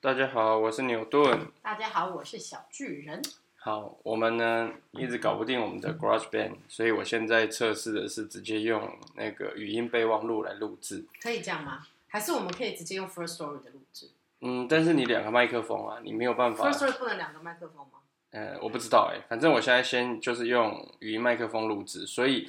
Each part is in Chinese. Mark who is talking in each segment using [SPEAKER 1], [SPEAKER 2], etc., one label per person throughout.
[SPEAKER 1] 大家好，我是牛顿。
[SPEAKER 2] 大家好，我是小巨人。
[SPEAKER 1] 好，我们呢一直搞不定我们的 GarageBand，所以我现在测试的是直接用那个语音备忘录来录制。
[SPEAKER 2] 可以这样吗？还是我们可以直接用 First Story 的录制
[SPEAKER 1] 嗯，但是你两个麦克风啊，你没有办法
[SPEAKER 2] ？First。Story 不能两个麦克风吗？
[SPEAKER 1] 呃，我不知道哎、反正我现在先就是用语音麦克风录制，所以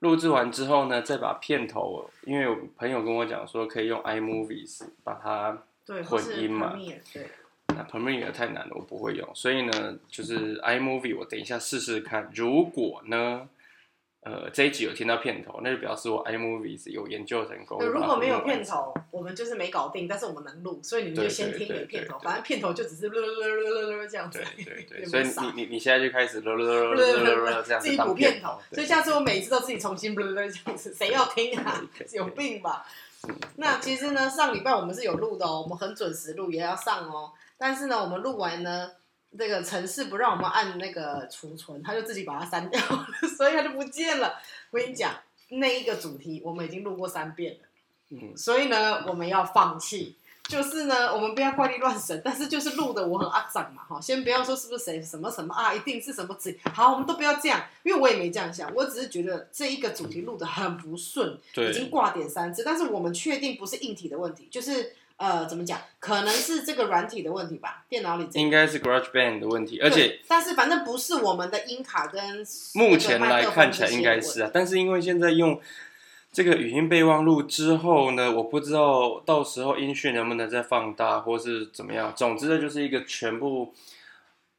[SPEAKER 1] 录制完之后呢，再把片头，因为我朋友跟我讲说可以用 iMovies 把它
[SPEAKER 2] 对，
[SPEAKER 1] 混
[SPEAKER 2] 或是
[SPEAKER 1] 音嘛
[SPEAKER 2] Premiere，对，
[SPEAKER 1] 那 Premiere 太难了，我不会用，所以呢，就是 iMovie 我等一下试试看。如果呢，呃，这一集有听到片头，那就表示我 iMovie 是有研究成功。
[SPEAKER 2] 对如果没有
[SPEAKER 1] 我
[SPEAKER 2] 片
[SPEAKER 1] 把它
[SPEAKER 2] 头，我们就是没搞定，但是我们能录，所以你们
[SPEAKER 1] 对
[SPEAKER 2] 就先
[SPEAKER 1] 对
[SPEAKER 2] 听一
[SPEAKER 1] 对
[SPEAKER 2] 个片头，
[SPEAKER 1] 对对
[SPEAKER 2] 反正片头就只是噜噜噜噜噜噜这样子
[SPEAKER 1] 弄完，对对 对，
[SPEAKER 2] 有
[SPEAKER 1] 所
[SPEAKER 2] 没
[SPEAKER 1] 以
[SPEAKER 2] 有傻
[SPEAKER 1] 你你你现在就开始噜噜噜噜
[SPEAKER 2] 噜
[SPEAKER 1] 噜
[SPEAKER 2] 噜
[SPEAKER 1] 噜
[SPEAKER 2] 噜
[SPEAKER 1] 噜这样
[SPEAKER 2] 自
[SPEAKER 1] 子
[SPEAKER 2] 己补
[SPEAKER 1] 当
[SPEAKER 2] 片头
[SPEAKER 1] 头，，
[SPEAKER 2] 所以
[SPEAKER 1] 对
[SPEAKER 2] 下次我每次都自己重新噜噜噜这样子，谁要听啊
[SPEAKER 1] 可以可以？可以
[SPEAKER 2] 有病吧？那其实呢，上礼拜我们是有录的哦，我们很准时录，也要上哦。但是呢，我们录完呢，那个城市不让我们按那个储存，他就自己把它删掉了，所以它就不见了。我跟你讲，那一个主题我们已经录过三遍了，
[SPEAKER 1] 嗯
[SPEAKER 2] 所以呢，我们要放弃。就是呢，我们不要怪力乱神，但是就是录的我很阿长嘛，哈，先不要说是不是谁什么什么啊，一定是什么子，好，我们都不要这样，因为我也没这样想，我只是觉得这一个主题录的很不顺，已经
[SPEAKER 1] 对
[SPEAKER 2] 挂点三次，但是我们确定不是硬体的问题，就是呃，怎么讲，可能是这个软体的问题吧，电脑里这
[SPEAKER 1] 应该是 GarageBand 的问题，嗯而且
[SPEAKER 2] 对但是反正不是我们的音卡跟
[SPEAKER 1] 目前来看起来应该
[SPEAKER 2] 那
[SPEAKER 1] 是
[SPEAKER 2] 个麦克风这些的问题
[SPEAKER 1] 啊，但是因为现在用这个语音备忘录之后呢，我不知道到时候音讯能不能再放大，或是怎么样。总之，这就是一个全部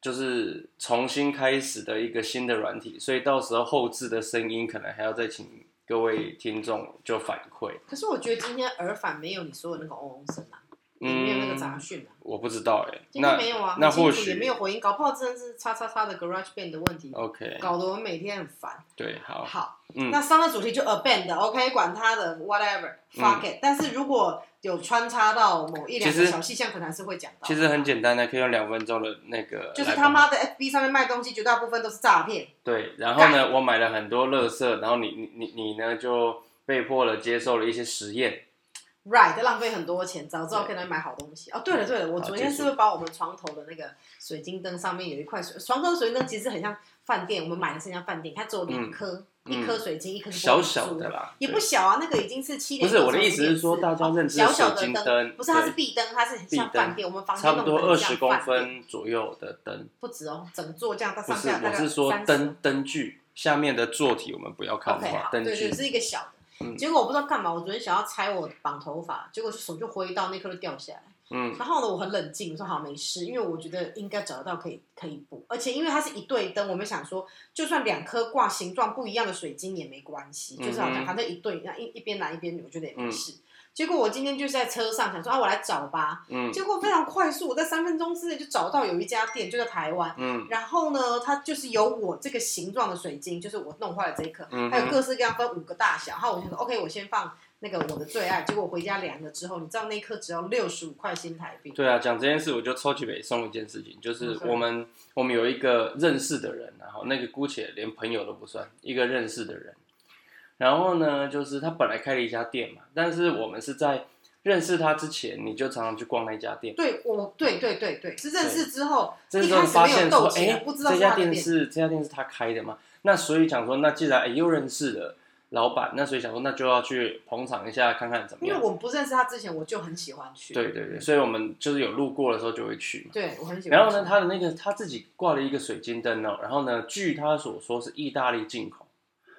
[SPEAKER 1] 就是重新开始的一个新的软体，所以到时候后置的声音可能还要再请各位听众就反馈。
[SPEAKER 2] 可是我觉得今天耳返没有你说的那个嗡嗡声啊，也没有那个杂讯
[SPEAKER 1] 嗯
[SPEAKER 2] 啊，
[SPEAKER 1] 我不知道哎、
[SPEAKER 2] 今天
[SPEAKER 1] 那
[SPEAKER 2] 没有啊，
[SPEAKER 1] 那
[SPEAKER 2] 很清
[SPEAKER 1] 或
[SPEAKER 2] 楚也
[SPEAKER 1] 许
[SPEAKER 2] 没有回音，搞不好真的是叉叉叉的 Garage Band 的问题，
[SPEAKER 1] OK
[SPEAKER 2] 搞得我们每天很烦。
[SPEAKER 1] 对好
[SPEAKER 2] 好，
[SPEAKER 1] 嗯
[SPEAKER 2] 那上个主题就 abandon，OK，、管他的，whatever，fuck it、但是如果有穿插到某一两
[SPEAKER 1] 嗯其
[SPEAKER 2] 个
[SPEAKER 1] 实
[SPEAKER 2] 小细项，可能还是会讲到。
[SPEAKER 1] 其实很简单的，啊可以用两分钟的那个
[SPEAKER 2] 就是
[SPEAKER 1] 来
[SPEAKER 2] 他妈的 FB 上面卖东西，绝大部分都是诈骗。
[SPEAKER 1] 对，然后呢，我买了很多乐色，然后你你你你呢就被迫了接受了一些实验。
[SPEAKER 2] Right，浪费很多钱，早知道可以来买好东西。哦，对了对了，我
[SPEAKER 1] 嗯好
[SPEAKER 2] 昨天
[SPEAKER 1] 继续
[SPEAKER 2] 是不是把我们床头的那个水晶灯上面有一块水，床头的水晶灯其实很像饭店，我们买的是像饭店，它只有两颗，
[SPEAKER 1] 嗯
[SPEAKER 2] 一颗水晶，一颗是
[SPEAKER 1] 小小的
[SPEAKER 2] 玻璃珠，
[SPEAKER 1] 啦，
[SPEAKER 2] 也不小啊，那个已经是七
[SPEAKER 1] 不
[SPEAKER 2] 点。
[SPEAKER 1] 是我的意思是说大家认知
[SPEAKER 2] 哦小小
[SPEAKER 1] 水
[SPEAKER 2] 的
[SPEAKER 1] 晶灯
[SPEAKER 2] 不是它
[SPEAKER 1] 对
[SPEAKER 2] 是壁灯，它是很像
[SPEAKER 1] 壁灯
[SPEAKER 2] 饭店，我们房
[SPEAKER 1] 对
[SPEAKER 2] 间
[SPEAKER 1] 差不多
[SPEAKER 2] 弄得
[SPEAKER 1] 二
[SPEAKER 2] 很像
[SPEAKER 1] 十公
[SPEAKER 2] 饭店，
[SPEAKER 1] 分左右的灯，
[SPEAKER 2] 不止哦，整座这样到
[SPEAKER 1] 不
[SPEAKER 2] 上
[SPEAKER 1] 是，
[SPEAKER 2] 下大
[SPEAKER 1] 我
[SPEAKER 2] 概
[SPEAKER 1] 是说
[SPEAKER 2] 30
[SPEAKER 1] 灯灯具下面的座体我们不要看
[SPEAKER 2] OK，
[SPEAKER 1] 花，
[SPEAKER 2] 好，
[SPEAKER 1] 灯
[SPEAKER 2] 对
[SPEAKER 1] 具
[SPEAKER 2] 对，是一个小的。
[SPEAKER 1] 嗯
[SPEAKER 2] 结果我不知道干嘛，我昨天想要拆我绑头发，结果手就挥到，那颗就掉下来。
[SPEAKER 1] 嗯
[SPEAKER 2] 然后呢，我很冷静，我说好没事，因为我觉得应该找得到可以可以补，而且因为它是一对灯，我们想说，就算两颗挂形状不一样的水晶也没关系，就是
[SPEAKER 1] 嗯
[SPEAKER 2] 好
[SPEAKER 1] 哼
[SPEAKER 2] 像反正一对，那一一边男一边女，我觉得也没事。结果我今天就是在车上想说啊，我来找吧，
[SPEAKER 1] 嗯
[SPEAKER 2] 结果非常快速，我在三分钟之内就找到有一家店，就在台湾。
[SPEAKER 1] 嗯
[SPEAKER 2] 然后呢，它就是有我这个形状的水晶，就是我弄坏了这一颗，
[SPEAKER 1] 嗯哼
[SPEAKER 2] 还有各式各样分五个大小。然后我想说，OK，我先放那个我的最爱。结果我回家量了之后，你知道那一颗只要六十五块新台币。
[SPEAKER 1] 对啊，讲这件事我就抽起北送一件事情，就是
[SPEAKER 2] 嗯
[SPEAKER 1] 我们我们有一个认识的人，然后那个姑且连朋友都不算，一个认识的人。然后呢，就是他本来开了一家店嘛，但是我们是在认识他之前，你就常常去逛那家店，
[SPEAKER 2] 对，我对对对对，是认识之后，
[SPEAKER 1] 这
[SPEAKER 2] 一
[SPEAKER 1] 时候
[SPEAKER 2] 开
[SPEAKER 1] 发
[SPEAKER 2] 始没
[SPEAKER 1] 现
[SPEAKER 2] 有
[SPEAKER 1] 说，
[SPEAKER 2] 斗起来，
[SPEAKER 1] 哎，
[SPEAKER 2] 不知道
[SPEAKER 1] 这
[SPEAKER 2] 是
[SPEAKER 1] 家
[SPEAKER 2] 他的
[SPEAKER 1] 店
[SPEAKER 2] 店。
[SPEAKER 1] 是这家店是他开的嘛？那所以想说，那既然哎又认识了老板，那所以想说，那就要去捧场一下，看看怎么
[SPEAKER 2] 因为
[SPEAKER 1] 样。
[SPEAKER 2] 我们不认识他之前，我就很喜欢去。
[SPEAKER 1] 对对对，所以我们就是有路过的时候就会去嘛。
[SPEAKER 2] 对，我很喜欢去。
[SPEAKER 1] 然后呢，他的那个他自己挂了一个水晶灯哦，然后呢，据他所说是意大利进口、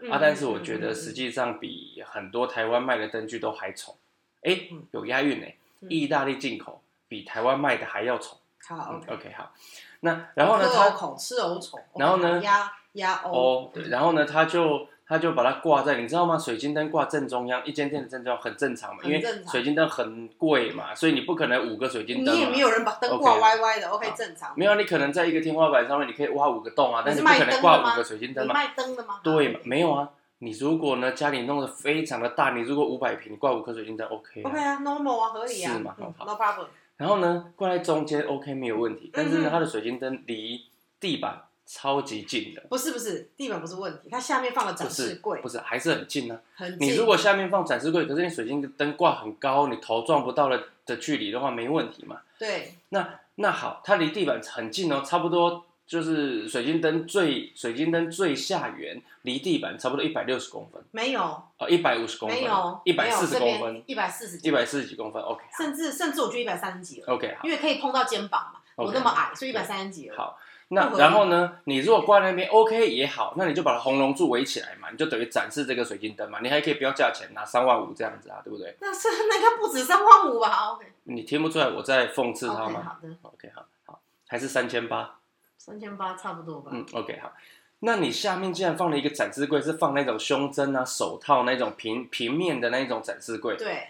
[SPEAKER 2] 嗯
[SPEAKER 1] 啊，但是我觉得实
[SPEAKER 2] 嗯
[SPEAKER 1] 际上比很多台湾卖的灯具都还丑，哎
[SPEAKER 2] 嗯，
[SPEAKER 1] 有押韵呢，
[SPEAKER 2] 嗯
[SPEAKER 1] 意大利进口比台湾卖的还要丑。
[SPEAKER 2] 嗯好哦
[SPEAKER 1] 嗯
[SPEAKER 2] ，OK。
[SPEAKER 1] OK，好，那然后呢，
[SPEAKER 2] 喝
[SPEAKER 1] 他
[SPEAKER 2] 藕口吃藕丑，
[SPEAKER 1] 然后呢
[SPEAKER 2] 压压欧，
[SPEAKER 1] 哦，对，然后呢，他就他就把它挂在，你知道吗？水晶灯挂正中央，一间店的正中央很正常嘛，因
[SPEAKER 2] 很
[SPEAKER 1] 为
[SPEAKER 2] 正常
[SPEAKER 1] 水晶灯很贵嘛，所以你不可能五个水晶灯
[SPEAKER 2] 你也
[SPEAKER 1] 嘛
[SPEAKER 2] 没。有人把灯挂
[SPEAKER 1] OK
[SPEAKER 2] 歪歪的，OK
[SPEAKER 1] 好
[SPEAKER 2] 正常。
[SPEAKER 1] 没有，你可能在一个天花板上面，你可以挖五个洞啊，但
[SPEAKER 2] 你
[SPEAKER 1] 是不
[SPEAKER 2] 是
[SPEAKER 1] 可
[SPEAKER 2] 卖灯
[SPEAKER 1] 能
[SPEAKER 2] 的
[SPEAKER 1] 挂
[SPEAKER 2] 吗
[SPEAKER 1] 五个水晶灯
[SPEAKER 2] 你
[SPEAKER 1] 嘛。
[SPEAKER 2] 卖灯的吗？
[SPEAKER 1] 对嘛？没有啊，你如果呢家里弄得非常的大，你如果五百平，你挂五颗水晶灯 OK 啊、
[SPEAKER 2] ，OK 啊，normal 啊，合理啊，
[SPEAKER 1] 是吗
[SPEAKER 2] 嗯
[SPEAKER 1] 好
[SPEAKER 2] ，no problem。
[SPEAKER 1] 然后呢挂在中间 OK 没有问题，但是呢
[SPEAKER 2] 嗯
[SPEAKER 1] 它的水晶灯离地板超级近的，
[SPEAKER 2] 不是不是，地板不是问题，它下面放了
[SPEAKER 1] 不
[SPEAKER 2] 展
[SPEAKER 1] 是
[SPEAKER 2] 示柜
[SPEAKER 1] 不，是还是很近啊。
[SPEAKER 2] 很
[SPEAKER 1] 你
[SPEAKER 2] 近
[SPEAKER 1] 如。果下面放展示柜，可是你水晶灯挂很高，你头撞不到了的距离的话，没问题嘛。
[SPEAKER 2] 对，
[SPEAKER 1] 那那好，它离地板很近哦，差不多就是水晶灯最水晶灯最下缘离地板差不多一百六十公分，
[SPEAKER 2] 没有，
[SPEAKER 1] 啊，一百五十公分
[SPEAKER 2] 没有，，
[SPEAKER 1] 一百四十公分，，
[SPEAKER 2] 一百四十
[SPEAKER 1] 一百四十几公分，OK
[SPEAKER 2] 甚至甚至我觉得一百三十几了，
[SPEAKER 1] OK 好。
[SPEAKER 2] 因为可以碰到肩膀嘛，我
[SPEAKER 1] OK 嗯
[SPEAKER 2] 那么矮，所以一百三十几了。
[SPEAKER 1] 好，
[SPEAKER 2] 不合
[SPEAKER 1] 那
[SPEAKER 2] 理
[SPEAKER 1] 然后呢？你如果挂在那边 OK 也好，那你就把红龙柱围起来嘛，你就等于展示这个水晶灯嘛。你还可以标价钱拿三万五这样子啊，对不对？
[SPEAKER 2] 那是那应该不止三万五吧？OK，
[SPEAKER 1] 你听不出来我在讽刺他
[SPEAKER 2] OK，
[SPEAKER 1] 吗
[SPEAKER 2] 好的，
[SPEAKER 1] ？OK 好，好，还是三千八，
[SPEAKER 2] 三千八差不多吧。
[SPEAKER 1] 嗯，OK 好。那你下面竟然放了一个展示柜，是放那种胸针啊、手套那种平平面的那种展示柜，
[SPEAKER 2] 对，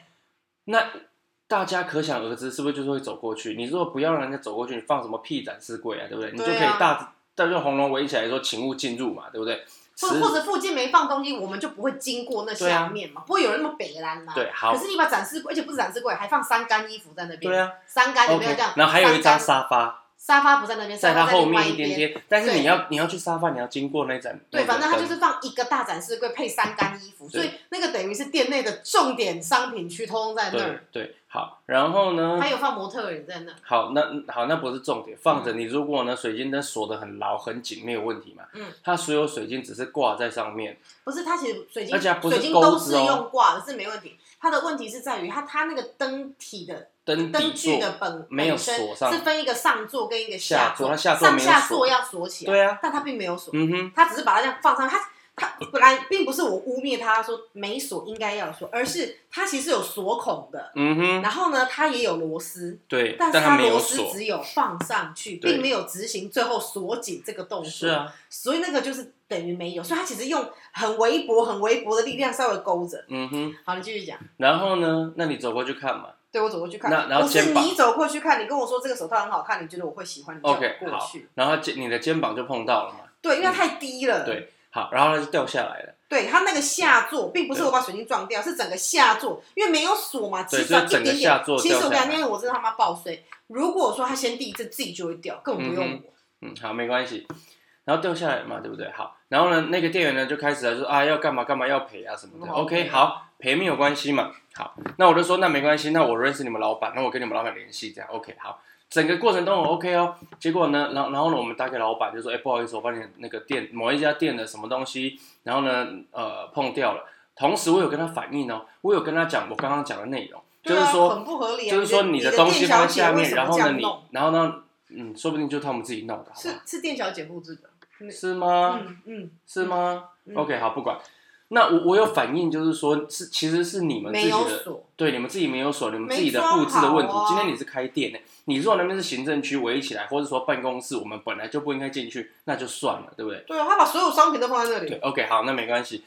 [SPEAKER 1] 那大家可想而知，是不是就是会走过去？你如果不要让人家走过去，你放什么屁展示柜啊，对不对？你就可
[SPEAKER 2] 对啊
[SPEAKER 1] 以大大用红龙围起来说，请勿进入嘛，对不对？
[SPEAKER 2] 或
[SPEAKER 1] 实
[SPEAKER 2] 或者附近没放东西，我们就不会经过那下面嘛，不会有人那么北蓝嘛。。
[SPEAKER 1] 啊对，好
[SPEAKER 2] 可，是你把展示柜，而且不是展示柜，还放三干衣服在那边。
[SPEAKER 1] 对啊
[SPEAKER 2] 三干你不要
[SPEAKER 1] ，OK
[SPEAKER 2] 这样。。
[SPEAKER 1] 然后还有一张
[SPEAKER 2] 三
[SPEAKER 1] 沙发，
[SPEAKER 2] 干沙发不在那边，
[SPEAKER 1] 在
[SPEAKER 2] 沙
[SPEAKER 1] 它
[SPEAKER 2] 发在
[SPEAKER 1] 后
[SPEAKER 2] 另外
[SPEAKER 1] 面
[SPEAKER 2] 一
[SPEAKER 1] 一点
[SPEAKER 2] 边。
[SPEAKER 1] 点，但是
[SPEAKER 2] 对
[SPEAKER 1] 你要你要去沙发，你要经过那盏，
[SPEAKER 2] 对，
[SPEAKER 1] 那盏
[SPEAKER 2] 反正它
[SPEAKER 1] 灯
[SPEAKER 2] 就是放一个大展示柜配三干衣服，所
[SPEAKER 1] 对
[SPEAKER 2] 以那个等于是店内的重点商品区，通通在那
[SPEAKER 1] 对
[SPEAKER 2] 儿。
[SPEAKER 1] 对，好，然后呢
[SPEAKER 2] 还？有放模特也在那儿。
[SPEAKER 1] 好，那好，那不是重点。放着你，如果呢水晶灯锁得很牢很紧，没有问题嘛。
[SPEAKER 2] 嗯，
[SPEAKER 1] 它所有水晶只是挂在上面，
[SPEAKER 2] 不是，它其实水晶
[SPEAKER 1] 而且它不是
[SPEAKER 2] 水晶都
[SPEAKER 1] 钩
[SPEAKER 2] 是
[SPEAKER 1] 子哦
[SPEAKER 2] 用挂的，是没问题。它的问题是在于它它那个灯体的
[SPEAKER 1] 灯
[SPEAKER 2] 灯
[SPEAKER 1] 底
[SPEAKER 2] 具
[SPEAKER 1] 座
[SPEAKER 2] 的本
[SPEAKER 1] 没有
[SPEAKER 2] 本身
[SPEAKER 1] 锁上
[SPEAKER 2] 是分一个上座跟一个
[SPEAKER 1] 下
[SPEAKER 2] 座，
[SPEAKER 1] 座，它下座
[SPEAKER 2] 上
[SPEAKER 1] 没有
[SPEAKER 2] 下座
[SPEAKER 1] 锁。
[SPEAKER 2] 要锁起来。
[SPEAKER 1] 对啊，
[SPEAKER 2] 但它并没有锁，
[SPEAKER 1] 嗯哼，
[SPEAKER 2] 它只是把它这样放上。它它本来并不是我污蔑它说没锁应该要锁，而是它其实有锁孔的。
[SPEAKER 1] 嗯哼，
[SPEAKER 2] 然后呢，它也有螺丝，
[SPEAKER 1] 对，
[SPEAKER 2] 但
[SPEAKER 1] 但
[SPEAKER 2] 是
[SPEAKER 1] 它没
[SPEAKER 2] 螺
[SPEAKER 1] 有
[SPEAKER 2] 丝
[SPEAKER 1] 锁。
[SPEAKER 2] 只有放上去，
[SPEAKER 1] 对
[SPEAKER 2] 并没有执行最后锁紧这个动作。
[SPEAKER 1] 是啊，
[SPEAKER 2] 所以那个就是等于没有，所以他其实用很微薄、很微薄的力量稍微勾着。
[SPEAKER 1] 嗯哼，
[SPEAKER 2] 好，你继续讲。
[SPEAKER 1] 然后呢？那你走过去看嘛。
[SPEAKER 2] 对我走过去看，
[SPEAKER 1] 那然后
[SPEAKER 2] 不是
[SPEAKER 1] 肩膀
[SPEAKER 2] 你走过去看，你跟我说这个手套很好看，你觉得我会喜欢，你叫我
[SPEAKER 1] OK，
[SPEAKER 2] 过
[SPEAKER 1] 好
[SPEAKER 2] 去。，
[SPEAKER 1] 然后肩你的肩膀就碰到了嘛。
[SPEAKER 2] 对，因为它太低了。
[SPEAKER 1] 对，好，然后它就掉下来了。
[SPEAKER 2] 对，它那个下座并不是
[SPEAKER 1] 对
[SPEAKER 2] 我把水晶撞掉，是整个下座，因为没有锁嘛，其
[SPEAKER 1] 对
[SPEAKER 2] 实要
[SPEAKER 1] 就
[SPEAKER 2] 一
[SPEAKER 1] 是整
[SPEAKER 2] 点
[SPEAKER 1] 个
[SPEAKER 2] 点。
[SPEAKER 1] 下座
[SPEAKER 2] 其实我
[SPEAKER 1] 掉下
[SPEAKER 2] 两
[SPEAKER 1] 来
[SPEAKER 2] 天我真的他妈爆睡。如果说他先第一次自己就会掉，根本不用我。
[SPEAKER 1] 嗯，好，没关系。然后掉下来嘛，对不对？好，然后呢，那个店员呢就开始来说啊，要干嘛干嘛要赔啊什么的。
[SPEAKER 2] 哦
[SPEAKER 1] OK，好，赔没有关系嘛。好，那我就说那没关系，那我认识你们老板，那我跟你们老板联系这样。OK，好，整个过程都很 OK 哦。结果呢，然后然后呢，我们打给老板就说，哎，不好意思，我把你那个店某一家店的什么东西，然后呢，呃，碰掉了。同时我有跟他反映哦，我有跟他讲我刚刚讲的内容，就
[SPEAKER 2] 对
[SPEAKER 1] 是
[SPEAKER 2] 啊
[SPEAKER 1] 说
[SPEAKER 2] 很不合理啊。
[SPEAKER 1] 就是说
[SPEAKER 2] 你
[SPEAKER 1] 你
[SPEAKER 2] 的
[SPEAKER 1] 的东西
[SPEAKER 2] 店小
[SPEAKER 1] 放在
[SPEAKER 2] 姐
[SPEAKER 1] 下
[SPEAKER 2] 为
[SPEAKER 1] 面，
[SPEAKER 2] 什么
[SPEAKER 1] 然后
[SPEAKER 2] 这
[SPEAKER 1] 呢
[SPEAKER 2] 样
[SPEAKER 1] 你
[SPEAKER 2] 弄，
[SPEAKER 1] 然后呢，嗯，说不定就他们自己弄的，好
[SPEAKER 2] 是
[SPEAKER 1] 吧？啊
[SPEAKER 2] 是店小姐布置的。
[SPEAKER 1] 是吗？
[SPEAKER 2] 嗯嗯，
[SPEAKER 1] 是吗
[SPEAKER 2] 嗯
[SPEAKER 1] ？OK，好，不管。那我我有反应，就是说是其实是你们自
[SPEAKER 2] 没
[SPEAKER 1] 己
[SPEAKER 2] 有
[SPEAKER 1] 的，
[SPEAKER 2] 锁。
[SPEAKER 1] 对，你们自己没有锁，你们
[SPEAKER 2] 没
[SPEAKER 1] 自己的布
[SPEAKER 2] 装
[SPEAKER 1] 置的问题
[SPEAKER 2] 好啊。
[SPEAKER 1] 今天你是开店呢，你如果那边是行政区围起来，或者说办公室，我们本来就不应该进去，那就算了，对不对？
[SPEAKER 2] 对，啊他把所有商品都放在那里
[SPEAKER 1] 对。，OK，好，那没关系。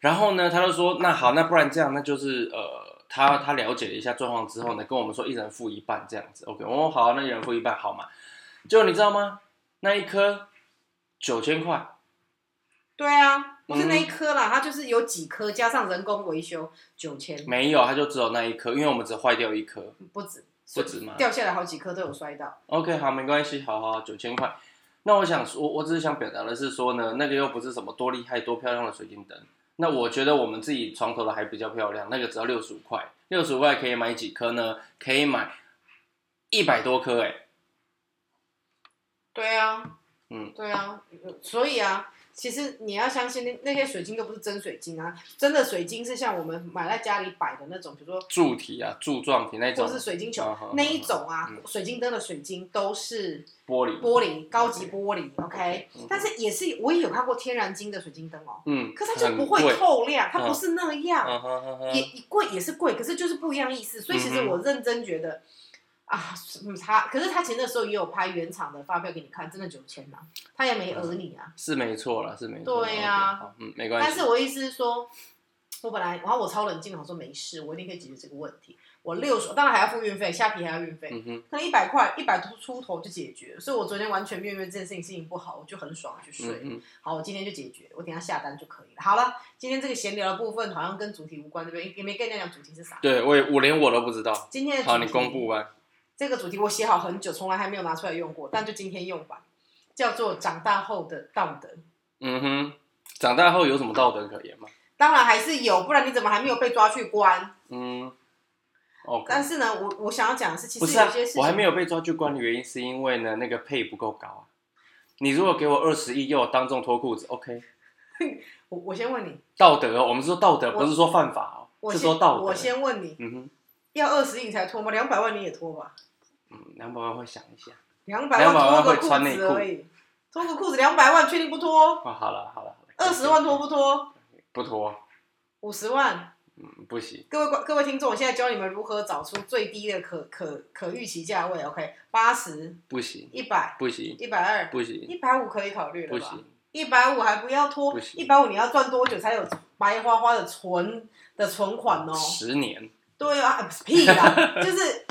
[SPEAKER 1] 然后呢，他就说，那好，那不然这样，那就是呃，他他了解了一下状况之后呢，跟我们说一人付一半这样子，OK，哦，好，那一人付一半，好嘛？结果你知道吗？那一颗九千块，
[SPEAKER 2] 对啊，不是
[SPEAKER 1] 嗯
[SPEAKER 2] 那一颗啦，它就是有几颗加上人工维修九千，
[SPEAKER 1] 没有，他就只有那一颗，因为我们只坏掉一颗，
[SPEAKER 2] 不止，
[SPEAKER 1] 不止嘛。
[SPEAKER 2] 掉下来好几颗都有摔到。
[SPEAKER 1] OK，好，没关系，好好，九千块。那我想说，我只是想表达的是说呢，那个又不是什么多厉害、多漂亮的水晶灯。那我觉得我们自己床头的还比较漂亮，那个只要六十五块，六十五块可以买几颗呢？可以买一百多颗，哎，
[SPEAKER 2] 对啊，
[SPEAKER 1] 嗯，
[SPEAKER 2] 对啊，所以啊。其实你要相信那那些水晶都不是真水晶啊，真的水晶是像我们买在家里摆的那种，比如说
[SPEAKER 1] 柱体啊、柱状体那
[SPEAKER 2] 或
[SPEAKER 1] 种
[SPEAKER 2] 者是水晶
[SPEAKER 1] 嗯
[SPEAKER 2] 球
[SPEAKER 1] 好好
[SPEAKER 2] 那一种啊
[SPEAKER 1] 嗯，
[SPEAKER 2] 水晶灯的水晶都是
[SPEAKER 1] 玻璃，
[SPEAKER 2] 玻璃，高级玻璃，OK，
[SPEAKER 1] 嗯
[SPEAKER 2] 但是也是我也有看过天然晶的水晶灯哦，
[SPEAKER 1] 嗯，
[SPEAKER 2] 可是它就
[SPEAKER 1] 很
[SPEAKER 2] 不会
[SPEAKER 1] 贵，
[SPEAKER 2] 透亮，
[SPEAKER 1] 嗯
[SPEAKER 2] 它不是那样，
[SPEAKER 1] 嗯哼哼哼
[SPEAKER 2] 也也贵也是贵，可是就是不一样意思。所以其实
[SPEAKER 1] 嗯哼
[SPEAKER 2] 我认真觉得、啊，嗯，他可是他其实那时候也有拍原厂的发票给你看，真的九千啊，他也没讹你啊。
[SPEAKER 1] 是没错了，是没错。
[SPEAKER 2] 对啊
[SPEAKER 1] OK，好嗯，没
[SPEAKER 2] 但
[SPEAKER 1] 关系
[SPEAKER 2] 是。我意思是说，我本来然后我超冷静的，我说没事，我一定可以解决这个问题。我六十，当然还要付运费，下皮还要运费，
[SPEAKER 1] 嗯哼，
[SPEAKER 2] 可能一百块一百出出头就解决。所以我昨天完全面对这件事情心情不好，我就很爽地去睡了。
[SPEAKER 1] 嗯哼，
[SPEAKER 2] 好，我今天就解决，我等一下下单就可以了。好了，今天这个闲聊的部分好像跟主题无关，对不对？也没跟人家讲主题是啥。
[SPEAKER 1] 对我也我连我都不知道。
[SPEAKER 2] 今天的主题
[SPEAKER 1] 好，你公布吧。
[SPEAKER 2] 这个主题我写好很久，从来还没有拿出来用过，但就今天用吧，叫做“长大后的道德
[SPEAKER 1] 嗯哼，长大后有什么道德可言吗？”。
[SPEAKER 2] 当然还是有，不然你怎么还没有被抓去关？
[SPEAKER 1] 嗯， OK，
[SPEAKER 2] 但是呢，我我想要讲的是，其
[SPEAKER 1] 不
[SPEAKER 2] 实
[SPEAKER 1] 是啊
[SPEAKER 2] 有些事，情，
[SPEAKER 1] 我还没有被抓去关的原因是因为呢，那个配不够高啊。你如
[SPEAKER 2] 嗯
[SPEAKER 1] 果给我二十亿，要我当众脱裤子，OK？
[SPEAKER 2] 我我先问你，
[SPEAKER 1] 道德哦，我们是说道德，
[SPEAKER 2] 我
[SPEAKER 1] 不是说犯法哦，
[SPEAKER 2] 我
[SPEAKER 1] 是
[SPEAKER 2] 先
[SPEAKER 1] 说道德。
[SPEAKER 2] 我先问你，
[SPEAKER 1] 嗯哼，
[SPEAKER 2] 要二十亿才脱吗？两百万你也脱吧？
[SPEAKER 1] 嗯，两百万会想一下。
[SPEAKER 2] 两百
[SPEAKER 1] 200
[SPEAKER 2] 万脱
[SPEAKER 1] 万
[SPEAKER 2] 个
[SPEAKER 1] 会
[SPEAKER 2] 裤
[SPEAKER 1] 穿内
[SPEAKER 2] 子
[SPEAKER 1] 裤
[SPEAKER 2] 而已，脱个裤子两百万确定不脱？
[SPEAKER 1] 哦，好了好了，
[SPEAKER 2] 二十万脱不脱？
[SPEAKER 1] 不脱，
[SPEAKER 2] 五十万？
[SPEAKER 1] 嗯，不行。
[SPEAKER 2] 各位观各位听众，我现在教你们如何找出最低的可可可预期价位。OK，八十、
[SPEAKER 1] 不行，
[SPEAKER 2] 一百、
[SPEAKER 1] 不行，
[SPEAKER 2] 一百二、
[SPEAKER 1] 不行，
[SPEAKER 2] 一百五可以考虑
[SPEAKER 1] 不
[SPEAKER 2] 了吧？
[SPEAKER 1] 行，
[SPEAKER 2] 一百五还不要脱
[SPEAKER 1] 不，
[SPEAKER 2] 一
[SPEAKER 1] 行
[SPEAKER 2] 百五你要赚多久才有白花花的存的存款哦？
[SPEAKER 1] 十年，
[SPEAKER 2] 对啊，啊不是屁啦，就是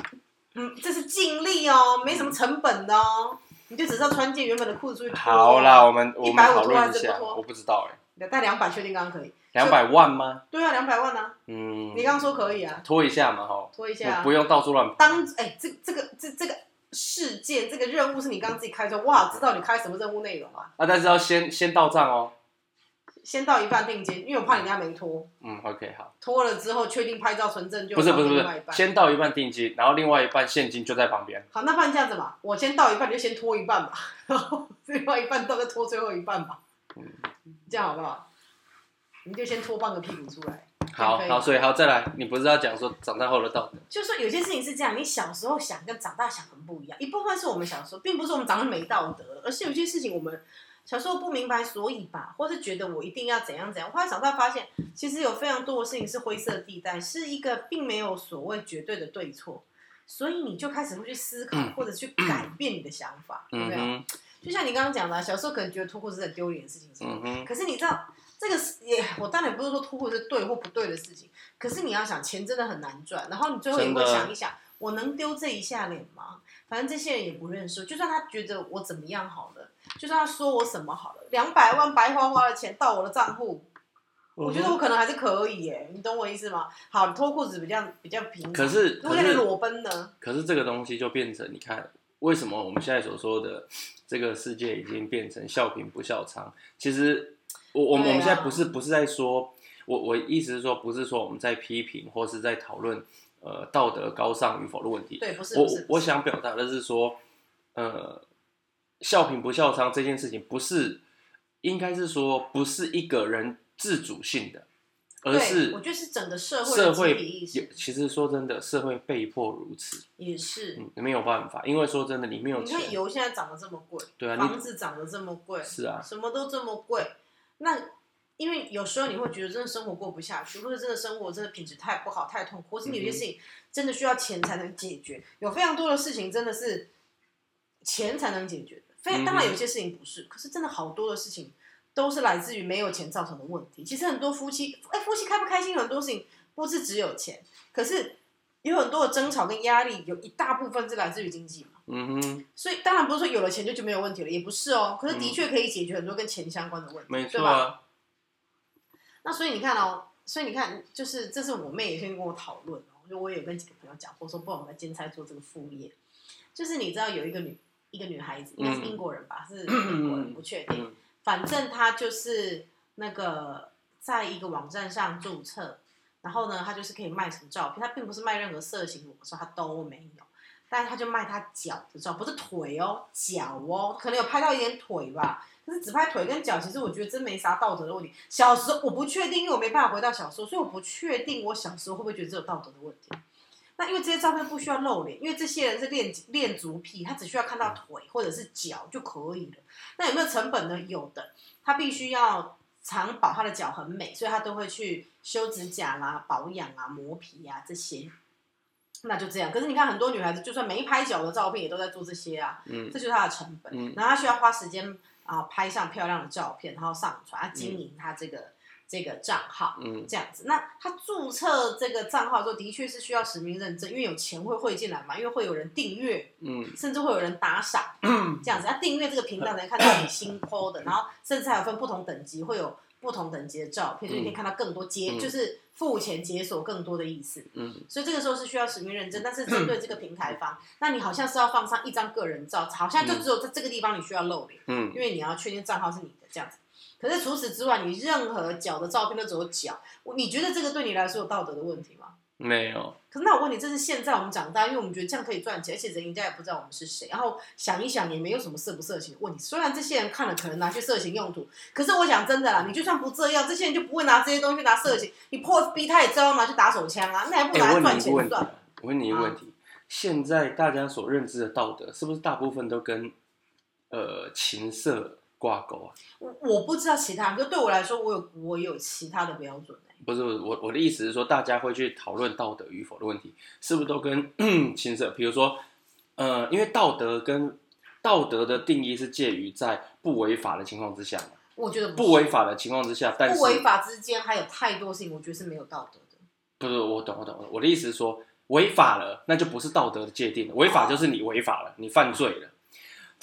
[SPEAKER 2] 嗯，这是尽力哦，没什么成本的哦，你就只是要穿进原本的裤子出去脱啊
[SPEAKER 1] 好啦，，我们我们
[SPEAKER 2] 150
[SPEAKER 1] 讨论
[SPEAKER 2] 万
[SPEAKER 1] 一
[SPEAKER 2] 是不
[SPEAKER 1] 下，
[SPEAKER 2] 脱
[SPEAKER 1] 我不知道哎，
[SPEAKER 2] 但两百确定刚刚可以。
[SPEAKER 1] 两百万吗？
[SPEAKER 2] 对啊，两百万啊，
[SPEAKER 1] 嗯，
[SPEAKER 2] 你刚刚说可以啊，
[SPEAKER 1] 拖一下嘛吼，
[SPEAKER 2] 脱一下、啊。
[SPEAKER 1] 不用到处乱跑。
[SPEAKER 2] 当哎、这这个这这个事件这个任务是你刚刚自己开出来，我好知道你开什么任务内容啊。
[SPEAKER 1] 啊，但是要先先到账哦。
[SPEAKER 2] 先到一半定金，因为我怕你家没脱，
[SPEAKER 1] 嗯，OK，好，
[SPEAKER 2] 脱了之后确定拍照存证就
[SPEAKER 1] 不是
[SPEAKER 2] 交
[SPEAKER 1] 不是
[SPEAKER 2] 给
[SPEAKER 1] 不
[SPEAKER 2] 另外一
[SPEAKER 1] 是，
[SPEAKER 2] 半。
[SPEAKER 1] 先到一半定金，然后另外一半现金就在旁边。
[SPEAKER 2] 好，那不然这样子嘛，我先到一半你就先脱一半吧，然后 另外一半到再脱最后一半吧，
[SPEAKER 1] 嗯
[SPEAKER 2] 这样好不好？你就先脱半个屁股出来。
[SPEAKER 1] 好
[SPEAKER 2] 可以
[SPEAKER 1] 好，所以好再来，你不是要讲说长大后的道德？
[SPEAKER 2] 就是说有些事情是这样，你小时候想跟长大想很不一样。一部分是我们小时候，并不是我们长大没道德，而是有些事情我们小时候不明白所以吧，或是觉得我一定要怎样怎样。后来长大发现，其实有非常多的事情是灰色地带，是一个并没有所谓绝对的对错，所以你就开始会去思考，或者去改变你的想法，对不
[SPEAKER 1] 嗯
[SPEAKER 2] 啊对？
[SPEAKER 1] 哼，
[SPEAKER 2] 就像你刚刚讲的啊，小时候可能觉得脱裤子是很丢脸的事情，是吗？
[SPEAKER 1] 嗯哼，
[SPEAKER 2] 可是你知道，这个是也，我当然不是说脱裤是对或不对的事情。可是你要想，钱真的很难赚，然后你最后也
[SPEAKER 1] 真
[SPEAKER 2] 会
[SPEAKER 1] 的
[SPEAKER 2] 想一想，我能丢这一下脸吗？反正这些人也不认识我，就算他觉得我怎么样好了，就算他说我什么好了，两百万白花花的钱到我的账户，
[SPEAKER 1] 嗯
[SPEAKER 2] 我觉得我可能还是可以耶，你懂我意思吗？好，脱裤子比较比较平常，
[SPEAKER 1] 可是
[SPEAKER 2] 如
[SPEAKER 1] 可
[SPEAKER 2] 果让你
[SPEAKER 1] 是
[SPEAKER 2] 裸奔呢？
[SPEAKER 1] 可是这个东西就变成，你看，为什么我们现在所说的这个世界已经变成笑贫不笑娼？其实，我我们、
[SPEAKER 2] 对啊
[SPEAKER 1] 我们现在不是不是在说，我我意思是说，不是说我们在批评或是在讨论呃道德高尚与否的问题。
[SPEAKER 2] 对，不是，
[SPEAKER 1] 我
[SPEAKER 2] 不是，
[SPEAKER 1] 我想表达的是说，呃，笑贫不笑娼这件事情，不是应该是说不是一个人自主性的，而
[SPEAKER 2] 对
[SPEAKER 1] 是
[SPEAKER 2] 我觉得是整个社会的
[SPEAKER 1] 社
[SPEAKER 2] 集
[SPEAKER 1] 会
[SPEAKER 2] 体意
[SPEAKER 1] 有
[SPEAKER 2] 识
[SPEAKER 1] 其实说真的，社会被迫如此。
[SPEAKER 2] 也是。
[SPEAKER 1] 嗯，没有办法，因为说真的，你没有
[SPEAKER 2] 你
[SPEAKER 1] 钱
[SPEAKER 2] 看，油现在涨得这么贵，
[SPEAKER 1] 对啊，
[SPEAKER 2] 房
[SPEAKER 1] 你
[SPEAKER 2] 子涨得这么贵，
[SPEAKER 1] 是啊，
[SPEAKER 2] 什么都这么贵，那因为有时候你会觉得真的生活过不下去，或者真的生活真的品质太不好、太痛苦，或是你有些事情真的需要钱才能解决，有非常多的事情真的是钱才能解决的。非
[SPEAKER 1] 嗯哼
[SPEAKER 2] 当然有些事情不是，可是真的好多的事情都是来自于没有钱造成的问题。其实很多夫妻，哎、夫妻开不开心，有很多事情不是只有钱，可是有很多的争吵跟压力，有一大部分是来自于经济嘛。
[SPEAKER 1] 嗯哼，
[SPEAKER 2] 所以当然不是说有了钱就就没有问题了，也不是哦。可是的确可以解决很多跟钱相关的问题，
[SPEAKER 1] 嗯没
[SPEAKER 2] 对
[SPEAKER 1] 错
[SPEAKER 2] 吧？
[SPEAKER 1] 啊，
[SPEAKER 2] 那所以你看哦，所以你看，就是这是我妹也先跟我讨论哦，就我也有跟几个朋友讲过，说不然我们来兼差做这个副业。就是你知道有一个女一个女孩子，应该是
[SPEAKER 1] 嗯
[SPEAKER 2] 英国人吧，是英国人，
[SPEAKER 1] 嗯
[SPEAKER 2] 不确定。
[SPEAKER 1] 嗯
[SPEAKER 2] 反正她就是那个在一个网站上注册，然后呢，她就是可以卖什么照片，她并不是卖任何色情，我说她都没有。但是她就卖她脚的照，不是腿哦，脚哦，可能有拍到一点腿吧，可是只拍腿跟脚，其实我觉得真没啥道德的问题。小时候我不确定，因为我没办法回到小时候，所以我不确定我小时候会不会觉得这有道德的问题。那因为这些照片不需要露脸，因为这些人是练练足癖，他只需要看到腿或者是脚就可以了。那有没有成本呢？有的，他必须要常保他的脚很美，所以他都会去修指甲啦、保养啊、磨皮啊这些。那就这样。可是你看，很多女孩子就算没拍脚的照片，也都在做这些啊，
[SPEAKER 1] 嗯
[SPEAKER 2] 这就是她的成本。
[SPEAKER 1] 嗯
[SPEAKER 2] 然后她需要花时间啊、拍上漂亮的照片，然后上传，啊经营她这个、这个账号。
[SPEAKER 1] 嗯
[SPEAKER 2] 这样子。那他注册这个账号之后，的确是需要实名认证，因为有钱会汇进来嘛，因为会有人订阅，
[SPEAKER 1] 嗯
[SPEAKER 2] 甚至会有人打赏，这样子。他订阅这个频道能看到你
[SPEAKER 1] 嗯
[SPEAKER 2] 新 PO 的，然后甚至还有分不同等级，会有不同等级的照片，所以你可以看到更多解，
[SPEAKER 1] 嗯
[SPEAKER 2] 就是付钱解锁更多的意思。
[SPEAKER 1] 嗯，
[SPEAKER 2] 所以这个时候是需要实名认证，但是针对这个平台方，那你好像是要放上一张个人照，好像就只有在这个地方你需要露脸。
[SPEAKER 1] 嗯
[SPEAKER 2] 因为你要确定账号是你的这样子。可是除此之外，你任何脚的照片都只有脚，我你觉得这个对你来说有道德的问题吗？
[SPEAKER 1] 没有，
[SPEAKER 2] 可是那我问你，这是现在我们长大，因为我们觉得这样可以赚钱，而且人家也不知道我们是谁，然后想一想也没有什么色不色情的问题。虽然这些人看了可能拿去色情用途，可是我想真的啦，你就算不这样，这些人就不会拿这些东西去拿色情，你破逼他也知道拿去打手枪啊，那还不
[SPEAKER 1] 哎、
[SPEAKER 2] 拿
[SPEAKER 1] 我
[SPEAKER 2] 来
[SPEAKER 1] 问你一
[SPEAKER 2] 赚
[SPEAKER 1] 个
[SPEAKER 2] 钱
[SPEAKER 1] 问题
[SPEAKER 2] 赚？
[SPEAKER 1] 啊，我问你一个问题，现在大家所认知的道德，是不是大部分都跟呃情色挂钩啊？
[SPEAKER 2] 我我不知道其他人，就对我来说，我有我有其他的标准、欸、
[SPEAKER 1] 不是不是我我的意思是说，大家会去讨论道德与否的问题，是不是都跟 情色？比如说，呃，因为道德跟道德的定义是介于在不违法的情况之下嘛，
[SPEAKER 2] 我觉得
[SPEAKER 1] 不违
[SPEAKER 2] 是
[SPEAKER 1] 法的情况之下，但是
[SPEAKER 2] 不违法之间还有太多事情，我觉得是没有道德的。
[SPEAKER 1] 不是我懂我懂，我的意思是说，违法了那就不是道德的界定了，违法就是你违法了，你犯罪了，
[SPEAKER 2] 啊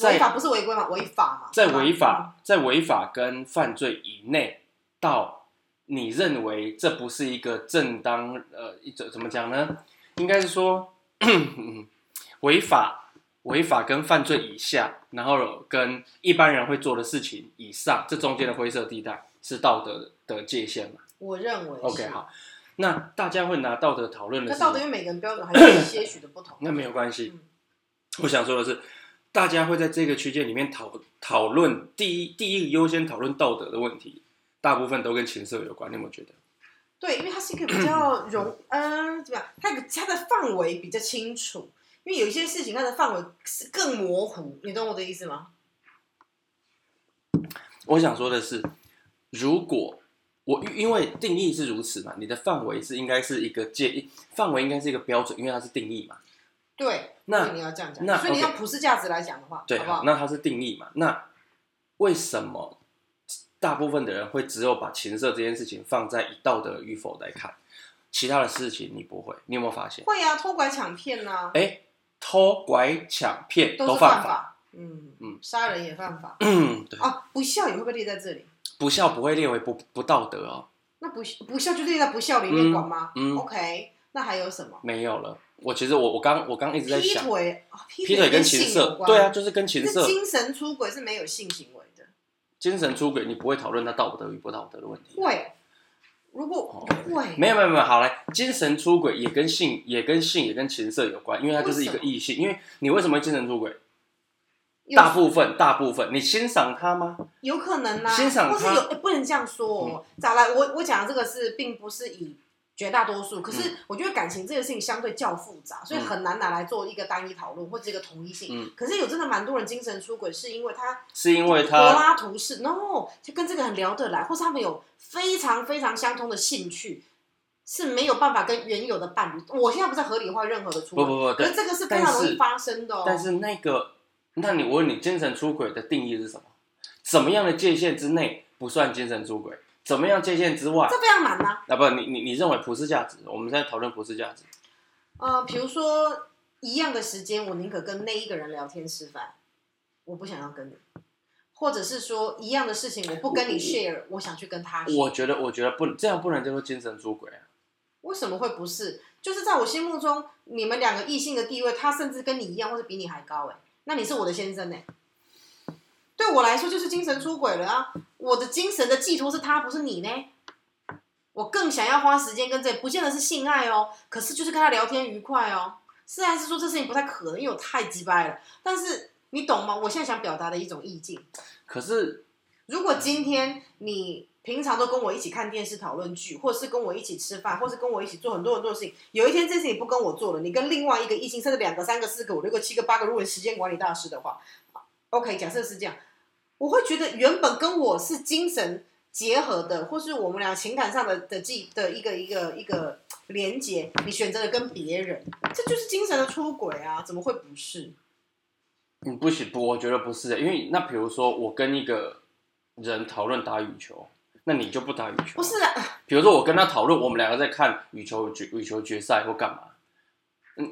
[SPEAKER 2] 违
[SPEAKER 1] 在
[SPEAKER 2] 法不是违规嘛？违法嘛？
[SPEAKER 1] 在
[SPEAKER 2] 对吧
[SPEAKER 1] 违法在违法跟犯罪以内到你认为这不是一个正当呃一种怎么讲呢？应该是说 嗯违法违法跟犯罪以下，然后跟一般人会做的事情以上，这中间的灰色地带是道德的界限嘛
[SPEAKER 2] 我认为是
[SPEAKER 1] ？OK，好，那大家会拿道德讨论的
[SPEAKER 2] 那
[SPEAKER 1] 是。
[SPEAKER 2] 道德因为每个人标准还是有些许的不同
[SPEAKER 1] 那没有关系
[SPEAKER 2] 嗯。
[SPEAKER 1] 我想说的是，大家会在这个区间里面讨讨论第一第一个优先讨论道德的问题，大部分都跟情色有关。你有没有觉得？
[SPEAKER 2] 对，因为它是一个比较容，嗯、怎么样？它的它的范围比较清楚，因为有一些事情它的范围是更模糊，你懂我的意思吗？
[SPEAKER 1] 我想说的是，如果我因为定义是如此嘛，你的范围是应该是一个界范围，应该是一个标准，因为它是定义嘛。
[SPEAKER 2] 对，
[SPEAKER 1] 那
[SPEAKER 2] 所以你要这样讲
[SPEAKER 1] 那，
[SPEAKER 2] 所以你
[SPEAKER 1] OK
[SPEAKER 2] 要普世价值来讲的话，
[SPEAKER 1] 对，啊
[SPEAKER 2] 好不好？
[SPEAKER 1] 那它是定义嘛？那为什么大部分的人会只有把情色这件事情放在以道德与否来看，其他的事情你不会？你有没有发现？
[SPEAKER 2] 会啊，偷拐抢骗呐、
[SPEAKER 1] 哎、偷拐抢骗
[SPEAKER 2] 都
[SPEAKER 1] 犯
[SPEAKER 2] 是
[SPEAKER 1] 法。
[SPEAKER 2] 犯法。嗯
[SPEAKER 1] 嗯
[SPEAKER 2] 嗯，杀人也犯法
[SPEAKER 1] 嗯，对，
[SPEAKER 2] 啊！不孝也会被列在这里，
[SPEAKER 1] 不孝不会列为不不道德哦，
[SPEAKER 2] 那不不孝就列在不孝里面管吗、
[SPEAKER 1] 嗯嗯
[SPEAKER 2] o k 那还有什么？
[SPEAKER 1] 没有了。我其实我我刚我刚一直在
[SPEAKER 2] 劈
[SPEAKER 1] 想，
[SPEAKER 2] 腿，啊劈
[SPEAKER 1] 劈腿跟情
[SPEAKER 2] 性有
[SPEAKER 1] 色，
[SPEAKER 2] 关
[SPEAKER 1] 对啊，，就是跟情
[SPEAKER 2] 这
[SPEAKER 1] 色、
[SPEAKER 2] 精神出轨是没有性行为的。
[SPEAKER 1] 精神出轨，你不会讨论他道德与不道德的问题。
[SPEAKER 2] 会，如果
[SPEAKER 1] 哦
[SPEAKER 2] 会，
[SPEAKER 1] 没有没有没有，好来，精神出轨也跟性也跟性也跟情色有关，因为它就是一个
[SPEAKER 2] 为什么
[SPEAKER 1] 异性。因为你为什么会精神出轨？
[SPEAKER 2] 有
[SPEAKER 1] 大部分大部分，你欣赏他吗？
[SPEAKER 2] 有可能呐、啊
[SPEAKER 1] 欣赏
[SPEAKER 2] 或是
[SPEAKER 1] 他嗯
[SPEAKER 2] 有、哎诶不能这样说、哦。咋来？我我讲的这个是并不是以绝大多数，
[SPEAKER 1] 嗯
[SPEAKER 2] 可是我觉得感情这个事情相对较复杂，所以很难拿来做一个单一讨论或者一个统一性。
[SPEAKER 1] 嗯
[SPEAKER 2] 可是有真的蛮多人精神出轨，是因为他
[SPEAKER 1] 是因为
[SPEAKER 2] 柏
[SPEAKER 1] 他
[SPEAKER 2] 拉图式，no，就跟这个很聊得来，或是他们有非常非常相通的兴趣。是没有办法跟原有的伴侣，我现在不在合理化任何的出轨，
[SPEAKER 1] 不不不
[SPEAKER 2] 可
[SPEAKER 1] 对
[SPEAKER 2] 是这个是非常容
[SPEAKER 1] 但是
[SPEAKER 2] 易发生的哦。
[SPEAKER 1] 但是那个，那你我问你，精神出轨的定义是什么？怎么样的界限之内不算精神出轨？怎么样界限之外
[SPEAKER 2] 这？非常难呐、
[SPEAKER 1] 啊，不，你你你认为普世价值？我们在讨论普世价值。
[SPEAKER 2] 呃，比如说一样的时间，我宁可跟那一个人聊天吃饭，我不想要跟你；或者是说一样的事情，我不跟你 share，我想去跟他 share。
[SPEAKER 1] 我觉得，我觉得不这样不能叫做精神出轨啊。
[SPEAKER 2] 为什么会不是？就是在我心目中，你们两个异性的地位，他甚至跟你一样，或者比你还高哎、那你是我的先生哎、对我来说就是精神出轨了啊！我的精神的寄托是他，不是你呢。我更想要花时间跟这，不见得是性爱哦，可是就是跟他聊天愉快哦。虽然是说这事情不太可能，因为我太鸡掰了，但是你懂吗？我现在想表达的一种意境。
[SPEAKER 1] 可是，
[SPEAKER 2] 如果今天你平常都跟我一起看电视讨论剧，或是跟我一起吃饭，或是跟我一起做很多很多的事情，有一天这件事情不跟我做了，你跟另外一个异性，甚至两个、三个、四个、五六个、七个、八个，如果你时间管理大师的话，OK，假设是这样，我会觉得原本跟我是精神结合的，或是我们俩情感上的的记的一个一个一个连接，你选择了跟别人，这就是精神的出轨啊，怎么会不是？
[SPEAKER 1] 嗯，不行，不，我觉得不是、啊因为那比如说，我跟一个人讨论打羽球，那你就不打羽球。
[SPEAKER 2] 不，是啊，
[SPEAKER 1] 比如说我跟他讨论，我们两个在看羽球决羽球决赛或干嘛，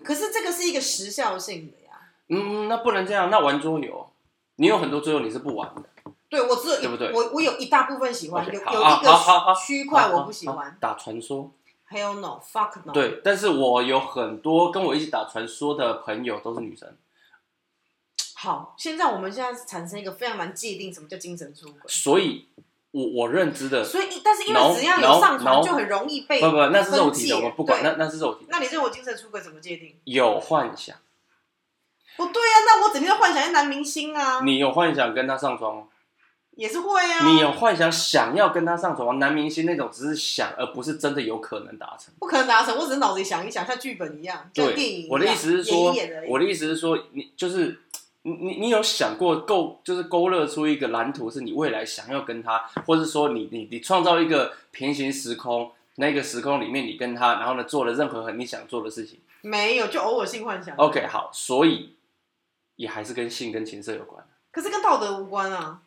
[SPEAKER 2] 可是这个是一个时效性的呀。
[SPEAKER 1] 嗯，那不能这样。那玩桌游，你有很多桌游你是不玩的。
[SPEAKER 2] 对我只有一
[SPEAKER 1] 对不对
[SPEAKER 2] 我我有一大部分喜欢
[SPEAKER 1] OK，
[SPEAKER 2] 有
[SPEAKER 1] 好
[SPEAKER 2] 有
[SPEAKER 1] 啊
[SPEAKER 2] 一
[SPEAKER 1] 好好好
[SPEAKER 2] 个区块啊我不喜
[SPEAKER 1] 好好好
[SPEAKER 2] 欢。
[SPEAKER 1] 啊
[SPEAKER 2] 哦
[SPEAKER 1] 打传说，
[SPEAKER 2] Hell no, fuck no。，
[SPEAKER 1] 对，但是我有很多跟我一起打传说的朋友都是女生，
[SPEAKER 2] 好，现在我们现在产生一个非常难界定什么叫精神出轨。
[SPEAKER 1] 所以我我认知的，
[SPEAKER 2] 所以但是因
[SPEAKER 1] 挠
[SPEAKER 2] 为只要
[SPEAKER 1] 挠
[SPEAKER 2] 有上
[SPEAKER 1] 挠
[SPEAKER 2] 传，就很容易被
[SPEAKER 1] 不不，那是肉体的，
[SPEAKER 2] 分
[SPEAKER 1] 我
[SPEAKER 2] 解
[SPEAKER 1] 们不管，那
[SPEAKER 2] 对
[SPEAKER 1] 那是肉体的，
[SPEAKER 2] 那你对我精神出轨怎么界定？
[SPEAKER 1] 有幻想，
[SPEAKER 2] 不对呀、啊，那我整天幻想一些男明星啊，
[SPEAKER 1] 你有幻想跟他上床吗？
[SPEAKER 2] 也是会啊。
[SPEAKER 1] 你有幻想想要跟他上床吗？男明星那种只是想，而不是真的有可能达成。
[SPEAKER 2] 不可能达成，我只是脑子里想一想，像剧本一样，像电影
[SPEAKER 1] 对，
[SPEAKER 2] 一样
[SPEAKER 1] 我的意思是说
[SPEAKER 2] 演一演而，已
[SPEAKER 1] 我的意思是说，你就是你你你有想过构，就是勾勒出一个蓝图，是你未来想要跟他，或是说你你你创造一个平行时空，那个时空里面你跟他，然后呢做了任何你想做的事情。
[SPEAKER 2] 没有，就偶尔性幻想。
[SPEAKER 1] OK，好，所以也还是跟性跟情色有关。
[SPEAKER 2] 可是跟道德无关啊。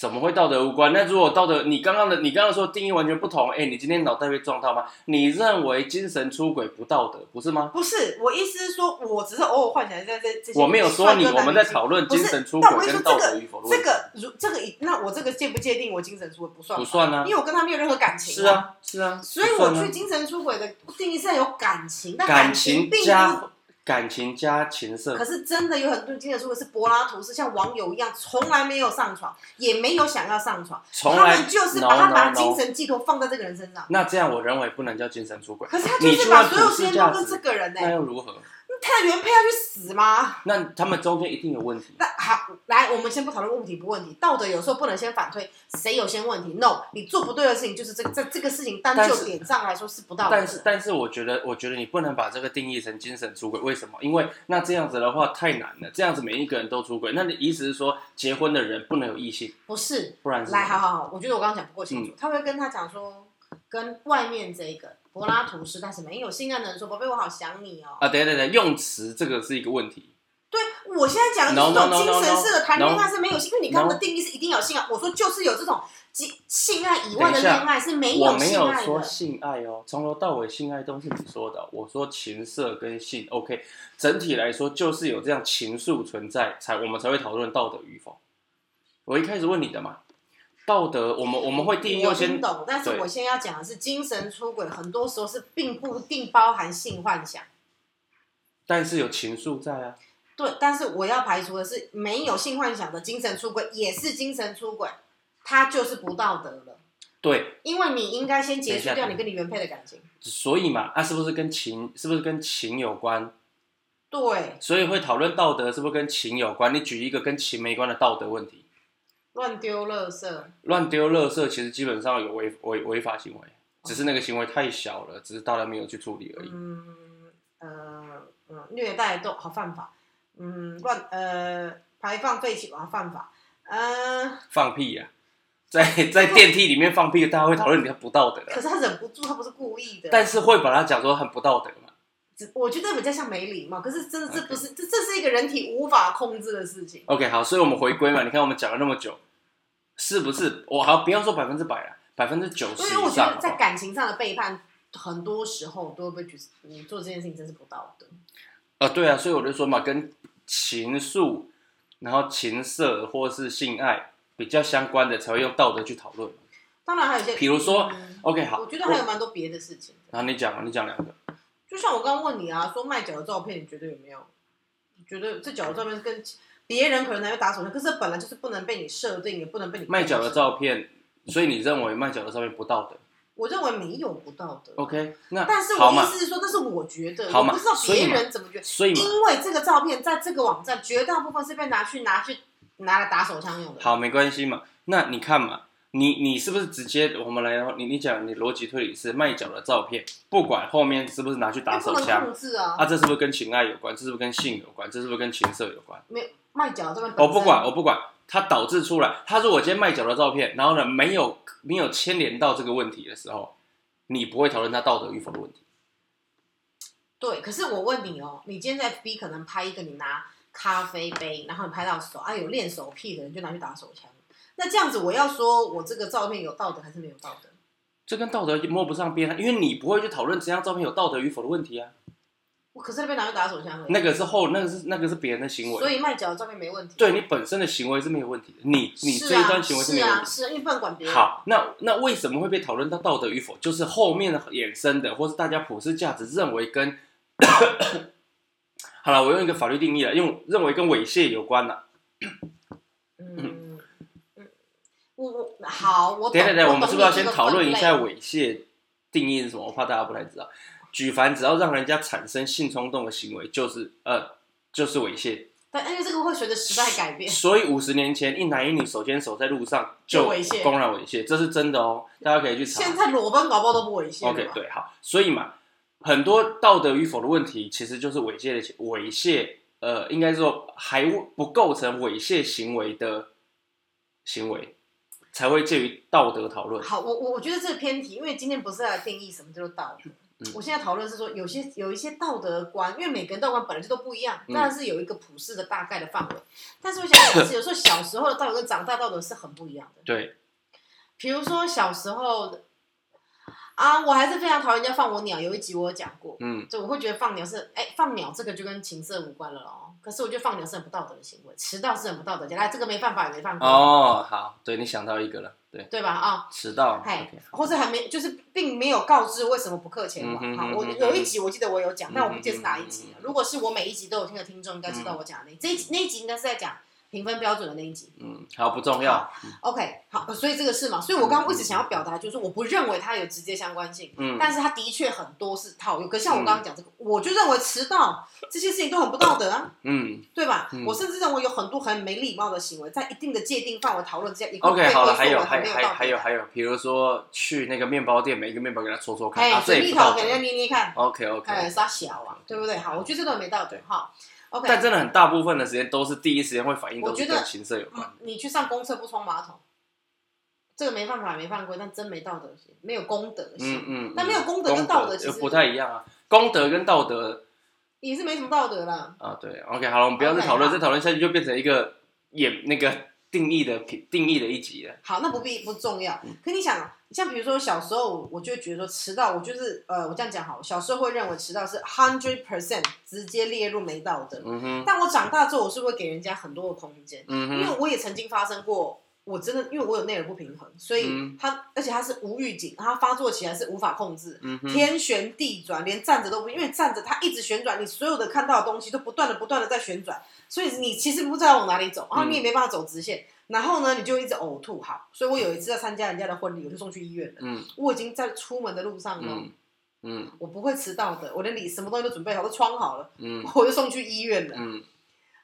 [SPEAKER 1] 怎么会道德无关？那如果道德，你刚刚的你刚刚说的定义完全不同，哎、你今天脑袋被撞到吗？你认为精神出轨不道德，不是吗？
[SPEAKER 2] 不是，我意思是说，我只是偶尔幻想一下这这些。
[SPEAKER 1] 我没有说你，我们在讨论
[SPEAKER 2] 不
[SPEAKER 1] 精
[SPEAKER 2] 是
[SPEAKER 1] 神出
[SPEAKER 2] 但我
[SPEAKER 1] 轨
[SPEAKER 2] 跟
[SPEAKER 1] 跟
[SPEAKER 2] 你说
[SPEAKER 1] 道
[SPEAKER 2] 这
[SPEAKER 1] 德
[SPEAKER 2] 个
[SPEAKER 1] 与否的问
[SPEAKER 2] 这
[SPEAKER 1] 题，
[SPEAKER 2] 个如这个一，那我这个界不界定我精神出轨不算
[SPEAKER 1] 不
[SPEAKER 2] 吧？
[SPEAKER 1] 算啊
[SPEAKER 2] 因，为我跟他没有任何感情。
[SPEAKER 1] 是。啊，是啊，
[SPEAKER 2] 所以
[SPEAKER 1] 不
[SPEAKER 2] 我
[SPEAKER 1] 算啊
[SPEAKER 2] 去精神出轨的定义是要有感情，但
[SPEAKER 1] 感情
[SPEAKER 2] 情并不。
[SPEAKER 1] 加感情加情色
[SPEAKER 2] 可，是真的有很多精神出轨是柏拉图式，像网友一样，从来没有上床，也没有想要上床，
[SPEAKER 1] 从
[SPEAKER 2] 他
[SPEAKER 1] 来
[SPEAKER 2] 们就是把
[SPEAKER 1] no
[SPEAKER 2] 他把
[SPEAKER 1] no
[SPEAKER 2] 精
[SPEAKER 1] no。
[SPEAKER 2] 神寄托放在这个人身上。
[SPEAKER 1] 那这样我认为不能叫精神出轨，
[SPEAKER 2] 可是他就
[SPEAKER 1] 你
[SPEAKER 2] 是
[SPEAKER 1] 去
[SPEAKER 2] 把
[SPEAKER 1] 按
[SPEAKER 2] 所有
[SPEAKER 1] 普
[SPEAKER 2] 时
[SPEAKER 1] 世
[SPEAKER 2] 间
[SPEAKER 1] 价
[SPEAKER 2] 都跟这
[SPEAKER 1] 值，
[SPEAKER 2] 个人呢、
[SPEAKER 1] 那又如何？
[SPEAKER 2] 他的原配要去死吗？
[SPEAKER 1] 那他们中间一定有问题。
[SPEAKER 2] 那好，来，我们先不讨论问题不问题，道德有时候不能先反推谁有先问题。No，你做不对的事情就是这个这这个事情单
[SPEAKER 1] 但
[SPEAKER 2] 就是点上来说是不道德的。
[SPEAKER 1] 但是，但是我觉得，我觉得你不能把这个定义成精神出轨，为什么？因为那这样子的话太难了，这样子每一个人都出轨，那你意思是说结婚的人不能有异性，
[SPEAKER 2] 不是
[SPEAKER 1] 不然是嗯
[SPEAKER 2] 来，好好好，我觉得我刚刚讲不够清楚。他会跟他讲说，跟外面这个柏拉图式但是没有性爱的人说，宝贝，我好想你哦。
[SPEAKER 1] 啊？等一下等等，用词这个是一个问题。
[SPEAKER 2] 对，我现在讲的就
[SPEAKER 1] No,
[SPEAKER 2] 是这
[SPEAKER 1] no,
[SPEAKER 2] 种
[SPEAKER 1] no,
[SPEAKER 2] 精
[SPEAKER 1] no,
[SPEAKER 2] 神
[SPEAKER 1] no.
[SPEAKER 2] 式的谈恋爱是没有性，因为你刚刚
[SPEAKER 1] No.
[SPEAKER 2] 的定义是一定要有性爱，啊我说就是有这种性性爱以外的
[SPEAKER 1] 等一下
[SPEAKER 2] 恋爱是没
[SPEAKER 1] 我
[SPEAKER 2] 有
[SPEAKER 1] 没
[SPEAKER 2] 性
[SPEAKER 1] 有
[SPEAKER 2] 爱
[SPEAKER 1] 说
[SPEAKER 2] 的。
[SPEAKER 1] 性爱哦，从头到尾性爱都是你说的哦、我说情色跟性，OK，整体来说就是有这样情愫存在，才我们才会讨论道德与否。我一开始问你的嘛，道德，我们我们会第一优
[SPEAKER 2] 我听
[SPEAKER 1] 先，
[SPEAKER 2] 懂，但是
[SPEAKER 1] 对
[SPEAKER 2] 我现在要讲的是精神出轨，很多时候是并不一定包含性幻想。
[SPEAKER 1] 但是有情愫在啊。
[SPEAKER 2] 对，但是我要排除的是没有性幻想的精神出轨也是精神出轨，它就是不道德了。
[SPEAKER 1] 对，
[SPEAKER 2] 因为你应该先结束
[SPEAKER 1] 等一
[SPEAKER 2] 掉
[SPEAKER 1] 下
[SPEAKER 2] 你跟你原配的感情。
[SPEAKER 1] 所以嘛，啊，是不是跟情，是不是跟情有关？
[SPEAKER 2] 对，
[SPEAKER 1] 所以会讨论道德是不是跟情有关？你举一个跟情没关的道德问题，
[SPEAKER 2] 乱丢垃圾，
[SPEAKER 1] 乱丢垃圾其实基本上有违违违法行为，只是那个行为太小了，只是大家没有去处理而已。
[SPEAKER 2] 嗯呃嗯，虐待都好犯法，嗯，乱呃排放废气啊犯法，呃，
[SPEAKER 1] 放屁呀、在在电梯里面放屁，大家会讨论你很不道德啊、
[SPEAKER 2] 可是他忍不住，他不是故意的。
[SPEAKER 1] 但是会把它讲说很不道德嘛？
[SPEAKER 2] 只我觉得比较像没礼貌，可是真的这
[SPEAKER 1] OK
[SPEAKER 2] 不是这这是一个人体无法控制的事情。
[SPEAKER 1] OK，好，所以我们回归嘛，你看我们讲了那么久，是不是？我好不要说百分之百了，百分之九十
[SPEAKER 2] 因为我
[SPEAKER 1] 以
[SPEAKER 2] 觉
[SPEAKER 1] 上
[SPEAKER 2] 得在
[SPEAKER 1] 好不好
[SPEAKER 2] 感情上的背叛，很多时候都会被觉得你做这件事情真是不道德。
[SPEAKER 1] 啊，对啊，所以我就说嘛，跟情愫，然后情色或是性爱比较相关的，才会用道德去讨论。
[SPEAKER 2] 当然还有一些，
[SPEAKER 1] 比如说
[SPEAKER 2] 嗯
[SPEAKER 1] OK，好，
[SPEAKER 2] 我觉得还有蛮多别的事情的。
[SPEAKER 1] 然后你讲嘛，啊你讲两个，
[SPEAKER 2] 就像我刚刚问你啊，说卖脚的照片，你觉得有没有？你觉得这脚的照片跟别人可能还会打手枪，可是本来就是不能被你设定，也不能被你
[SPEAKER 1] 卖脚的
[SPEAKER 2] 控制，
[SPEAKER 1] 照片，所以你认为卖脚的照片不道德
[SPEAKER 2] 我认为没有不道德。
[SPEAKER 1] ？OK，那
[SPEAKER 2] 但是
[SPEAKER 1] 哦好
[SPEAKER 2] 我意
[SPEAKER 1] 嘛，
[SPEAKER 2] 思是说，但是我觉得，
[SPEAKER 1] 好
[SPEAKER 2] 我
[SPEAKER 1] 嘛
[SPEAKER 2] 不知道
[SPEAKER 1] 所以
[SPEAKER 2] 别
[SPEAKER 1] 嘛
[SPEAKER 2] 人怎么觉得，
[SPEAKER 1] 所以嘛，
[SPEAKER 2] 因为这个照片在这个网站绝大部分是被拿去拿去拿来打手枪用的。
[SPEAKER 1] 好，没关系嘛。那你看嘛，你你是不是直接我们来，你你讲你逻辑推理是卖脚的照片，不管后面是不是拿去打
[SPEAKER 2] 因为
[SPEAKER 1] 手
[SPEAKER 2] 不能
[SPEAKER 1] 枪
[SPEAKER 2] 控制啊，
[SPEAKER 1] 啊，这是不是跟情爱有关？这是不是跟性有关？这是不是跟情色有关？
[SPEAKER 2] 没有卖脚这个
[SPEAKER 1] 我哦不管，，我不管，它导致出来，它如果今天卖脚的照片，然后呢没有没有牵连到这个问题的时候，你不会讨论它道德与否的问题。
[SPEAKER 2] 对。可是我问你哦，你今天在 FB 可能拍一个你拿咖啡杯，然后你拍到手，啊有练手癖的人就拿去打手枪，那这样子我要说我这个照片有道德还是没有道德？
[SPEAKER 1] 这跟道德摸不上边啊，因为你不会去讨论这张照片有道德与否的问题啊，
[SPEAKER 2] 我可是被拿去打手枪了，
[SPEAKER 1] 那个是后，那个是那个是别人的行
[SPEAKER 2] 所
[SPEAKER 1] 为，
[SPEAKER 2] 以卖脚的照片没问题。
[SPEAKER 1] 对你本身的行为是没有问题的，你你
[SPEAKER 2] 是
[SPEAKER 1] 这一
[SPEAKER 2] 啊，
[SPEAKER 1] 段行为
[SPEAKER 2] 是
[SPEAKER 1] 没有问题
[SPEAKER 2] 啊，
[SPEAKER 1] 的。
[SPEAKER 2] 是啊因为不能管别人。，
[SPEAKER 1] 好，那那为什么会被讨论到道德与否？就是后面的衍生的，或是大家普世价值认为跟， 好了，我用一个法律定义了，用认为跟猥亵有关了。
[SPEAKER 2] 嗯嗯，好， 我
[SPEAKER 1] 等一下等
[SPEAKER 2] 懂
[SPEAKER 1] 一下，
[SPEAKER 2] 我
[SPEAKER 1] 我们
[SPEAKER 2] 懂
[SPEAKER 1] 是不是要
[SPEAKER 2] 你
[SPEAKER 1] 先
[SPEAKER 2] 这个
[SPEAKER 1] 讨论
[SPEAKER 2] 分
[SPEAKER 1] 一下
[SPEAKER 2] 类
[SPEAKER 1] 猥亵定义是什么？我怕大家不太知道。举凡只要让人家产生性冲动的行为，就是呃，就是猥亵。
[SPEAKER 2] 对，而且这个会随着时代改变。
[SPEAKER 1] 所以五十年前，一男一女手牵手在路上就
[SPEAKER 2] 就猥亵
[SPEAKER 1] 公然猥亵，这是真的哦，大家可以去查。
[SPEAKER 2] 现在裸奔搞不好都不猥亵了
[SPEAKER 1] OK，
[SPEAKER 2] 吧
[SPEAKER 1] 对，好，所以嘛，很多道德与否的问题，其实就是猥亵的猥亵，呃，应该说还不构成猥亵行为的行为，才会介于道德讨论。
[SPEAKER 2] 好，我我我觉得这偏题，因为今天不是来定义什么叫做道德。
[SPEAKER 1] 嗯
[SPEAKER 2] 我现在讨论是说，有些有一些道德观，因为每个人道德观本来就都不一样，
[SPEAKER 1] 嗯
[SPEAKER 2] 当然是有一个普世的大概的范围。但是我想讲的是，有时候小时候的道德跟长大道德是很不一样的。
[SPEAKER 1] 对，
[SPEAKER 2] 比如说小时候啊，我还是非常讨厌人家放我鸟。有一集我有讲过，
[SPEAKER 1] 嗯，
[SPEAKER 2] 就我会觉得放鸟是，哎、放鸟这个就跟情色无关了哦。可是我觉得放鸟是很不道德的行为，迟到是很不道德的。来，这个没犯法也没 犯规，
[SPEAKER 1] 哦，好，对你想到一个了，对，
[SPEAKER 2] 对吧？啊、
[SPEAKER 1] 迟到
[SPEAKER 2] 嗨
[SPEAKER 1] ，OK，，
[SPEAKER 2] 或是还没，就是并没有告知为什么不课前
[SPEAKER 1] 嗯
[SPEAKER 2] 往。
[SPEAKER 1] 哼
[SPEAKER 2] 好，
[SPEAKER 1] 嗯
[SPEAKER 2] 我
[SPEAKER 1] 哼
[SPEAKER 2] 有一集我记得我有讲，但我不记得是哪一集
[SPEAKER 1] 嗯
[SPEAKER 2] 了。如果是我每一集都有听的听众，应该知道我讲的那一这一集那一集应该是在讲评分标准的那一集。
[SPEAKER 1] 嗯，好，不重要，
[SPEAKER 2] OK，好，所以这个是嘛？所以我刚刚一直想要表达就是，我不认为它有直接相关性，
[SPEAKER 1] 嗯，
[SPEAKER 2] 但是它的确很多是套用。可像我刚刚讲这个，我就认为迟到这些事情都很不道德啊，
[SPEAKER 1] 嗯
[SPEAKER 2] 对吧？
[SPEAKER 1] 嗯
[SPEAKER 2] 我甚至认为有很多很没礼貌的行为，在一定的界定范围讨论之下，也
[SPEAKER 1] ，OK，
[SPEAKER 2] 被
[SPEAKER 1] 好了，
[SPEAKER 2] 归
[SPEAKER 1] 还
[SPEAKER 2] 为
[SPEAKER 1] 有，
[SPEAKER 2] 很
[SPEAKER 1] 还
[SPEAKER 2] 没有
[SPEAKER 1] 还
[SPEAKER 2] 道德
[SPEAKER 1] 还有还有，比如说去那个面包店，每一个面包给他搓搓看，
[SPEAKER 2] 哎，
[SPEAKER 1] 啊，这
[SPEAKER 2] 水
[SPEAKER 1] 也
[SPEAKER 2] 蜜
[SPEAKER 1] 不
[SPEAKER 2] 桃
[SPEAKER 1] 道
[SPEAKER 2] 给人家
[SPEAKER 1] 德
[SPEAKER 2] 捏捏看，
[SPEAKER 1] ，OK OK，
[SPEAKER 2] 哎，傻小啊，对不对？好，我觉得这都很没道德
[SPEAKER 1] 对
[SPEAKER 2] 哈。OK，
[SPEAKER 1] 但真的很大部分的时间都是第一时间会反应
[SPEAKER 2] 我
[SPEAKER 1] 都是
[SPEAKER 2] 觉得
[SPEAKER 1] 跟情色有关。
[SPEAKER 2] 嗯你去上公厕不冲马桶，这个没犯法，没犯规，但真没道德性，没有公德
[SPEAKER 1] 嗯
[SPEAKER 2] 性，
[SPEAKER 1] 嗯，
[SPEAKER 2] 但没有功德
[SPEAKER 1] 功
[SPEAKER 2] 跟道德其实
[SPEAKER 1] 就不太一样啊。功德跟道德
[SPEAKER 2] 也是没什么道德啦。
[SPEAKER 1] 啊，对，OK，好了，我们不要再讨论，
[SPEAKER 2] OK，
[SPEAKER 1] 再讨论下去就变成一个演那个定义的定义的一集了。
[SPEAKER 2] 好，那不必不重要。
[SPEAKER 1] 嗯
[SPEAKER 2] 可你想，啊像比如说小时候，我就会觉得说迟到，我就是呃，我这样讲好，小时候会认为迟到是 hundred percent 直接列入没道德。
[SPEAKER 1] 嗯哼，
[SPEAKER 2] 但我长大之后，我是会给人家很多的空间。
[SPEAKER 1] 嗯
[SPEAKER 2] 因
[SPEAKER 1] 哼，
[SPEAKER 2] 为我也曾经发生过，我真的因为我有内耳不平衡，所以
[SPEAKER 1] 嗯
[SPEAKER 2] 它、而且它是无预警，它发作起来是无法控制，
[SPEAKER 1] 嗯哼，
[SPEAKER 2] 天旋地转，连站着都不，因为站着它一直旋转，你所有的看到的东西都不断的不断的在旋转，所以你其实不知道往哪里走，然
[SPEAKER 1] 嗯
[SPEAKER 2] 后你也没办法走直线，然后呢你就一直呕吐，好，所以我有一次在参加人家的婚礼，我就送去医院了，
[SPEAKER 1] 嗯
[SPEAKER 2] 我已经在出门的路上了，
[SPEAKER 1] 嗯嗯
[SPEAKER 2] 我不会迟到的，我连礼什么东西都准备好，都穿好了，
[SPEAKER 1] 嗯
[SPEAKER 2] 我就送去医院了。
[SPEAKER 1] 嗯，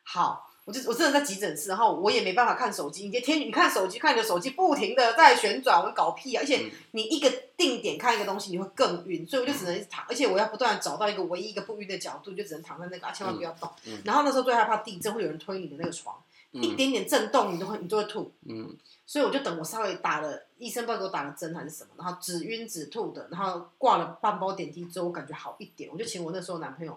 [SPEAKER 2] 好，我就我真的在急诊室，然后我也没办法看手机，你就天你看手机，看你的手机不停的在旋转，我搞屁啊！而且
[SPEAKER 1] 嗯
[SPEAKER 2] 你一个定点看一个东西，你会更晕，所以我就只能一直躺，而且我要不断地找到一个唯一一个不晕的角度，就只能躺在那个，啊，千万不要动。
[SPEAKER 1] 嗯嗯
[SPEAKER 2] 然后那时候最害怕地震，会有人推你的那个床，一
[SPEAKER 1] 嗯
[SPEAKER 2] 点点震动你都会你都会吐，
[SPEAKER 1] 嗯
[SPEAKER 2] 所以我就等我稍微打了医生不知道给我打了针还是什么，然后止晕止吐的，然后挂了半包点滴之后，我感觉好一点，我就请我那时候男朋友。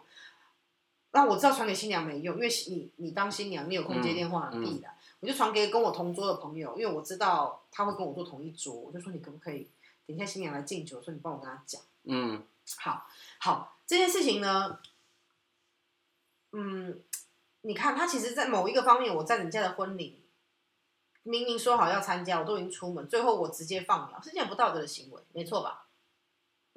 [SPEAKER 2] 那我知道传给新娘没用，因为你你当新娘，你有空接电话
[SPEAKER 1] 嗯嗯
[SPEAKER 2] 必然，我就传给跟我同桌的朋友，因为我知道他会跟我坐同一桌，我就说你可不可以等一下新娘来敬酒，说你帮我跟她讲。
[SPEAKER 1] 嗯
[SPEAKER 2] 好好，这件事情呢，嗯，你看他其实，在某一个方面，我在人家的婚礼，明明说好要参加，我都已经出门，最后我直接放鸟，是件不道德的行为，没错吧？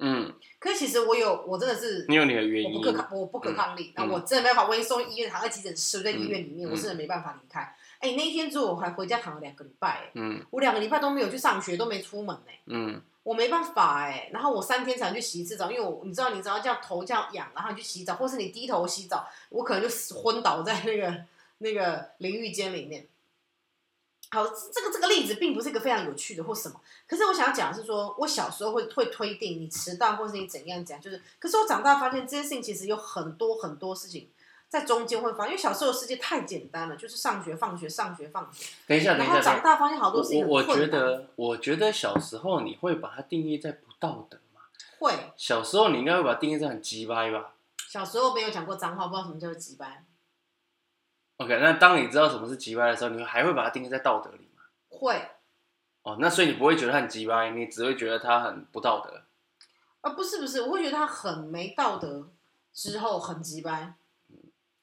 [SPEAKER 1] 嗯，
[SPEAKER 2] 可是其实我有，我真的是
[SPEAKER 1] 你有你的原
[SPEAKER 2] 我
[SPEAKER 1] 因
[SPEAKER 2] 不。可抗，我不可抗力，那、
[SPEAKER 1] 嗯
[SPEAKER 2] 我真的没办法，我已经送医院，躺在急诊室，我在医院里面，
[SPEAKER 1] 嗯
[SPEAKER 2] 我真的没办法离开。哎、那一天之后，我还回家躺了两个礼拜、哎
[SPEAKER 1] 嗯
[SPEAKER 2] 我两个礼拜都没有去上学，都没出门、哎。
[SPEAKER 1] 嗯
[SPEAKER 2] 我没办法哎、然后我三天才能去洗一次澡，因为我你知道，你知道这样头这样痒，然后你去洗澡，或是你低头洗澡，我可能就死昏倒在那个那个淋浴间里面。好，这个这个例子并不是一个非常有趣的或什么，可是我想要讲的是说，我小时候会会推定你迟到或是你怎样怎样，就是，可是我长大发现这件事情其实有很多很多事情在中间会发生，因为小时候的世界太简单了，就是上学放学上学放学，
[SPEAKER 1] 等一下，等
[SPEAKER 2] 然
[SPEAKER 1] 一
[SPEAKER 2] 后
[SPEAKER 1] 下，
[SPEAKER 2] 长大发现好多
[SPEAKER 1] 我
[SPEAKER 2] 事情
[SPEAKER 1] 我
[SPEAKER 2] 很
[SPEAKER 1] 我
[SPEAKER 2] 困
[SPEAKER 1] 觉
[SPEAKER 2] 难，
[SPEAKER 1] 得，我觉得小时候你会把它定义在不道德吗？
[SPEAKER 2] 会
[SPEAKER 1] 小时候你应该会把它定义在很鸡掰吧？
[SPEAKER 2] 小时候没有讲过脏话，不知道什么叫做急班。
[SPEAKER 1] OK，那当你知道什么是鸡掰的时候，你还会把它定义在道德里吗？
[SPEAKER 2] 会，
[SPEAKER 1] 哦，那所以你不会觉得它很鸡掰，你只会觉得它很不道德。
[SPEAKER 2] 啊，不是不是，我会觉得他很没道德，之后很鸡掰，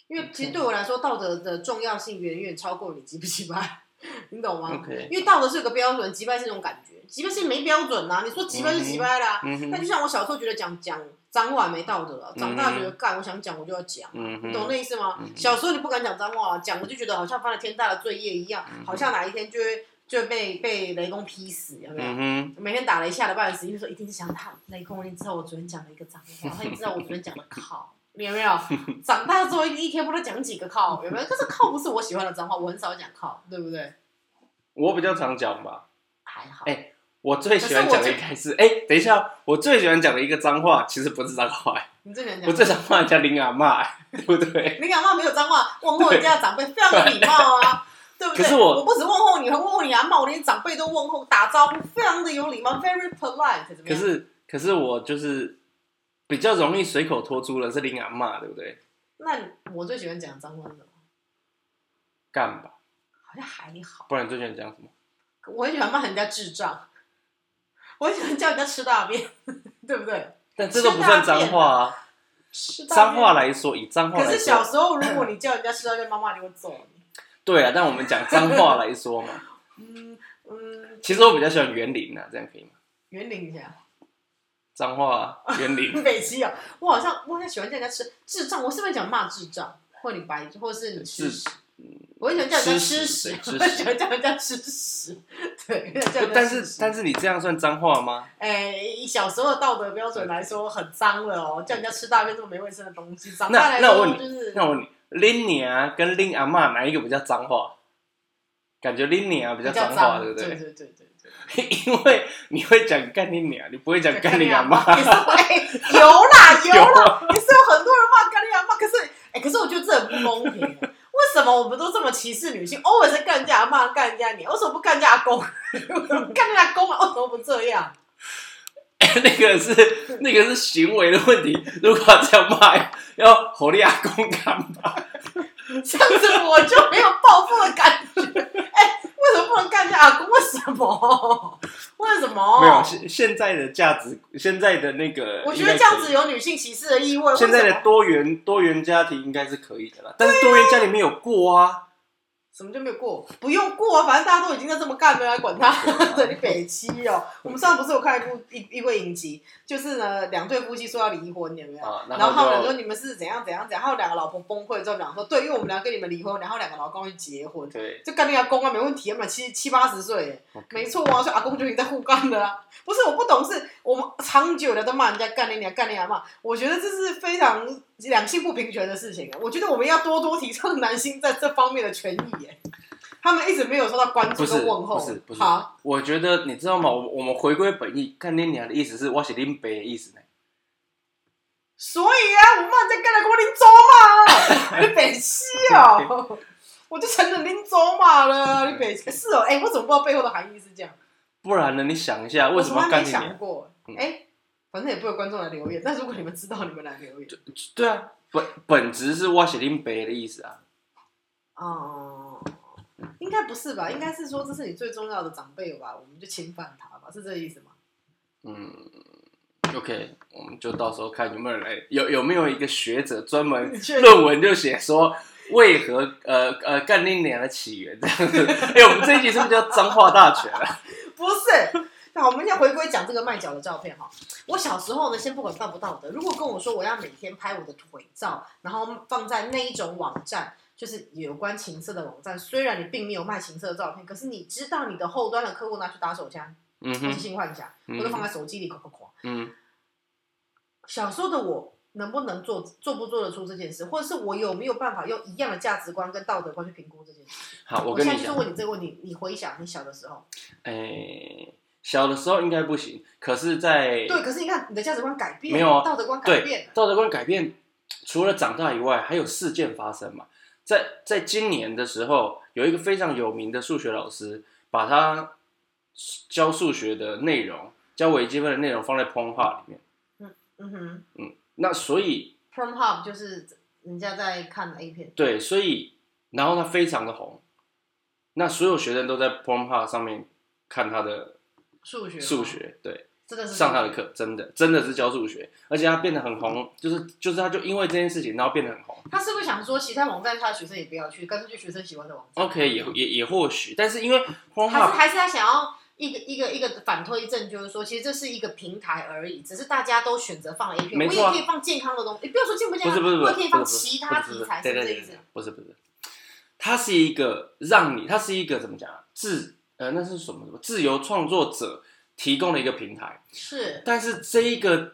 [SPEAKER 2] 因为其实对我来说，道德的重要性远远超过你鸡不鸡掰，你懂吗
[SPEAKER 1] OK
[SPEAKER 2] 因为道德是有个标准，鸡掰是一种感觉，鸡掰是没标准啊呐、你说鸡掰就鸡掰啦、
[SPEAKER 1] 嗯
[SPEAKER 2] 那、
[SPEAKER 1] 哼，
[SPEAKER 2] 就像我小时候觉得讲讲脏话没道德啊，长大觉得干，我想讲我就要讲。
[SPEAKER 1] 嗯
[SPEAKER 2] 你懂
[SPEAKER 1] 哼，
[SPEAKER 2] 那意思吗？
[SPEAKER 1] 嗯嗯
[SPEAKER 2] 小时候你不敢讲脏话、啊，讲我就觉得好像犯了天大的罪业一样，好像哪一天就会就被被雷公劈死，有没有？
[SPEAKER 1] 嗯
[SPEAKER 2] 每天打雷吓得半死，因为说一定是想他雷公，你知道我昨天讲了一个脏话，他也知道我昨天讲的靠，你有 没有？长大之后一天不知道讲几个靠，有没有？可是靠不是我喜欢的脏话，我很少讲靠，对不对？
[SPEAKER 1] 哼，我比较常讲吧。
[SPEAKER 2] 还好，
[SPEAKER 1] 哎我最喜欢讲的应该是，哎、等一下，我最喜欢讲的一个脏话，其实不是脏话、哎
[SPEAKER 2] 你最喜欢讲
[SPEAKER 1] 我
[SPEAKER 2] 什
[SPEAKER 1] 最
[SPEAKER 2] 么。
[SPEAKER 1] 常骂人家林阿骂、哎 对不对？
[SPEAKER 2] 你敢骂没有脏话，问候人家的长辈非常有礼貌啊，对不对？
[SPEAKER 1] 可是我
[SPEAKER 2] 不止问候你，还问候你阿妈，我连长辈都问候打招呼，非常的有礼貌，very polite，怎么
[SPEAKER 1] 可
[SPEAKER 2] 样？
[SPEAKER 1] 是，可是我就是比较容易随口脱出的是林阿骂，对不对？
[SPEAKER 2] 那你我最喜欢讲脏话是什么？
[SPEAKER 1] 干吧，
[SPEAKER 2] 好像还好，
[SPEAKER 1] 不然你最喜欢讲什么？
[SPEAKER 2] 我很喜欢骂人家智障，我很喜欢叫人家吃大便， 对不对？
[SPEAKER 1] 但这都不算脏话啊。
[SPEAKER 2] 吃大
[SPEAKER 1] 脏
[SPEAKER 2] 便
[SPEAKER 1] 话。来说，以脏话
[SPEAKER 2] 可
[SPEAKER 1] 来
[SPEAKER 2] 是小
[SPEAKER 1] 说，
[SPEAKER 2] 时候，如果你叫人家吃大便，妈妈就会揍你。
[SPEAKER 1] 对啊。但我们讲脏话来说嘛，
[SPEAKER 2] 嗯嗯，
[SPEAKER 1] 其实我比较喜欢园林啊，这样可以吗？
[SPEAKER 2] 园林一下，
[SPEAKER 1] 脏话啊园 林，
[SPEAKER 2] 北极啊，我好像我好像喜欢叫人家吃智障，我是不是讲骂智障，或你白，或是你吃
[SPEAKER 1] 是
[SPEAKER 2] 屎？我喜欢叫人家吃
[SPEAKER 1] 吃
[SPEAKER 2] 屎
[SPEAKER 1] 屎，
[SPEAKER 2] 我
[SPEAKER 1] 吃屎
[SPEAKER 2] 喜欢叫人家吃屎，对，叫人家
[SPEAKER 1] 但
[SPEAKER 2] 吃
[SPEAKER 1] 是
[SPEAKER 2] 屎
[SPEAKER 1] 但是你这样算脏话吗？
[SPEAKER 2] 哎，以小时候的道德标准来说，很脏了哦，叫人家吃大便这么没卫生的东西，长大来
[SPEAKER 1] 那那我
[SPEAKER 2] 说
[SPEAKER 1] 问你
[SPEAKER 2] 就是
[SPEAKER 1] 那我问你拎你啊跟拎阿嬷哪一个比较脏话？感觉拎你啊比
[SPEAKER 2] 比
[SPEAKER 1] 较
[SPEAKER 2] 较
[SPEAKER 1] 脏
[SPEAKER 2] 脏
[SPEAKER 1] 话，对不
[SPEAKER 2] 对
[SPEAKER 1] 对？
[SPEAKER 2] 对对对对。
[SPEAKER 1] 因为你会讲干拎你啊，你不会讲干拎阿嬷。
[SPEAKER 2] 也是会有啦有啦，也是有很多人骂干你阿妈。可是，哎、可是我觉得这很不公平。为什么我们都这么歧视女性？偶尔是干人家阿妈，干人家你，为什么不干人家阿公？干人家阿公啊，为什么不这样？
[SPEAKER 1] 那个是那个是行为的问题。如果要这样骂，要吼你阿公干嘛？
[SPEAKER 2] 这样子我就没有报复的感觉。哎、为什么不能干人家阿公？为什么？ 为什么？
[SPEAKER 1] 没有，现现在的价值，现在的那个，
[SPEAKER 2] 哦我觉得这样子。有女性歧视的意味。
[SPEAKER 1] 现在
[SPEAKER 2] 为什
[SPEAKER 1] 的
[SPEAKER 2] 么
[SPEAKER 1] 多元多元家庭应该是可以的啦，但是多元家庭没有过啊，
[SPEAKER 2] 什么就没有过？不用过啊，反正大家都已经在这么干了，还管 他？对，北七哦。我们上次不是有看一部一一部影集，就是呢，两对夫妻说要离婚，有没有？
[SPEAKER 1] 啊，
[SPEAKER 2] 然
[SPEAKER 1] 后
[SPEAKER 2] 后他们
[SPEAKER 1] 就
[SPEAKER 2] 说你们是怎样怎样怎样，还有两个老婆崩溃之后，两个说对，因为我们俩跟你们离婚，然后两个老公去结婚，
[SPEAKER 1] 对，
[SPEAKER 2] 就干那个公啊，没问题啊嘛，七七八十岁耶，没错啊，所以阿公就已经在互干了啊。不是，我不懂是，我们长久的都骂人家干你娘干你娘嘛，我觉得这是非常两性不平权的事情啊。我觉得我们要多多提倡男性在这方面的权益耶，他们一直没有受到关注
[SPEAKER 1] 不是
[SPEAKER 2] 跟问候。
[SPEAKER 1] 不是不是
[SPEAKER 2] 好，
[SPEAKER 1] 我觉得你知道吗？我我们回归本意，干你娘的意思是我写林北的意思呢，
[SPEAKER 2] 所以啊，我骂人家干了，给我拎 走嘛，你北西哦。我就承认拎走嘛了，你北西是哦，哎、我怎么不知道背后的含义是这样？
[SPEAKER 1] 不然呢？你想一下，为什么
[SPEAKER 2] 我
[SPEAKER 1] 要
[SPEAKER 2] 从来
[SPEAKER 1] 干
[SPEAKER 2] 没
[SPEAKER 1] 你
[SPEAKER 2] 想
[SPEAKER 1] 娘？
[SPEAKER 2] 过？哎、
[SPEAKER 1] 嗯
[SPEAKER 2] 反正也不会有观众来留言，但如果你们知道，你们来留言。
[SPEAKER 1] 对啊，本本质是我写林北的意思啊，
[SPEAKER 2] 哦、应该不是吧？应该是说这是你最重要的长辈吧？我们就侵犯他吧？是这个意思吗？
[SPEAKER 1] 嗯，OK，我们就到时候看有没有人来，有有没有一个学者专门
[SPEAKER 2] 你确定
[SPEAKER 1] 论文就写说为何呃呃干你娘的起源这样子。哎、我们这一集是不是叫脏话大全啊？
[SPEAKER 2] 不是。那我们先回归讲这个卖脚的照片哈。我小时候呢，先不管道不道德，如果跟我说我要每天拍我的腿照，然后放在那一种网站，就是有关情色的网站，虽然你并没有卖情色的照片，可是你知道你的后端的客户拿去打手枪，
[SPEAKER 1] 嗯
[SPEAKER 2] 或是
[SPEAKER 1] 哼，
[SPEAKER 2] 性幻想，
[SPEAKER 1] 嗯
[SPEAKER 2] 或者放在手机里，哐哐哐。
[SPEAKER 1] 嗯，
[SPEAKER 2] 小时候的我能不能做做不做得出这件事，或者是我有没有办法用一样的价值观跟道德观去评估这件事？
[SPEAKER 1] 好，
[SPEAKER 2] 我
[SPEAKER 1] 我跟
[SPEAKER 2] 现
[SPEAKER 1] 你
[SPEAKER 2] 在就
[SPEAKER 1] 讲
[SPEAKER 2] 是，问你这个问题，你回想你小的时候，
[SPEAKER 1] 哎、小的时候应该不行，可是在，
[SPEAKER 2] 对，可是你看你的价值观改变，
[SPEAKER 1] 没有啊
[SPEAKER 2] 道德观改变
[SPEAKER 1] 对
[SPEAKER 2] 了，
[SPEAKER 1] 道德观改变，除了长大以外，还有事件发生嘛。在在今年的时候，有一个非常有名的数学老师，把他教数学的内容、教微积分的内容放在 p o n h u b 里面。
[SPEAKER 2] 嗯哼
[SPEAKER 1] 那所以
[SPEAKER 2] ，Prom Hub 就是人家在看 A 片，
[SPEAKER 1] 对，所以然后他非常的红，那所有学生都在 p o r n h u b 上面看他的
[SPEAKER 2] 数学，
[SPEAKER 1] 数，学，对，
[SPEAKER 2] 真的是
[SPEAKER 1] 上他的，课，真的真的是教数学，而且他变得很红，就是就是他就因为这件事情，然后变得很红。
[SPEAKER 2] 他是不是想说其他网站他的学生也不要去，干脆去学生喜欢的网站
[SPEAKER 1] OK，也也也或许，但是因为 p o r n h
[SPEAKER 2] 还
[SPEAKER 1] u
[SPEAKER 2] 是
[SPEAKER 1] b
[SPEAKER 2] 还是他想要一个一个一个反推证，就是说，其实这是一个平台而已，只是大家都选择放 A 片，
[SPEAKER 1] 没
[SPEAKER 2] 我
[SPEAKER 1] 错啊
[SPEAKER 2] 也可以放健康的东西，你不要说健不健
[SPEAKER 1] 不是
[SPEAKER 2] 康，
[SPEAKER 1] 不是不是
[SPEAKER 2] 我也啊可以放
[SPEAKER 1] 不是
[SPEAKER 2] 其他
[SPEAKER 1] 不是
[SPEAKER 2] 题材，
[SPEAKER 1] 不是对
[SPEAKER 2] 是这个
[SPEAKER 1] 对
[SPEAKER 2] 意
[SPEAKER 1] 对
[SPEAKER 2] 思
[SPEAKER 1] 对。不是不是，它是一个让你，它是一个怎么讲啊？自呃，那是什么什么自由创作者提供的一个平台，
[SPEAKER 2] 是
[SPEAKER 1] 但是这一个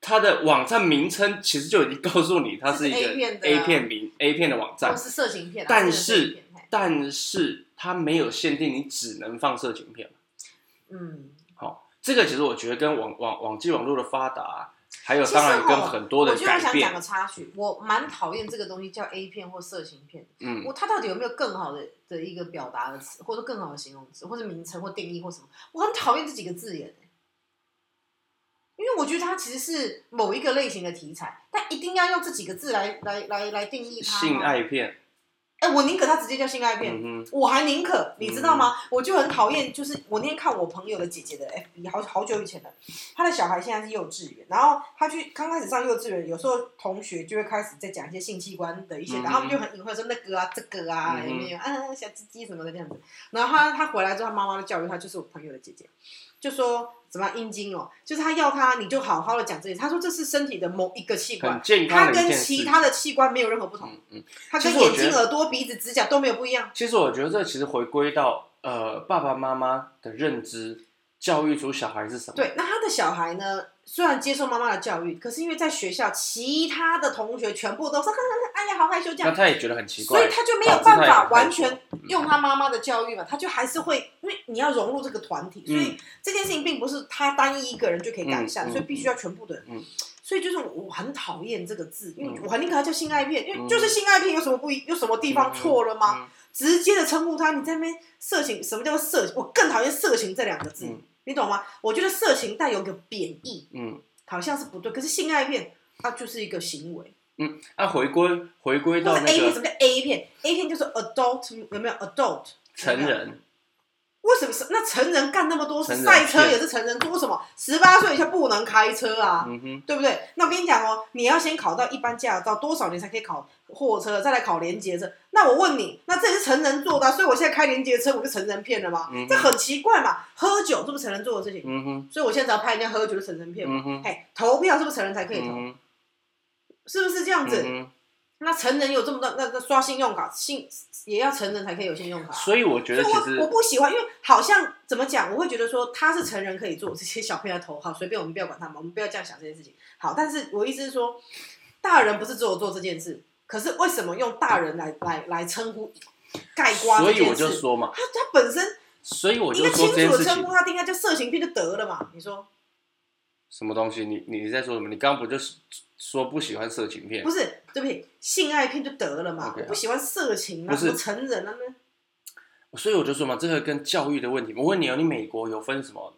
[SPEAKER 1] 它的网站名称其实就已经告诉你，它是一
[SPEAKER 2] 这
[SPEAKER 1] 个
[SPEAKER 2] 是 A 片的
[SPEAKER 1] A 片名 A 片的网
[SPEAKER 2] 或
[SPEAKER 1] 站，
[SPEAKER 2] 是色情片啊，
[SPEAKER 1] 但
[SPEAKER 2] 色情
[SPEAKER 1] 是
[SPEAKER 2] 片嘿
[SPEAKER 1] 但是它没有限定你只能放色情片。
[SPEAKER 2] 嗯，
[SPEAKER 1] 好、这个其实我觉得跟网网网际网络的发达、还有
[SPEAKER 2] 其实
[SPEAKER 1] 当然跟
[SPEAKER 2] 哦
[SPEAKER 1] 很多的
[SPEAKER 2] 我就
[SPEAKER 1] 改
[SPEAKER 2] 想讲
[SPEAKER 1] 变，
[SPEAKER 2] 个插曲，我蛮讨厌这个东西叫 A 片或色情片。
[SPEAKER 1] 嗯，
[SPEAKER 2] 我它到底有没有更好的的一个表达的词，或者更好的形容词，或者名称或定义或什么？我很讨厌这几个字眼、欸因为我觉得它其实是某一个类型的题材，但一定要用这几个字来来来来定义它吗
[SPEAKER 1] 性，爱片，
[SPEAKER 2] 哎、我宁可它直接叫性爱片，
[SPEAKER 1] 嗯哼，
[SPEAKER 2] 我还宁可，你知道吗？
[SPEAKER 1] 嗯
[SPEAKER 2] 我就很讨厌，就是我那天看我朋友的姐姐的 FB，好好久以前了，她的小孩现在是幼稚园，然后她去刚开始上幼稚园，有时候同学就会开始在讲一些性器官的一些，
[SPEAKER 1] 嗯
[SPEAKER 2] 然后他们就很隐晦说那个啊、这个啊，
[SPEAKER 1] 嗯
[SPEAKER 2] 有没有啊小鸡鸡什么的这样子。然后她她回来之后，她妈妈就教育她，就是我朋友的姐姐，就说怎么样阴茎哦，就是她要她你就好好的讲这些，她说这是身体的某一个器官
[SPEAKER 1] 很。健康
[SPEAKER 2] 它
[SPEAKER 1] 的一
[SPEAKER 2] 跟
[SPEAKER 1] 件
[SPEAKER 2] 其
[SPEAKER 1] 事。
[SPEAKER 2] 他的器官没有任何不同，
[SPEAKER 1] 嗯嗯，
[SPEAKER 2] 它
[SPEAKER 1] 其
[SPEAKER 2] 跟
[SPEAKER 1] 实我
[SPEAKER 2] 眼
[SPEAKER 1] 觉得
[SPEAKER 2] 睛、耳朵、鼻子、指甲都没有不一样。
[SPEAKER 1] 其实我觉得这其实回归到呃爸爸妈妈的认知，教育出小孩是什么。，
[SPEAKER 2] 对，那他的小孩呢？虽然接受妈妈的教育，可是因为在学校，其他的同学全部都说：“ 哎呀，好害羞这
[SPEAKER 1] 那
[SPEAKER 2] 样。
[SPEAKER 1] 他也觉得很”奇
[SPEAKER 2] 所
[SPEAKER 1] 怪
[SPEAKER 2] 以。他就没有办
[SPEAKER 1] 老师他也
[SPEAKER 2] 法
[SPEAKER 1] 不
[SPEAKER 2] 完
[SPEAKER 1] 会说
[SPEAKER 2] 全用他妈妈的教育嘛，他就还是会，因为你要融入这个团体，所以这件事情并不是他单一一个人就可以改
[SPEAKER 1] 嗯
[SPEAKER 2] 善，
[SPEAKER 1] 嗯嗯
[SPEAKER 2] 所以必须要全部的人。
[SPEAKER 1] 嗯
[SPEAKER 2] 所以就是我很讨厌这个字，因为
[SPEAKER 1] 嗯
[SPEAKER 2] 我很宁可它叫性爱片，因为
[SPEAKER 1] 嗯
[SPEAKER 2] 就是性爱片有什么不一，有什么地方错了吗？
[SPEAKER 1] 嗯
[SPEAKER 2] 直接的称呼他，你在那边色情，什么叫做色情？我更讨厌色情这两个字，
[SPEAKER 1] 嗯
[SPEAKER 2] 你懂吗？我觉得色情带有个贬义，
[SPEAKER 1] 嗯
[SPEAKER 2] 好像是不对。可是性爱片，它就是一个行为，
[SPEAKER 1] 嗯，那、回归回归
[SPEAKER 2] 或
[SPEAKER 1] 到
[SPEAKER 2] 者 A
[SPEAKER 1] 那
[SPEAKER 2] 片，
[SPEAKER 1] 个
[SPEAKER 2] 什么叫 A 片？A 片就是 adult，有没有 adult？
[SPEAKER 1] 成
[SPEAKER 2] 有没有
[SPEAKER 1] 人，
[SPEAKER 2] 为什么是那成人干那么多事？
[SPEAKER 1] 成人
[SPEAKER 2] 赛车
[SPEAKER 1] 片
[SPEAKER 2] 也是成人做，为什么十八岁以下不能开车啊？
[SPEAKER 1] 嗯哼，
[SPEAKER 2] 对不对？那我跟你讲哦，你要先考到一般驾照，多少年才可以考货车，再来考连接车？那我问你，那这也是成人做的啊、所以我现在开连接车，我就成人片了吗？
[SPEAKER 1] 嗯哼
[SPEAKER 2] 这很奇怪嘛！喝酒是不是成人做的事情？
[SPEAKER 1] 嗯哼，
[SPEAKER 2] 所以我现在只要拍人家喝酒就成人片嘛。
[SPEAKER 1] 嗯哼，
[SPEAKER 2] 嘿，投票是不是成人才可以投？
[SPEAKER 1] 嗯哼，
[SPEAKER 2] 是不是这样子？
[SPEAKER 1] 嗯
[SPEAKER 2] 那成人有这么多，那那刷信用卡，信也要成人才可以有信用卡
[SPEAKER 1] 哼，
[SPEAKER 2] 啊。
[SPEAKER 1] 所以我觉
[SPEAKER 2] 所
[SPEAKER 1] 得
[SPEAKER 2] 以
[SPEAKER 1] 其
[SPEAKER 2] 我我
[SPEAKER 1] 实，
[SPEAKER 2] 不喜欢，因为好像怎么讲，我会觉得说他是成人可以做，这些小朋友的头好随便，我们不要管他们，我们不要这样想这件事情。好，但是我意思是说，大人不是只有做这件事，可是为什么用大人来来来称呼盖瓜
[SPEAKER 1] 所
[SPEAKER 2] 这
[SPEAKER 1] 以我
[SPEAKER 2] 件
[SPEAKER 1] 就
[SPEAKER 2] 事？
[SPEAKER 1] 说嘛，
[SPEAKER 2] 他他本身
[SPEAKER 1] 所以我
[SPEAKER 2] 一
[SPEAKER 1] 就
[SPEAKER 2] 个
[SPEAKER 1] 说这
[SPEAKER 2] 清
[SPEAKER 1] 件
[SPEAKER 2] 楚
[SPEAKER 1] 事
[SPEAKER 2] 的称
[SPEAKER 1] 情
[SPEAKER 2] 呼，他应该叫色情片就得了嘛？你说
[SPEAKER 1] 什么东西？你你你在说什么？你刚刚不就是说不喜欢色情片
[SPEAKER 2] 不？是？对不起，性爱片就得了嘛
[SPEAKER 1] OK，
[SPEAKER 2] 我不喜欢色情啊，
[SPEAKER 1] 不是
[SPEAKER 2] 什么成人啊那
[SPEAKER 1] 所以我就说嘛，这个跟教育的问题。我问你哦，你美国有分什么？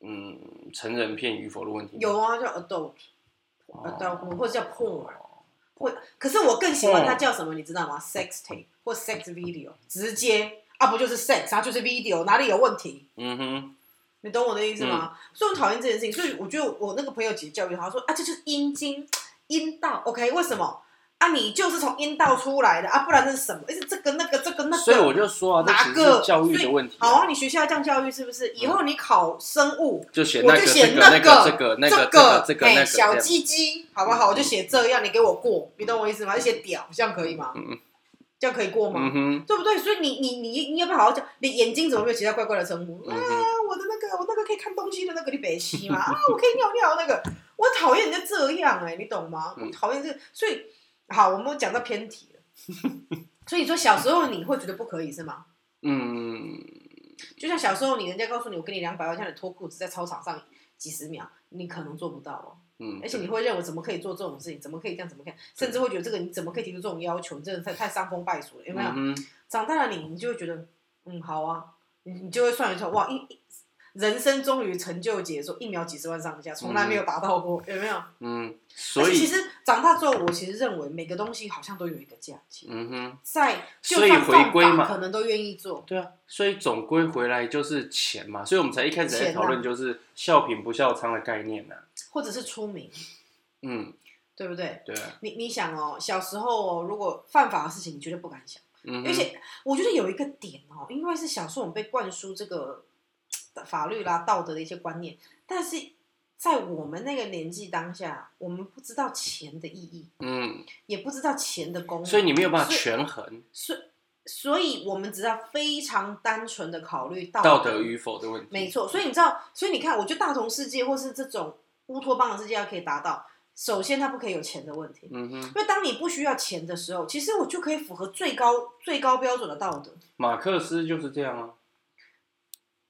[SPEAKER 1] 嗯，成人片与否的问题吗
[SPEAKER 2] 有啊，叫 adult
[SPEAKER 1] 哦
[SPEAKER 2] adult 或者叫 porn。或可是我更喜欢它叫什么，你知道吗？sex tape 或 sex video，直接啊不就是 sex，它就是 video，哪里有问题？
[SPEAKER 1] 嗯哼，
[SPEAKER 2] 你懂我的意思
[SPEAKER 1] 嗯
[SPEAKER 2] 吗？所以我讨厌这件事情，所以我觉得我那个朋友姐教育他说啊，这就是阴茎、阴道，OK？为什么啊？你就是从阴道出来的啊，不然那是什么？是这个那个这个那个。
[SPEAKER 1] 所以我就说啊，这
[SPEAKER 2] 哪
[SPEAKER 1] 其实
[SPEAKER 2] 个
[SPEAKER 1] 是教育的问题啊、
[SPEAKER 2] 好啊，你学校要这样教育是不是？以后你考生物，
[SPEAKER 1] 就写
[SPEAKER 2] 我
[SPEAKER 1] 那个
[SPEAKER 2] 就写
[SPEAKER 1] 这个
[SPEAKER 2] 那
[SPEAKER 1] 那个这个那
[SPEAKER 2] 这
[SPEAKER 1] 个这个那
[SPEAKER 2] 哎
[SPEAKER 1] 个这
[SPEAKER 2] 小
[SPEAKER 1] 样。嗯
[SPEAKER 2] 鸡鸡，好不好？我就写这样，你给我过，你懂我意思吗？就写屌，这样可以吗？
[SPEAKER 1] 嗯
[SPEAKER 2] 这样可以过吗？
[SPEAKER 1] 嗯哼，
[SPEAKER 2] 对不对？所以你你你你要不要好好讲？你眼睛怎么没有其他怪怪的称呼？
[SPEAKER 1] 嗯
[SPEAKER 2] 啊，
[SPEAKER 1] 哼，
[SPEAKER 2] 我的那个我那个可以看东西的那个你北西嘛？啊，我可以尿尿那个，我讨厌人家这样哎、你懂吗？
[SPEAKER 1] 嗯
[SPEAKER 2] 我讨厌这个，所以好，我们讲到偏题了。 所以你说小时候你会觉得不可以是吗？
[SPEAKER 1] 嗯，
[SPEAKER 2] 就像小时候你人家告诉你我给你两百万，叫你脱裤子在操场上几十秒，你可能做不到哦。
[SPEAKER 1] 嗯，
[SPEAKER 2] 而且你会认为怎么可以做这种事情，怎么可以这样，怎么可以，甚至会觉得这个你怎么可以提出这种要求，你真的太太伤风败俗了，有没有？
[SPEAKER 1] 嗯哼，
[SPEAKER 2] 长大了你你就会觉得，嗯，好啊，你你就会算一算，哇，一一人生终于成就解说一秒几十万上下，从来没有达到过，有没有？
[SPEAKER 1] 嗯，
[SPEAKER 2] 而
[SPEAKER 1] 所
[SPEAKER 2] 且其
[SPEAKER 1] 以，
[SPEAKER 2] 实长大之后，我其实认为每个东西好像都有一个价钱，
[SPEAKER 1] 嗯哼，
[SPEAKER 2] 在就
[SPEAKER 1] 所以
[SPEAKER 2] 算
[SPEAKER 1] 回归
[SPEAKER 2] 犯法
[SPEAKER 1] 嘛
[SPEAKER 2] 可能都愿意做。
[SPEAKER 1] 对啊，所以总归回来就是钱嘛，所以我们才一开始在
[SPEAKER 2] 钱啊
[SPEAKER 1] 讨论就是笑贫不笑娼的概念呢、
[SPEAKER 2] 或者是出名，
[SPEAKER 1] 嗯，
[SPEAKER 2] 对不对？
[SPEAKER 1] 对啊，
[SPEAKER 2] 你你想哦，小时候哦，如果犯法的事情，你绝对不敢想。
[SPEAKER 1] 嗯哼，
[SPEAKER 2] 而且我觉得有一个点哦，因为是小时候我们被灌输这个嘖法律啦、道德的一些观念，但是在我们那个年纪当下，我们不知道钱的意义，
[SPEAKER 1] 嗯，
[SPEAKER 2] 也不知道钱的功能，
[SPEAKER 1] 所以你没有办法
[SPEAKER 2] 所以
[SPEAKER 1] 权衡，
[SPEAKER 2] 所以所以我们只要非常单纯的考虑道
[SPEAKER 1] 道德与否的问
[SPEAKER 2] 没
[SPEAKER 1] 题。
[SPEAKER 2] 错，所以你知道，所以你看，我觉得大同世界或是这种乌托邦的世界要可以达到，首先它不可以有钱的问题，
[SPEAKER 1] 嗯哼，
[SPEAKER 2] 因为当你不需要钱的时候，其实我就可以符合最高最高标准的道德。
[SPEAKER 1] 马克思就是这样啊。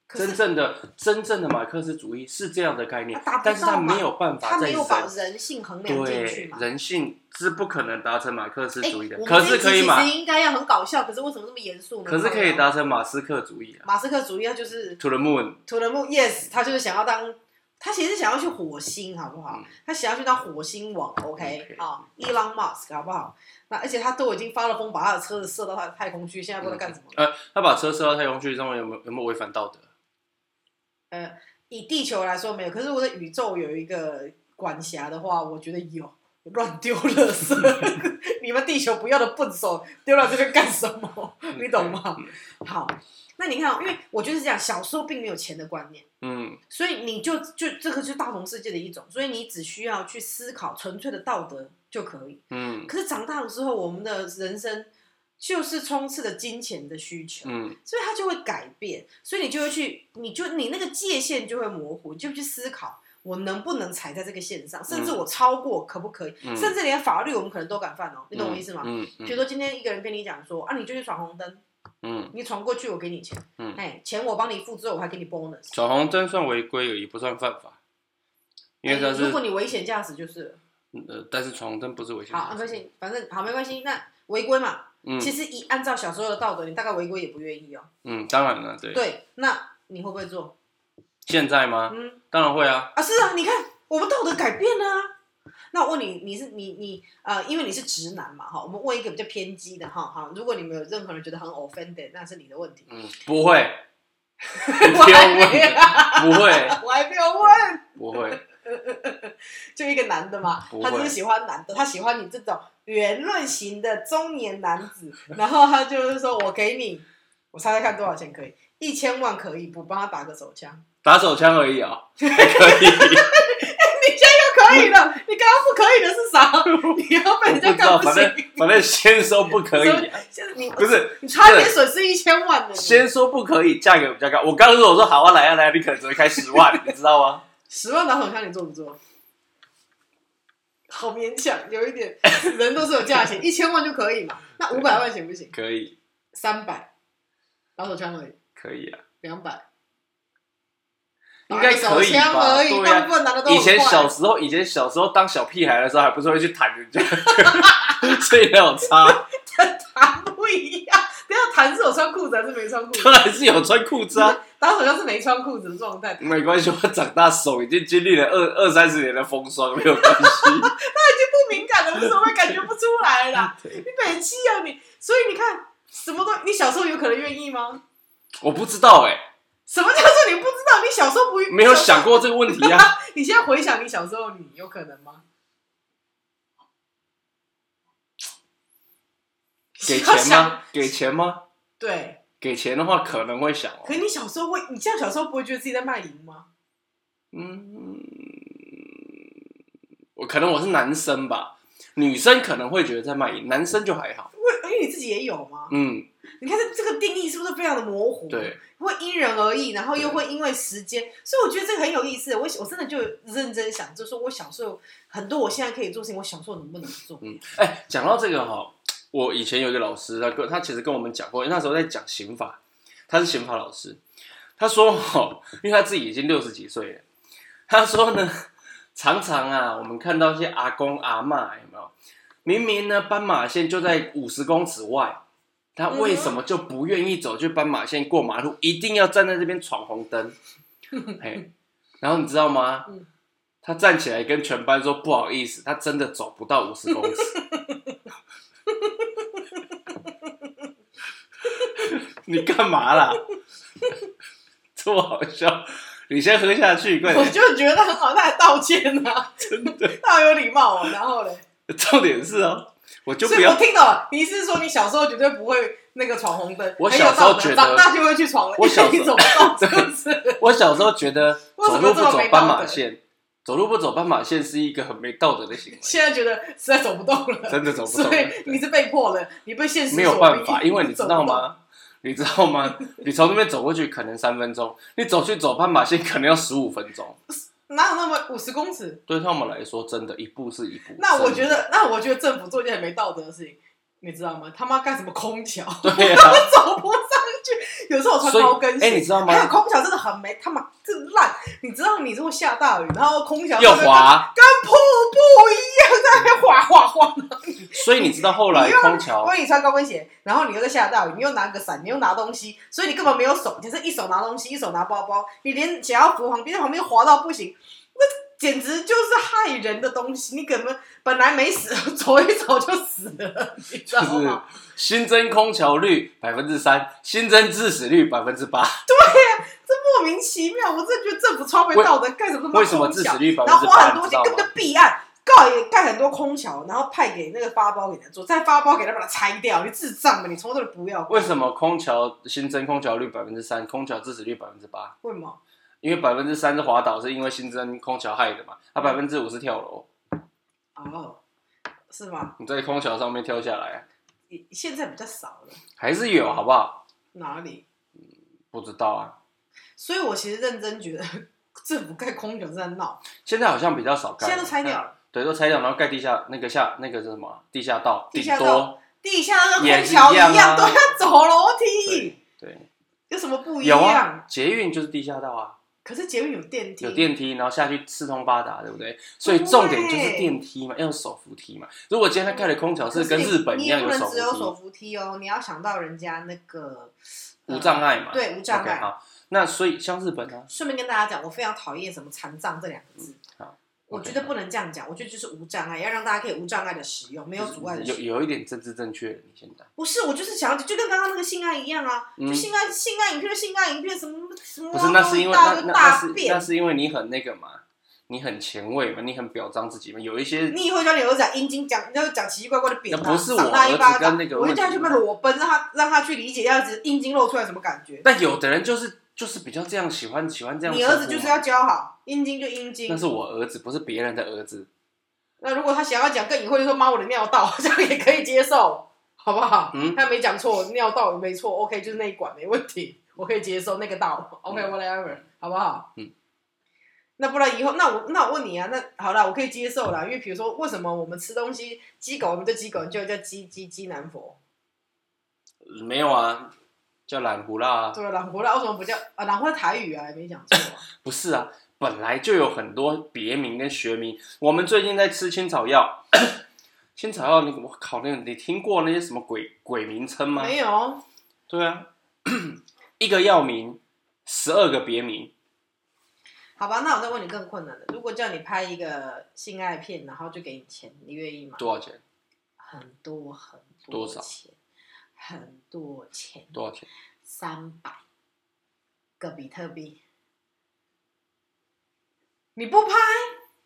[SPEAKER 2] 可
[SPEAKER 1] 真
[SPEAKER 2] 是
[SPEAKER 1] 正的真正的马克思主义是这样的概念
[SPEAKER 2] 他达，不到
[SPEAKER 1] 但是他
[SPEAKER 2] 嘛
[SPEAKER 1] 没有办法
[SPEAKER 2] 他
[SPEAKER 1] 在
[SPEAKER 2] 没有把
[SPEAKER 1] 人
[SPEAKER 2] 人性衡量进去
[SPEAKER 1] 对
[SPEAKER 2] 嘛。
[SPEAKER 1] 人性是不可能达成马克思
[SPEAKER 2] 哎，
[SPEAKER 1] 主义的，
[SPEAKER 2] 我们
[SPEAKER 1] 可
[SPEAKER 2] 这
[SPEAKER 1] 是
[SPEAKER 2] 一集
[SPEAKER 1] 可以马
[SPEAKER 2] 其，实应该要很搞笑，可是为什么这么严肃呢？
[SPEAKER 1] 可是可以达成马斯克主义啊。
[SPEAKER 2] 马斯克主义，他就是
[SPEAKER 1] To the moon，
[SPEAKER 2] to the moon，yes，他就是想要当，他其实想要去火星，好不好？
[SPEAKER 1] 嗯
[SPEAKER 2] 他想要去当火星王，OK，
[SPEAKER 1] OK
[SPEAKER 2] 啊、伊 e l o n Musk，好不好？那而且他都已经发了疯，把他的车子射到他的太空去，现在不知道干什么。
[SPEAKER 1] 呃，他把车射到太空去，认为有没有有没有违反道德？
[SPEAKER 2] 以地球来说没有，可是我的宇宙有一个管辖的话，我觉得有乱丢垃圾，你们地球不要的笨手丢到这边干什么？ 你懂吗？好，那你看哦，因为我就是这样，小时候并没有钱的观念。
[SPEAKER 1] 嗯，
[SPEAKER 2] 所以你就就这个就是大同世界的一种，所以你只需要去思考纯粹的道德就可以。
[SPEAKER 1] 嗯
[SPEAKER 2] 可是长大了之后，我们的人生就是充斥着金钱的需求，
[SPEAKER 1] 嗯
[SPEAKER 2] 所以它就会改变，所以你就会去，你就你那个界限就会模糊，你就去思考我能不能踩在这个线上，甚至我超过可不可以，
[SPEAKER 1] 嗯
[SPEAKER 2] 甚至连法律我们可能都敢犯哦，你懂我意思吗？
[SPEAKER 1] 嗯
[SPEAKER 2] 比如
[SPEAKER 1] 嗯
[SPEAKER 2] 说今天一个人跟你讲说啊，你就去闯红灯，
[SPEAKER 1] 嗯，
[SPEAKER 2] 你闯过去我给你钱，
[SPEAKER 1] 嗯
[SPEAKER 2] 哎，钱我帮你付之后我还给你 bonus，
[SPEAKER 1] 闯红灯算违规，也不算犯法，因为它
[SPEAKER 2] 哎如
[SPEAKER 1] 是
[SPEAKER 2] 果你危险驾驶就是了
[SPEAKER 1] 呃，但是闯红灯不是危险。
[SPEAKER 2] 好，没关。系，反正好没关系。那违规嘛，
[SPEAKER 1] 嗯
[SPEAKER 2] 其实以按照小时候的道德，你大概违规也不愿意哦。
[SPEAKER 1] 嗯，当然了，对。
[SPEAKER 2] 对，那你会不会做？
[SPEAKER 1] 现在吗？
[SPEAKER 2] 嗯
[SPEAKER 1] 当然会啊。
[SPEAKER 2] 啊，是啊，你看我们道德改变了啊。那我问你，你是你你呃，因为你是直男嘛哈，我们问一个比较偏激的哈哈，如果你们有任何人觉得很 offended，那是你的问题。
[SPEAKER 1] 嗯，不会，
[SPEAKER 2] 我
[SPEAKER 1] 不
[SPEAKER 2] 还
[SPEAKER 1] 用
[SPEAKER 2] 没
[SPEAKER 1] 问，
[SPEAKER 2] 有
[SPEAKER 1] 不会，
[SPEAKER 2] 我还没有问，
[SPEAKER 1] 不会。
[SPEAKER 2] 就一个男的嘛
[SPEAKER 1] 不，会
[SPEAKER 2] 他就是喜欢男的，他喜欢你这种圆润型的中年男子，然后他就是说我给你，我猜猜看多少钱可以？一千万可以不？帮他打个手枪，
[SPEAKER 1] 打手枪而已 啊、还可以。
[SPEAKER 2] 就可以了。你刚刚不可以的是 啥？你要被
[SPEAKER 1] 我
[SPEAKER 2] 人
[SPEAKER 1] 不
[SPEAKER 2] 家
[SPEAKER 1] 知道，
[SPEAKER 2] 干不
[SPEAKER 1] 反
[SPEAKER 2] 行
[SPEAKER 1] 正。反正先说不可以啊、
[SPEAKER 2] 现在你
[SPEAKER 1] 不是
[SPEAKER 2] 你差点损失一千万呢，
[SPEAKER 1] 先说不可以，价格比较高。我刚刚如果说好啊，来啊来啊，你可能只会开十 万，你知道吗？
[SPEAKER 2] 十万打手枪你做不做？好勉强，有 一点人都是有价钱，一千万就可以嘛？那五百万行不行？
[SPEAKER 1] 可以，
[SPEAKER 2] 三百打手枪而已。
[SPEAKER 1] 可以啊，
[SPEAKER 2] 两百，
[SPEAKER 1] 应该可以
[SPEAKER 2] 打个手枪
[SPEAKER 1] 吧？
[SPEAKER 2] 而已，
[SPEAKER 1] 对
[SPEAKER 2] 大
[SPEAKER 1] 啊
[SPEAKER 2] 部。分男的都很
[SPEAKER 1] 以前
[SPEAKER 2] 快
[SPEAKER 1] 小时候，以前小时候当小屁孩的时候，还不是会去弹人家， 所以没有差。
[SPEAKER 2] 弹 不一样，不要弹是有穿裤子还是没穿裤子
[SPEAKER 1] 当，然是有穿裤子啊，
[SPEAKER 2] 打手枪是没穿裤子的状态，
[SPEAKER 1] 没关系，我长大手已经经历了二二三十年的风霜，没有关系。
[SPEAKER 2] 不敏感的无所谓，感觉不出来啦。
[SPEAKER 1] 对
[SPEAKER 2] 你北气啊你，所以你看什么都，你小时候有可能愿意吗？
[SPEAKER 1] 我不知道哎、
[SPEAKER 2] 什么叫做你不知道？你小时候不
[SPEAKER 1] 没有想？过这个问题 啊。
[SPEAKER 2] 你现在回想你小时候，你有可能吗？
[SPEAKER 1] 给
[SPEAKER 2] 你要
[SPEAKER 1] 钱
[SPEAKER 2] 想
[SPEAKER 1] 吗？？给钱吗？
[SPEAKER 2] 对，
[SPEAKER 1] 给钱的话可能会想哦
[SPEAKER 2] 可。是你小时候会，你这样小时候不会觉得自己在卖淫吗？
[SPEAKER 1] 嗯，我可能我是男生吧，女生可能会觉得在卖淫，男生就还好。
[SPEAKER 2] 为因为你自己也有吗？
[SPEAKER 1] 嗯，
[SPEAKER 2] 你看这这个定义是不是非常的模糊？
[SPEAKER 1] 对，
[SPEAKER 2] 会因人而异，然后又
[SPEAKER 1] 对
[SPEAKER 2] 会因为时间，所以我觉得这个很有意思。我我真的就认真想，就是说我小时候很多我现在可以做的事情，我小时候能不能做？
[SPEAKER 1] 嗯，哎、讲到这个哈、我以前有一个老师，他跟他其实跟我们讲过，那时候在讲刑法，他是刑法老师，他说哈、因为他自己已经六十几岁了，他说呢，常常啊，我们看到一些阿公阿嬷有没有，明明呢斑马线就在五十公尺外。他为什么就不愿意走去斑马线过马路，一定要站在这边闯红灯？ 嘿，然后你知道吗
[SPEAKER 2] 嗯？
[SPEAKER 1] 他站起来跟全班说不好意思，他真的走不到五十公 尺。你干嘛啦？这么好笑！你先喝下去，快
[SPEAKER 2] 我
[SPEAKER 1] 点。
[SPEAKER 2] 就觉得很好，他还道歉呢、啊，
[SPEAKER 1] 真的，
[SPEAKER 2] 他好有礼貌哦。然后嘞，
[SPEAKER 1] 重点是哦，我 就
[SPEAKER 2] 所
[SPEAKER 1] 不
[SPEAKER 2] 以我
[SPEAKER 1] 要。
[SPEAKER 2] 听懂了，你是说你小时候绝对不会那个闯红灯，
[SPEAKER 1] 我
[SPEAKER 2] 很有
[SPEAKER 1] 小时候
[SPEAKER 2] 道德
[SPEAKER 1] 觉得
[SPEAKER 2] 长大就会去闯了，
[SPEAKER 1] 我小时候
[SPEAKER 2] 因为你走不到，是不是？
[SPEAKER 1] 我小时候觉得
[SPEAKER 2] 为什
[SPEAKER 1] 走路
[SPEAKER 2] 么这
[SPEAKER 1] 不
[SPEAKER 2] 么
[SPEAKER 1] 走
[SPEAKER 2] 没道
[SPEAKER 1] 斑
[SPEAKER 2] 德
[SPEAKER 1] 马线走路不走斑马线是一个很没道德的行为，
[SPEAKER 2] 现在觉得实在走不动了，
[SPEAKER 1] 真的走不动
[SPEAKER 2] 所
[SPEAKER 1] 的。
[SPEAKER 2] 以你是被迫的，你被现实
[SPEAKER 1] 没有
[SPEAKER 2] 所
[SPEAKER 1] 办
[SPEAKER 2] 逼
[SPEAKER 1] 法，因为你知
[SPEAKER 2] 走不
[SPEAKER 1] 道
[SPEAKER 2] 动？
[SPEAKER 1] 吗？你知道吗？你从那边走过去可能三分钟，你走去走斑马线可能要十五分钟。
[SPEAKER 2] 哪有那么五十公尺？
[SPEAKER 1] 对他们来说，真的，一步是一步。
[SPEAKER 2] 那我
[SPEAKER 1] 真
[SPEAKER 2] 觉得，那我觉得政府做一件很没道德的事情，你知道吗？他妈干什么空桥？
[SPEAKER 1] 的 对啊，
[SPEAKER 2] 走不上去，有时候我穿
[SPEAKER 1] 所以
[SPEAKER 2] 高跟鞋。
[SPEAKER 1] 哎你知道吗
[SPEAKER 2] 还有空调真的很没他妈真烂，你知道你如果下大雨，然后空调
[SPEAKER 1] 又
[SPEAKER 2] 上面
[SPEAKER 1] 滑。
[SPEAKER 2] 跟瀑布一样在那边滑滑滑。
[SPEAKER 1] 所以你知道后来
[SPEAKER 2] 你又
[SPEAKER 1] 空桥
[SPEAKER 2] 因为你穿高跟鞋，然后你又在下大雨，你又拿个伞，你又拿东西，所以你根本没有手，你是一手拿东西，一手拿包包，你连想要扶旁边，旁边滑到不行，那简直就是害人的东西。你根本本来没死， 走一走就死了，你知
[SPEAKER 1] 就
[SPEAKER 2] 道
[SPEAKER 1] 是
[SPEAKER 2] 吗？
[SPEAKER 1] 新增空桥率百分之三，新增致死率百分之八。
[SPEAKER 2] 这莫名其妙，我真的觉得政府超没
[SPEAKER 1] 为
[SPEAKER 2] 道德，干什么
[SPEAKER 1] 为什么致
[SPEAKER 2] 自
[SPEAKER 1] 死率百
[SPEAKER 2] 然
[SPEAKER 1] 分之
[SPEAKER 2] 后花
[SPEAKER 1] 八？
[SPEAKER 2] 很
[SPEAKER 1] 你
[SPEAKER 2] 多
[SPEAKER 1] 知
[SPEAKER 2] 钱
[SPEAKER 1] 道
[SPEAKER 2] 根
[SPEAKER 1] 吗
[SPEAKER 2] 本？就弊案，告也盖很多空桥，然后派给那个发包给他做，再发包给他把它拆掉，你智障吧？你从头到尾不要，
[SPEAKER 1] 为什么空桥新增空桥率百分之三，空桥致死率百分之八？
[SPEAKER 2] 为什么？
[SPEAKER 1] 因为百分之三是滑倒，是因为新增空桥害的嘛。它百分之五是跳楼，
[SPEAKER 2] 哦，是吗？
[SPEAKER 1] 你在空桥上面跳下来，啊
[SPEAKER 2] 你现在比较少了，
[SPEAKER 1] 还是有好不好？
[SPEAKER 2] 哪里？
[SPEAKER 1] 不知道啊，
[SPEAKER 2] 所以我其实认真觉得政府盖空调是在 闹，
[SPEAKER 1] 现在好像比较少盖，
[SPEAKER 2] 现在都拆掉了，
[SPEAKER 1] 对，都拆掉，然后盖地下那个下那个是什么？地下道，
[SPEAKER 2] 地下
[SPEAKER 1] 顶多
[SPEAKER 2] 道地下那个
[SPEAKER 1] 也
[SPEAKER 2] 空
[SPEAKER 1] 是
[SPEAKER 2] 调
[SPEAKER 1] 一样啊
[SPEAKER 2] 都要走楼
[SPEAKER 1] 对
[SPEAKER 2] 梯，
[SPEAKER 1] 对，
[SPEAKER 2] 有什么不一
[SPEAKER 1] 有
[SPEAKER 2] 样？
[SPEAKER 1] 啊，捷运就是地下道啊，
[SPEAKER 2] 可是捷运有电梯，
[SPEAKER 1] 有电梯，然后下去四通八达，对不对？所以重点就是电梯嘛，要有手扶梯嘛。如果今天他盖的空桥是跟日本一样
[SPEAKER 2] 可
[SPEAKER 1] 有
[SPEAKER 2] 是你
[SPEAKER 1] 手
[SPEAKER 2] 你也不能只有手
[SPEAKER 1] 扶梯，
[SPEAKER 2] 扶梯哦，你要想到人家那个
[SPEAKER 1] 无障
[SPEAKER 2] 碍。
[SPEAKER 1] 碍嘛，
[SPEAKER 2] 嗯对无障
[SPEAKER 1] OK，
[SPEAKER 2] 碍
[SPEAKER 1] 好，那所以像日本啊呢，
[SPEAKER 2] 顺便跟大家讲，我非常讨厌什么残障这两个字。
[SPEAKER 1] 嗯好
[SPEAKER 2] 我
[SPEAKER 1] OK，
[SPEAKER 2] 觉得不能这样讲，我觉得就是无障碍，要让大家可以无障碍的使用，没有阻碍的使
[SPEAKER 1] 有
[SPEAKER 2] 用。
[SPEAKER 1] 有一点政治正确，你现在
[SPEAKER 2] 不是，我就是想要，就跟刚刚那个性爱一样啊，
[SPEAKER 1] 嗯
[SPEAKER 2] 就性爱、性爱影片、性爱影片什么什么，
[SPEAKER 1] 不是那是因为
[SPEAKER 2] 大
[SPEAKER 1] 那
[SPEAKER 2] 就
[SPEAKER 1] 那那
[SPEAKER 2] 大
[SPEAKER 1] 是那
[SPEAKER 2] 便。
[SPEAKER 1] 是因为你很那个嘛，你很前卫嘛，你很表彰自己嘛，有一些
[SPEAKER 2] 你以后叫你儿子讲阴茎，讲你就讲奇奇怪怪的扁他，
[SPEAKER 1] 那不是我
[SPEAKER 2] 赏他一巴
[SPEAKER 1] 儿子跟
[SPEAKER 2] 掌，
[SPEAKER 1] 那个
[SPEAKER 2] 我就叫他
[SPEAKER 1] 问题
[SPEAKER 2] 去被裸奔，让他让他去理解，要子阴茎露出来什么感觉。
[SPEAKER 1] 但有的人就是就是比较这样喜欢喜欢这样。啊
[SPEAKER 2] 你儿子就是要，教好阴茎就阴茎
[SPEAKER 1] 那，是我儿子，不是别人的儿子。
[SPEAKER 2] 那如果他想要讲更隐晦，就说妈我的尿道，这样也可以接受，好不好？
[SPEAKER 1] 嗯
[SPEAKER 2] 他没讲错，尿道也没错，OK，就是那一管没问题，我可以接受那个道，OK，whatever，、好不好？
[SPEAKER 1] 嗯。
[SPEAKER 2] 那不然以后，那我那我问你啊，那好啦，我可以接受啦，因为比如说，为什么我们吃东西鸡狗，我们叫鸡狗，就叫鸡鸡鸡南佛，
[SPEAKER 1] 没有啊，叫懒胡辣、啊，
[SPEAKER 2] 对吧？朗佛啦，为什么不叫啊？朗佛是台语啊，也没讲错、啊。
[SPEAKER 1] 不是啊，本来就有很多别名跟学名。我们最近在吃青草药， 青草药，你我靠，那个你听过那些什么鬼鬼名称吗？
[SPEAKER 2] 没有，
[SPEAKER 1] 对啊， 一个药名，十二个别名。
[SPEAKER 2] 好吧，那我再问你更困难的，如果叫你拍一个性爱片，然后就给你钱，你愿意吗？
[SPEAKER 1] 多少钱？
[SPEAKER 2] 很多很
[SPEAKER 1] 多少
[SPEAKER 2] 钱，很多钱，
[SPEAKER 1] 多少钱？
[SPEAKER 2] 三百个比特币。你不拍，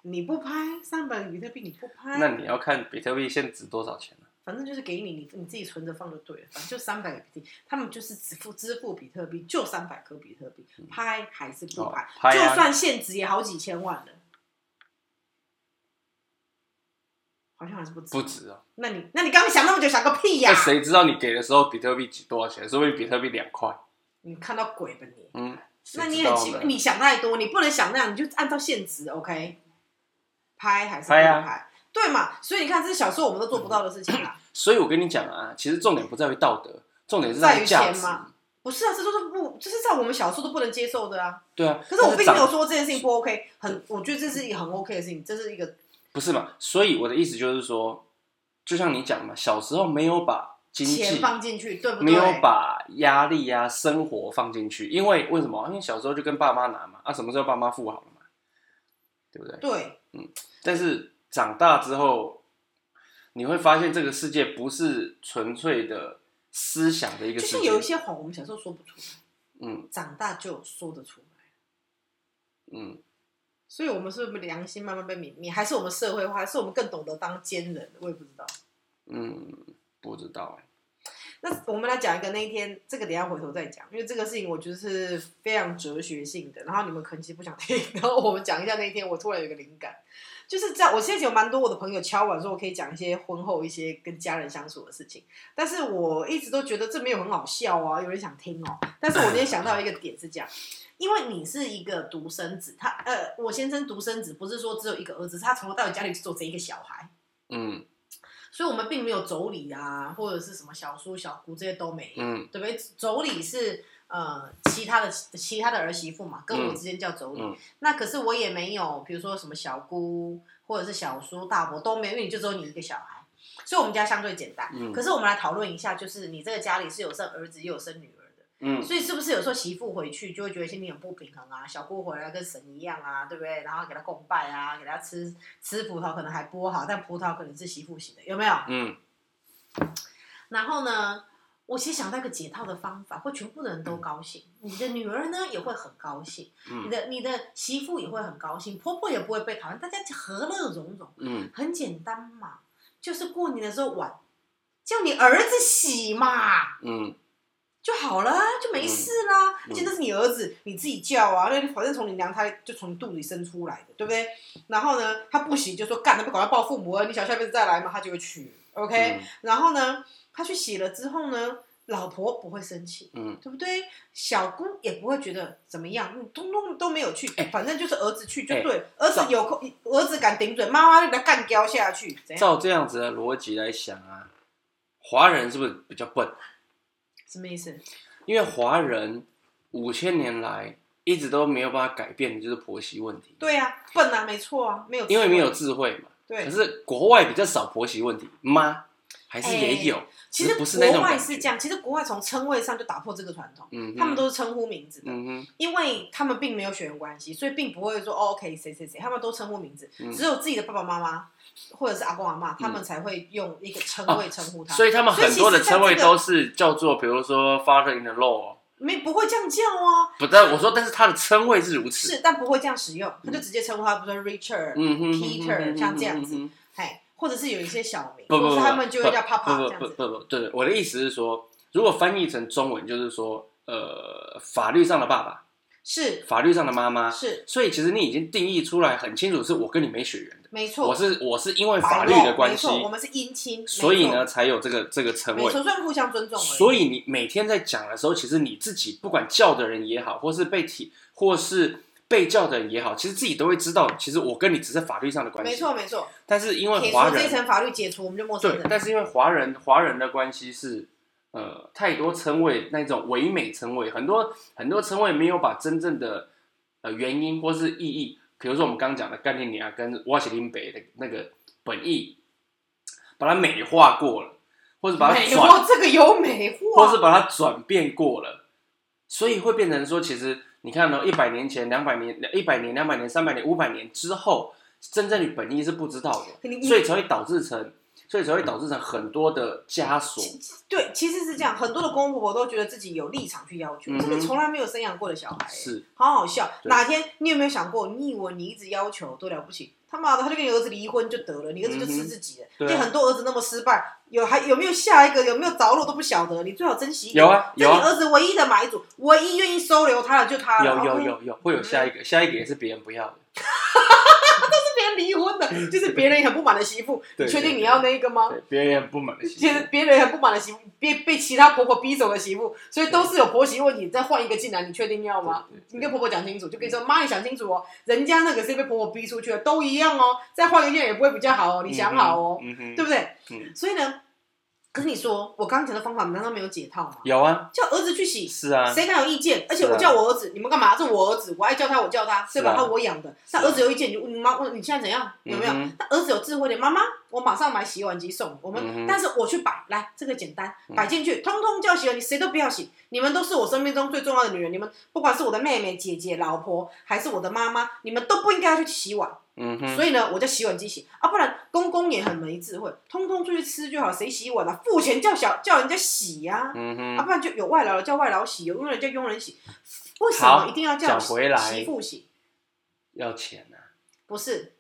[SPEAKER 2] 你不拍三百个比特币，你不
[SPEAKER 1] 那
[SPEAKER 2] 拍，
[SPEAKER 1] 你要看比特币现在值多少钱啊
[SPEAKER 2] 反正就是给你，你你自己存着放就对了，反正就三百个比特币，他们就是只付支付比特币，就三百颗比特币，拍还是不
[SPEAKER 1] 嗯哦
[SPEAKER 2] 拍？
[SPEAKER 1] 拍啊
[SPEAKER 2] 就算现值也好几千万了，好像还是不止。
[SPEAKER 1] 不值啊！
[SPEAKER 2] 那你那你刚刚想那么久想个屁呀、
[SPEAKER 1] 那谁知道你给的时候比特币几多少钱？说不定比特币两块。
[SPEAKER 2] 你看到鬼吧你？
[SPEAKER 1] 嗯，
[SPEAKER 2] 那
[SPEAKER 1] 谁知
[SPEAKER 2] 你很
[SPEAKER 1] 道
[SPEAKER 2] 奇
[SPEAKER 1] 呢
[SPEAKER 2] 怪，你想太多，你不能想那样，你就按照现值，OK？拍还是不
[SPEAKER 1] 拍啊
[SPEAKER 2] 拍？对嘛？所以你看，这是小时候我们都做不到的事情 啊。
[SPEAKER 1] 所以我跟你讲啊，其实重点不在于道德，重点是
[SPEAKER 2] 在于
[SPEAKER 1] 于价
[SPEAKER 2] 钱
[SPEAKER 1] 值。
[SPEAKER 2] 嘛不是啊，这就是不，这是在我们小时候都不能接受的啊。
[SPEAKER 1] 对啊，
[SPEAKER 2] 可是我并没有
[SPEAKER 1] 长
[SPEAKER 2] 说这件事情不 OK，很，我觉得这是一个很 OK 的事情，这是一个
[SPEAKER 1] 不是嘛？所以我的意思就是说，就像你讲嘛，小时候没有把经
[SPEAKER 2] 钱
[SPEAKER 1] 济、
[SPEAKER 2] 放进去，对不对？
[SPEAKER 1] 没有把压力啊、生活放进去，因为为什么？因为小时候就跟爸妈拿嘛，啊，什么时候爸妈付好了嘛，对不对？
[SPEAKER 2] 对，
[SPEAKER 1] 但是长大之后，你会发现这个世界不是纯粹的思想的一个
[SPEAKER 2] 就
[SPEAKER 1] 世
[SPEAKER 2] 是
[SPEAKER 1] 界
[SPEAKER 2] 有一。些谎我们小时候说不出来，
[SPEAKER 1] 嗯
[SPEAKER 2] 长大就说得出来。
[SPEAKER 1] 嗯，
[SPEAKER 2] 所以我们是不是良心慢慢被泯灭，还是我们社会化，还是我们更懂得当奸人？我也不知道。
[SPEAKER 1] 嗯，不知道哎、
[SPEAKER 2] 那我们来讲一个那一天，这个等一下回头再讲，因为这个事情我觉得是非常哲学性的，然后你们可能其实不想听，然后我们讲一下那一天，我突然有一个灵感，就是在我现在有蛮多我的朋友敲碗说我可以讲一些婚后一些跟家人相处的事情，但是我一直都觉得这没有很好笑啊，有人想听哦，但是我今天想到一个点是这样。因为你是一个独生子，他呃，我先生独生子，不是说只有一个儿子，是他从头到尾家里只有这一个小孩，
[SPEAKER 1] 嗯
[SPEAKER 2] 所以我们并没有妯娌啊，或者是什么小叔小姑这些都没有，
[SPEAKER 1] 嗯
[SPEAKER 2] 对不对？妯娌是呃其他的其他的儿媳妇嘛，跟我之间叫妯娌。
[SPEAKER 1] 嗯
[SPEAKER 2] 那可是我也没有，比如说什么小姑或者是小叔、大伯都没有，因为你就只有你一个小孩，所以我们家相对简单。
[SPEAKER 1] 嗯
[SPEAKER 2] 可是我们来讨论一下，就是你这个家里是有生儿子也有生女儿的。
[SPEAKER 1] 嗯
[SPEAKER 2] 所以是不是有时候媳妇回去就会觉得心里很不平衡啊？小姑回来跟神一样啊，对不对？然后给她供拜啊，给她吃吃葡萄，可能还剥好，但葡萄可能是媳妇洗的，有没有？
[SPEAKER 1] 嗯
[SPEAKER 2] 然后呢，我其实想到一个解套的方法，会全部的人都高兴，你的女儿呢也会很高兴，你
[SPEAKER 1] 嗯
[SPEAKER 2] 的你的媳妇也会很高兴，婆婆也不会被讨厌，大家和乐融融，
[SPEAKER 1] 嗯
[SPEAKER 2] 很简单嘛，就是过年的时候碗叫你儿子洗嘛。
[SPEAKER 1] 嗯
[SPEAKER 2] 就好了啊，就没事啦。
[SPEAKER 1] 嗯
[SPEAKER 2] 而且那是你儿子，你自己叫啊，那反正从你娘胎就从你肚子里生出来的，对不对？然后呢，他不洗就说干，他不赶快报父母哦恩，你想下辈子再来嘛，他就会娶，OK、
[SPEAKER 1] 嗯
[SPEAKER 2] 然后呢，他去洗了之后呢，老婆不会生气，
[SPEAKER 1] 嗯，
[SPEAKER 2] 对不对？小姑也不会觉得怎么样，你通通都没有去，
[SPEAKER 1] 哎
[SPEAKER 2] 反正就是儿子去就对，儿子有空，儿子敢顶嘴，妈妈就给他干掉下去，怎样？
[SPEAKER 1] 嗯照这样子的逻辑来想啊，华人是不是比较笨？
[SPEAKER 2] 什么意思？
[SPEAKER 1] 因为华人五千年来一直都没有办法改变的就是婆媳问题，
[SPEAKER 2] 对啊，笨啊，没错啊，没有，
[SPEAKER 1] 因为没有，智慧嘛。
[SPEAKER 2] 对，
[SPEAKER 1] 可是国外比较少婆媳问题吗？还是也有？
[SPEAKER 2] 其实
[SPEAKER 1] 不是那
[SPEAKER 2] 国
[SPEAKER 1] 种
[SPEAKER 2] 外
[SPEAKER 1] 感
[SPEAKER 2] 是
[SPEAKER 1] 觉
[SPEAKER 2] 这样，其实国外从称谓上就打破这个传统，
[SPEAKER 1] 嗯哼，
[SPEAKER 2] 他们都是称呼名字的，
[SPEAKER 1] 嗯哼，
[SPEAKER 2] 因为他们并没有血缘关系，所以并不会说、哦、OK 谁谁谁，他们都称呼名字，
[SPEAKER 1] 嗯
[SPEAKER 2] 只有自己的爸爸妈妈或者是阿公阿妈，他们才会用一个称谓称呼他，
[SPEAKER 1] 哦所以他们很多的称
[SPEAKER 2] 所以
[SPEAKER 1] 谓
[SPEAKER 2] 其实在这个
[SPEAKER 1] 都是叫做，比如说 father in the law，
[SPEAKER 2] 没不会这样叫啊，
[SPEAKER 1] 不但我说，但是他的称谓是如此。
[SPEAKER 2] 是但不会这样使用，他就直接称呼他，比如说 Richard，
[SPEAKER 1] 嗯哼
[SPEAKER 2] Peter，像这样子
[SPEAKER 1] 嗯哼嗯哼
[SPEAKER 2] 嘿，或者是有一些小名，
[SPEAKER 1] 不不
[SPEAKER 2] 或
[SPEAKER 1] 不不，
[SPEAKER 2] 者是他们就会叫爸爸
[SPEAKER 1] 不
[SPEAKER 2] 这
[SPEAKER 1] 不
[SPEAKER 2] 样
[SPEAKER 1] 不
[SPEAKER 2] 子，
[SPEAKER 1] 不不，对，对我的意思是说，如果翻译成中文，就是说，呃，法律上的爸爸，
[SPEAKER 2] 是
[SPEAKER 1] 法律上的妈妈，
[SPEAKER 2] 是
[SPEAKER 1] 所以其实你已经定义出来很清楚，是我跟你没血缘的，
[SPEAKER 2] 没错，
[SPEAKER 1] 我是我是因为
[SPEAKER 2] 白
[SPEAKER 1] 法律
[SPEAKER 2] 肉
[SPEAKER 1] 的关
[SPEAKER 2] 没
[SPEAKER 1] 系
[SPEAKER 2] 错，我们是姻亲，没错
[SPEAKER 1] 所以呢，才有这个这个称
[SPEAKER 2] 没
[SPEAKER 1] 谓。
[SPEAKER 2] 错，算互相尊重而已，
[SPEAKER 1] 所以你每天在讲的时候，其实你自己不管叫的人也好，或是被提，或是被叫的人也好，其实自己都会知道，其实我跟你只是法律上的关系。
[SPEAKER 2] 没。错没错。
[SPEAKER 1] 但是因为
[SPEAKER 2] 撇
[SPEAKER 1] 华
[SPEAKER 2] 除这一
[SPEAKER 1] 人
[SPEAKER 2] 层法律解除，我们就陌生
[SPEAKER 1] 对
[SPEAKER 2] 人，。
[SPEAKER 1] 但是因为华人华人的关系是呃太多称谓那种唯美称谓，很多很多称谓没有把真正的呃原因或是意义，比如说我们刚刚讲的干你啊跟哇西林北的那个本意，把它美化过了，或者把它
[SPEAKER 2] 美
[SPEAKER 1] 转
[SPEAKER 2] 化这个有美化，
[SPEAKER 1] 或是把它转变过了，所以会变成说，其实你看呢、1一百哦年前、两百年、一百年、两百年、三百年、五百年之后，真正的本意是不知道
[SPEAKER 2] 你
[SPEAKER 1] 的，
[SPEAKER 2] 你
[SPEAKER 1] 所以才会导致成，所以才会导致成很多的枷锁。
[SPEAKER 2] 对，其实是这样，很多的公公婆婆都觉得自己有立场去要求，
[SPEAKER 1] 嗯嗯哼
[SPEAKER 2] 这个从来没有生养过的小孩，
[SPEAKER 1] 是，
[SPEAKER 2] 好好笑。
[SPEAKER 1] 对
[SPEAKER 2] 哪天你有没有想过，你以为你一直要求多了不起？他妈的，他就跟你儿子离婚就得了，你儿子就吃自己了。
[SPEAKER 1] 对啊
[SPEAKER 2] 就很多儿子那么失败，有还有没有下一个，有没有着落都不晓得，你最好珍惜一点。
[SPEAKER 1] 有啊
[SPEAKER 2] 这
[SPEAKER 1] 有啊
[SPEAKER 2] 你儿子唯一的买主，唯一愿意收留他的就他了。哦
[SPEAKER 1] 有有
[SPEAKER 2] OK
[SPEAKER 1] 有有，会有下一个，下一个也是别人不要的。
[SPEAKER 2] 别人离婚的，就是别人也很不满的媳妇，
[SPEAKER 1] 对
[SPEAKER 2] 你确
[SPEAKER 1] 对
[SPEAKER 2] 定你
[SPEAKER 1] 对
[SPEAKER 2] 要那一个吗？
[SPEAKER 1] 对，别人也不满的
[SPEAKER 2] 其
[SPEAKER 1] 心
[SPEAKER 2] 实别人很不满的媳妇，被被其他婆婆逼走的媳妇，所以都是有婆媳问题。再换一个进来，你确定要吗？你跟婆婆讲清楚，就跟你说妈，你想清楚哦，人家那个是被婆婆逼出去的，都一样哦。再换一个进来也不会比较好哦，你想好哦，
[SPEAKER 1] 嗯哼，
[SPEAKER 2] 对不对？
[SPEAKER 1] 嗯
[SPEAKER 2] 所以呢，可是你说我刚刚讲的方法，难道没有解套吗？
[SPEAKER 1] 有啊，
[SPEAKER 2] 叫儿子去洗，
[SPEAKER 1] 是啊，
[SPEAKER 2] 谁敢有意见？而且
[SPEAKER 1] 是
[SPEAKER 2] 我
[SPEAKER 1] 啊
[SPEAKER 2] 叫我儿子，你们干嘛？这我儿子，我爱叫他，我叫他，对吧？
[SPEAKER 1] 是啊
[SPEAKER 2] 他我养的。那
[SPEAKER 1] 是啊
[SPEAKER 2] 儿子有意见，你就你妈问你现在怎样？有没有？
[SPEAKER 1] 嗯
[SPEAKER 2] 那儿子有智慧的，妈妈，我马上买洗碗机送你我们。
[SPEAKER 1] 嗯哼嗯
[SPEAKER 2] 但是我去摆，来这个简单，摆进去，通通叫洗碗，你谁都不要洗。你们都是我生命中最重要的女人，你们不管是我的妹妹、姐姐、老婆，还是我的妈妈，你们都不应该去洗碗。
[SPEAKER 1] 嗯哼，
[SPEAKER 2] 所以呢，我叫洗碗机洗啊，不然公公也很没智慧，通通出去吃就好，谁洗碗啊？付钱叫小叫人家洗呀、
[SPEAKER 1] 嗯
[SPEAKER 2] 啊，
[SPEAKER 1] 哼，
[SPEAKER 2] 不然就有外劳叫外劳洗，有佣人叫佣人洗，为什么
[SPEAKER 1] 好
[SPEAKER 2] 一定要叫
[SPEAKER 1] 讲回来
[SPEAKER 2] 媳妇洗？
[SPEAKER 1] 要钱啊。
[SPEAKER 2] 不是，